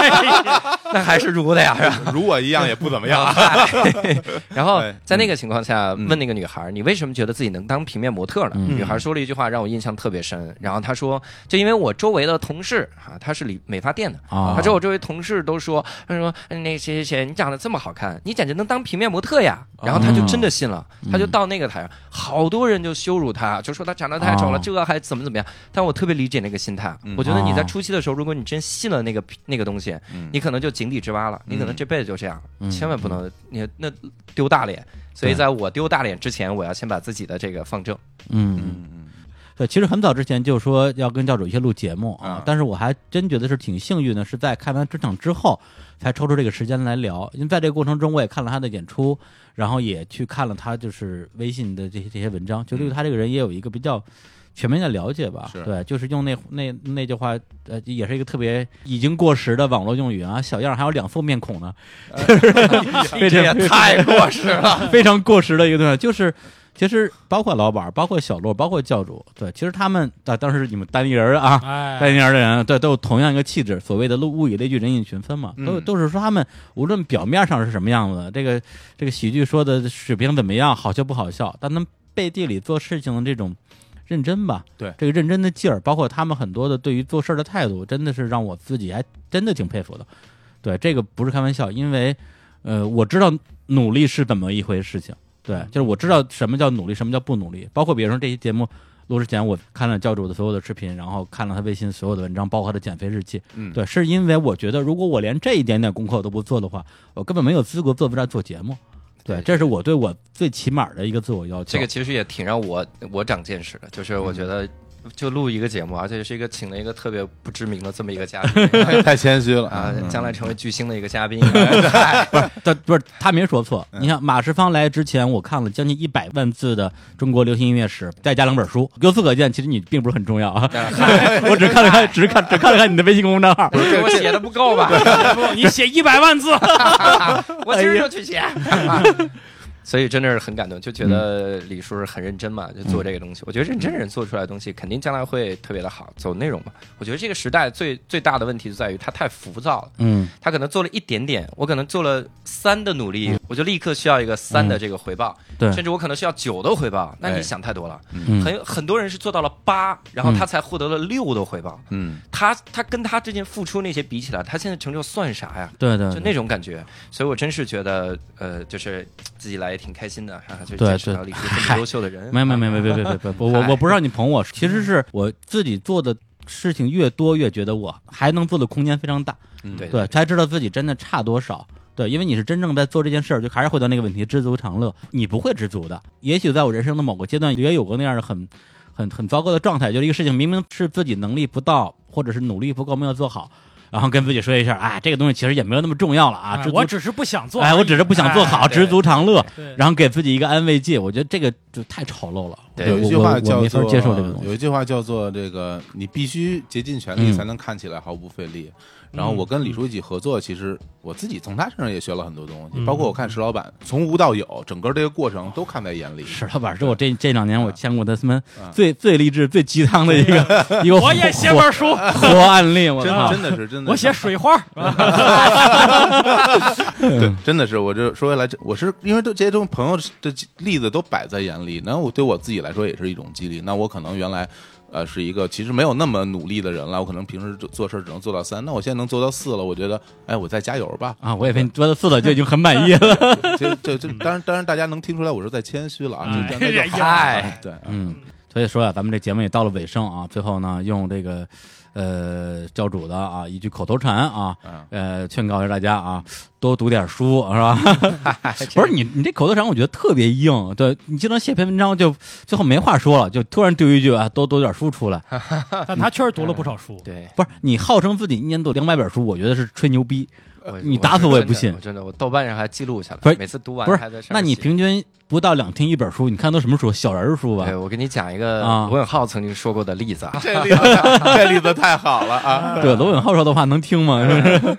D: 那还是如的呀，是吧？
B: 如我一样也不怎么样。
D: 然后
B: 对
D: 在那个情况下
A: 嗯
D: 问那个女孩：“你为什么觉得自己能当平面模特呢？”女孩说了一句话让我印象特别深，然后她说：“就因为我周围的同事啊，她是理美发店的
A: 啊
D: 她说我周围同事都说，她说嗯那谁谁谁，你长得这么好看，你简直能当平面模特呀。”
A: 啊
D: 然后她就真的信了，她就
A: 嗯
D: 到那个台上，好多人就羞辱她，就说她长得太丑了，
A: 啊嗯
D: 这还怎么怎么样。但我特别理解那个心态，我觉得你在初期的时候，如果你真信了那个那个东西，
A: 嗯
D: 你可能就井底之蛙了，你可能这辈子就这样，千万不能你那丢大脸。所以在我丢大脸之前，我要先把自己的这个放正。
A: 嗯。对，其实很早之前就说要跟教主一起录节目啊
B: 啊，
A: 但是我还真觉得是挺幸运的，是在看完专场之后才抽出这个时间来聊。因为在这个过程中，我也看了他的演出，然后也去看了他就是微信的这些这些文章，就对他这个人也有一个比较全面的了解吧。
B: 是
A: 对，就是用那那那句话，呃，也是一个特别已经过时的网络用语啊，小样儿还有两副面孔呢， 非
D: 呃这也
A: 常
D: 太过时了。
A: 非常过时的一个东西，就是其实包括老板儿，包括小洛，包括教主，对，其实他们啊，当时你们单立人儿啊，
C: 哎，
A: 单立人儿的人，对，都有同样一个气质，所谓的物以类聚，人以群分嘛，都
B: 嗯
A: 都是说他们无论表面上是什么样子的，这个这个喜剧说的水平怎么样，好笑不好笑，但他们背地里做事情的这种。认真吧，
B: 对
A: 这个认真的劲儿，包括他们很多的对于做事儿的态度，真的是让我自己还真的挺佩服的。对，这个不是开玩笑，因为呃，我知道努力是怎么一回事情。对，就是我知道什么叫努力，什么叫不努力。包括比如说这期节目录之前，我看了教主的所有的视频，然后看了他微信所有的文章，包括他的减肥日记。
B: 嗯
A: 对，是因为我觉得如果我连这一点点功课都不做的话，我根本没有资格坐在这儿做节目。对，
D: 对
A: 这是我对我最起码的一个自我要求。
D: 这个其实也挺让我我长见识的，就是我觉得就录一个节目，而且是一个请了一个特别不知名的这么一个嘉宾
H: 太太谦虚了
D: 啊，将来成为巨星的一个嘉宾。啊
A: 不是，他不是他没说错。你看马世芳来之前，我看了将近一百万字的中国流行音乐史，再加两本书。由此可见，其实你并不是很重要啊。 我只看了看，只看只看了看你的微信公众账号。
D: 我写的不够吧？
C: 不，你写一百万字，
D: 我今儿就去写。 所以真的是很感动，就觉得李叔是很认真嘛，就做这个东西。我觉得认真人做出来的东西，肯定将来会特别的好，走内容嘛。我觉得这个时代最最大的问题就在于它太浮躁了。
A: 嗯
D: 他可能做了一点点，我可能做了三的努力，我就立刻需要一个三的这个回报，
A: 嗯对
D: 甚至我可能需要九的回报。那
H: 哎
D: 你想太多了，
A: 嗯
D: 很很多人是做到了八，然后他才获得了六的回报。
H: 嗯，
D: 他他跟他之前付出那些比起来，他现在成就算啥呀？
A: 对对
D: 就那种感觉，所以我真是觉得，呃，就是自己来也挺开心的，哈、哈，就
A: 对
D: 见识
A: 对
D: 到李叔这么优秀的人，
A: 没没没没没没没没，我我我不让你捧我，其实是我自己做的事情越多，越觉得我还能做的空间非常大，
D: 对
A: 对，才知道自己真的差多少。对，因为你是真正在做这件事儿，就还是回到那个问题，知足常乐，你不会知足的。也许在我人生的某个阶段，也有过那样的很、很、很糟糕的状态，就是一个事情明明是自己能力不到，或者是努力不够没有做好，然后跟自己说一下，哎，这个东西其实也没有那么重要了啊，
C: 哎
A: 知足
C: 我只是不想做而已，
A: 哎，我只是不想做好，
D: 哎
A: 知足常乐，
C: 对
A: 然后给自己一个安慰剂，我觉得这个就太丑陋了。
D: 对
A: 我
H: 有一句话
A: 我我
H: 叫
A: 没法
H: 做
A: 接受这个东
H: 有
A: 西。
H: 一句话叫做这个，你必须竭尽全力才能看起来毫不费力。然后我跟李叔一起合作，其实我自己从他身上也学了很多东西，
C: 嗯
H: 包括我看石老板从无到有，整个这个过程都看在眼里。
A: 石老板是我这这两年
H: 嗯
A: 我见过的他们最最励志、最鸡汤的一 个一个活
C: 我也写本书，
A: 活活案例，我
H: 真
A: 操！
H: 真的是真的是，
C: 我写水花儿，
A: 嗯
H: 对，真的是，我这说回来，这我是因为这这些东西朋友的例子都摆在眼里，那我对我自己来说也是一种激励。那我可能原来。呃，是一个其实没有那么努力的人了。我可能平时做做事儿只能做到三，那我现在能做到四了，我觉得，哎，我再加油吧。
A: 啊，我也被你做到四了，就已经很满意 了。
H: 这这这，当然当然，大家能听出来我是在谦虚了啊。
B: 嗯
C: 哎
H: 这这样那就好
D: 哎
H: 对，
A: 嗯，所以说啊，咱们这节目也到了尾声啊。最后呢，用这个呃教主的啊一句口头禅啊
H: 嗯，
A: 呃劝告一下大家啊，多读点书是 吧？不是你你这口头禅，我觉得特别硬。对你经常写篇文章就最后没话说了，就突然丢一句啊，多读点书出来。
C: 但他确实读了不少书。
D: 对，
A: 不是你号称自己一年读两百本书，我觉得是吹牛逼。
D: 我
A: 你打死我也不信
D: 我真的，我豆瓣上还记录下来，
A: 不是
D: 每次读完
A: 不
D: 还在
A: 是，
D: 上
A: 那
D: 面
A: 你
D: 写
A: 平均不到两天一本书，你看都什么书？小人儿书吧
D: 对，？我跟你讲一个
A: 啊
D: 罗永浩曾经说过的例 子啊，
H: 这例子太这例子太好了啊！
A: 对，罗永浩说的话能听吗？是不是？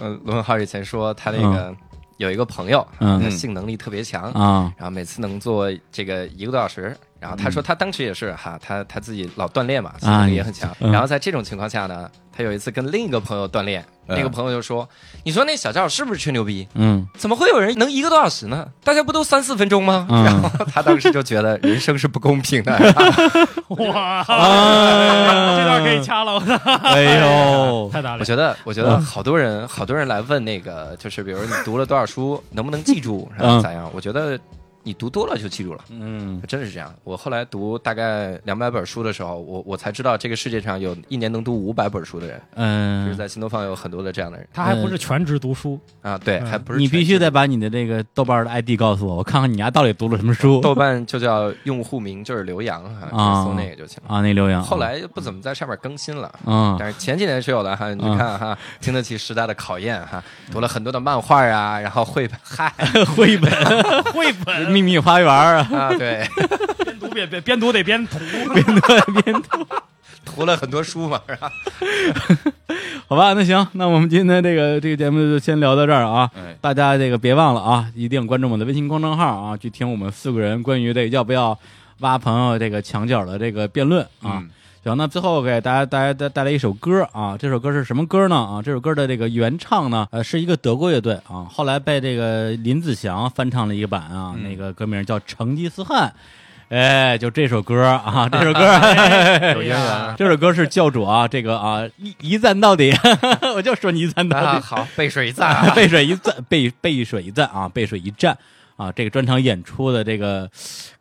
D: 呃，罗永浩以前说他那个有一个朋友，
A: 嗯
D: 他性能力特别强，
A: 啊，
D: 然后每次能做这个一个多小时。然后他说他当时也是哈，他他自己老锻炼嘛，性能力也很强。
A: 嗯
D: 然后在这种情况下呢，他有一次跟另一个朋友锻炼，那个朋友就说：“你说那小赵是不是吹牛逼？
A: 嗯
D: 怎么会有人能一个多小时呢？大家不都三四分钟吗？”
A: 嗯
D: 然后他当时就觉得人生是不公平的。
C: 哇，
A: 啊
B: 嗯
C: 这段可以掐了，我操，
A: 哎呦，
C: 太打脸
D: 我
C: 了。
D: 觉得，我觉
A: 嗯
D: 得好多人，好多人来问那个，就是比如你读了多少书，能不能记住，然后咋样？我觉得你读多了就记住了，
A: 嗯
D: 真的是这样。我后来读大概两百本书的时候，我我才知道这个世界上有一年能读五百本书的人，就是
A: 嗯，
D: 在新东方有很多的这样的人
C: 他还
B: 嗯
C: 不是全职读书，
D: 啊。对，
C: 嗯
D: 还不是
A: 你
D: 全
A: 必须
D: 是
A: 得把你的这个豆瓣的 ID 告诉我，我看看你丫到底读了什么书
D: 豆瓣就叫用户名就是刘洋哈，
A: 啊
D: 就搜那个就行了。
A: 啊。那刘洋
D: 后来不怎么在上面更新了。
A: 嗯
D: 但是前几年是有的哈，你看哈，经得起时代的考验哈，读了很多的漫画啊，然后绘本， 嗨，
A: 绘本
C: 绘本
A: 秘密花园啊，
D: 啊，对，
C: 边 读边边边读得边涂，
D: 涂了很多书嘛，是吧？
A: 好吧，那行，那我们今天这个这个节目就先聊到这儿啊。
H: 哎，
A: 大家这个别忘了啊，一定关注我们的微信公众号啊，去听我们四个人关于这个要不要挖朋友这个墙角的这个辩论啊。
H: 嗯
A: 行，那最后给大家带带带来一首歌啊，这首歌是什么歌呢？啊，这首歌的这个原唱呢，呃，是一个德国乐队啊，后来被这个林子祥翻唱了一个版啊，
H: 嗯
A: 那个歌名叫《成吉思汗》。哎，就这首歌啊，这首 歌，
D: 哎
C: 有渊源。
A: 这首歌是教主啊，这个啊一一赞到底， 我就说你一赞到底，
D: 啊，，好，背水一战啊
A: 背水一战，背背水一战啊，背水一战啊！这个专场演出的这个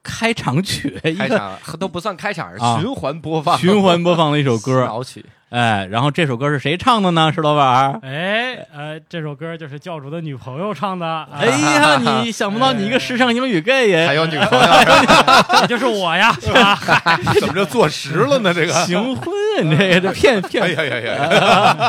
A: 开场曲，一
D: 开
A: 个
D: 场都不算开场，是
A: 啊
D: 循环播放，
A: 循环播放了一首歌，
D: 脑曲，
A: 哎，然后这首歌是谁唱的呢？石老板儿。
C: 哎，呃，这首歌就是教主的女朋友唱的，啊
A: 哎呀，你想不到你一个时尚英语 gay
D: 还
A: 也
D: 有女朋友，
C: 也就是 我呀，啊
B: 怎么就坐实了呢？这个，
A: 行婚，你这个这骗
B: 哎
A: 骗
B: 呀呀呀！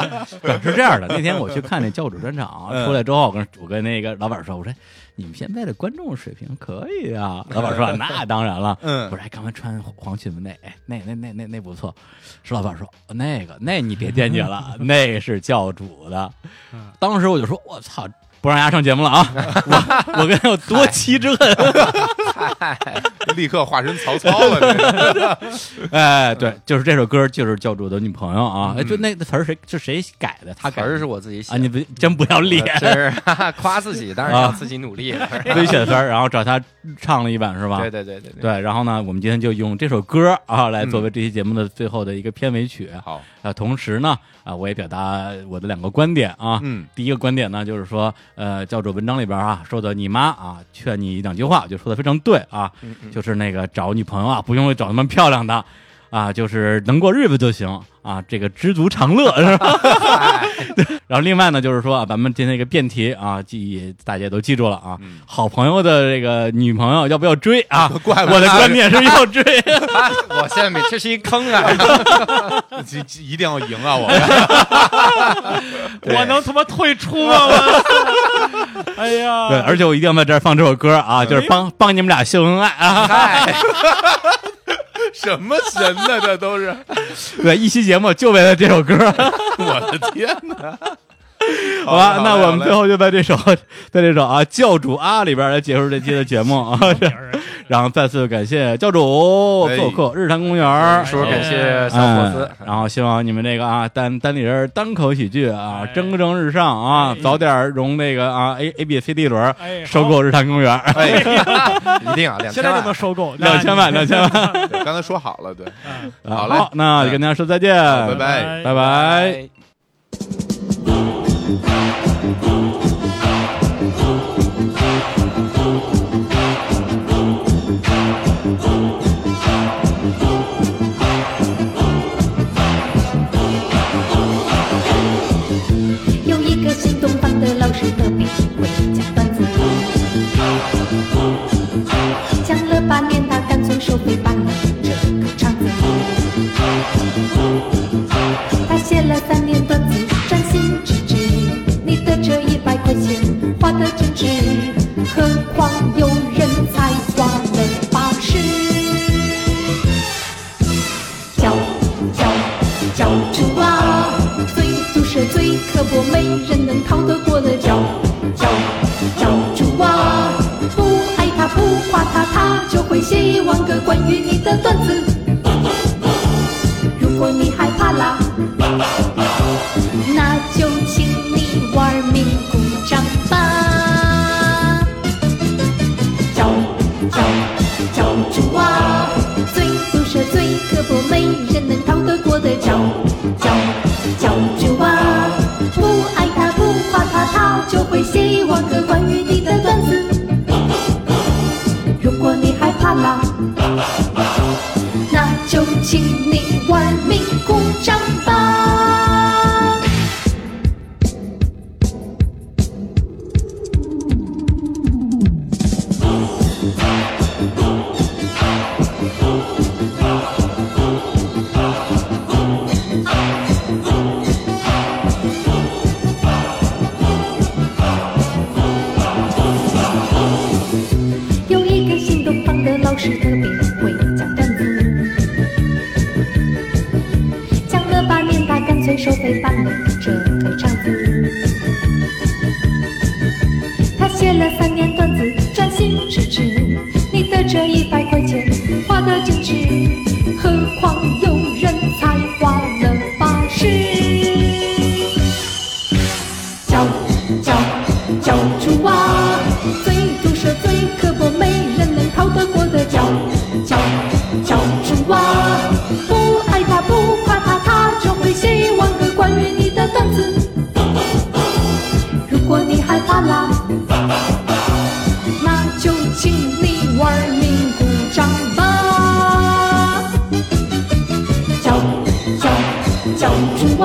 A: 是这样的。那天我去看那教主专场出来之后，我跟我跟那个老板说，我说你们现在的观众水平可以啊。老板说那当然了，
B: 嗯
A: 我说哎刚才穿黄裙子那，哎那那那那那不错。石老板说那个那你别惦记了，那是教主的。当时我就说我操。不让人家上节目了啊！我我跟他有多期之恨，
B: 立刻化身曹操了，这个
A: 哎，对，就是这首歌就是教主的女朋友啊，哎，就那个词儿谁是谁改的？他
D: 词
A: 改
D: 儿
A: 的
D: 是我自己写
A: 啊，你
D: 的，
A: 不真不要脸，
D: 真是 哈哈夸自己，当然要自己努力。
A: 微选分儿，然后找他唱了一版是吧？
D: 对对对对对，
A: 对然后呢，我们今天就用这首歌啊来作为这期节目的最后的一个片尾曲。
B: 好，
A: 啊，同时呢，啊，我也表达我的两个观点啊。
B: 嗯，
A: 第一个观点呢，就是说，呃，教主文章里边啊说的你妈啊劝你两句话，我就说的非常对啊，就是那个找女朋友啊，不用找那么漂亮的。啊，就是能过日子就行啊，这个知足常乐是吧？然后另外呢，就是说啊，咱们今天这个辩题啊，记大家都记住了啊，
B: 嗯
A: 好朋友的这个女朋友要不要追啊？
B: 怪不得
A: 我的观点是要 追。
D: 啊我现在每这是一坑啊！
B: 这这一定要赢啊！我们
D: 对
C: 我能他妈退出吗？ 我哎呀，
A: 啊对，而且我一定要在这儿放这首歌
B: 哎
A: 啊，就是帮帮你们俩秀恩爱啊。
D: 嗨，
B: 什么神呢？这都是
A: 对，一期节目就为了这首歌，
B: 我的天哪！
A: 好吧？
B: 嘞
A: 那
B: 嘞
A: 我们
B: 好嘞
A: 最后就在这首， 在这首啊《教主啊》里边来结束这期的节目啊。 然后再次感谢教主
B: 哎
A: 做客日坛公园，
D: 说感谢小伙子
A: 嗯，，然后希望你们这个啊单单立人单口喜剧啊
C: 哎
A: 蒸蒸日上啊
C: 哎，
A: 早点融那个啊 A A B C D 轮儿
C: 哎好
A: 收购日坛公园，
D: 一定啊，两
C: 现
D: 千
C: 在就能
D: 万，
C: 收购
A: 两千万，两千万。
B: 对刚才说好了，对，
A: 好
B: 嘞
A: 好，那就跟大家说再见，拜
B: 拜拜。
A: 拜拜。
D: 哎
I: 有一个新东方的老师特别会讲段子，讲了半年他干脆收费办了这个场子。他写了三年段子，真心支持你的这一百块钱花的真值，何况有人才花了八十。教教教主啊，最毒舌最刻薄，没人能逃得过的教教教主啊！不爱他不夸他，他就会写一万个关于你的段子。如果你害怕啦，那就请你玩命鼓掌吧。教教教主啊，最毒舌、最刻薄，没人能逃得过的教教教主啊！不爱他不夸他，他就会写一万个关于你的段子。如果你害怕啦，那就请你玩命鼓掌吧。有一个新东方的老师特别会讲段子，讲了八年，他干脆收费办了这个场子。他写了三年段子，专心致志，你的这一百块钱花的真值，何况有人才花了八十。教教教主啊，最毒舌、最刻薄，没人能逃得过的教教教主啊！不爱他，不夸他，他就会写一万个关于你的段子。如果你害怕啦，那就请你玩命鼓掌吧。教教教主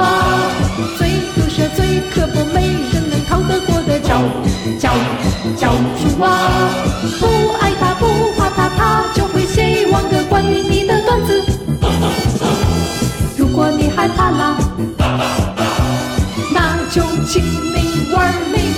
I: 害怕啦，那就请你玩命。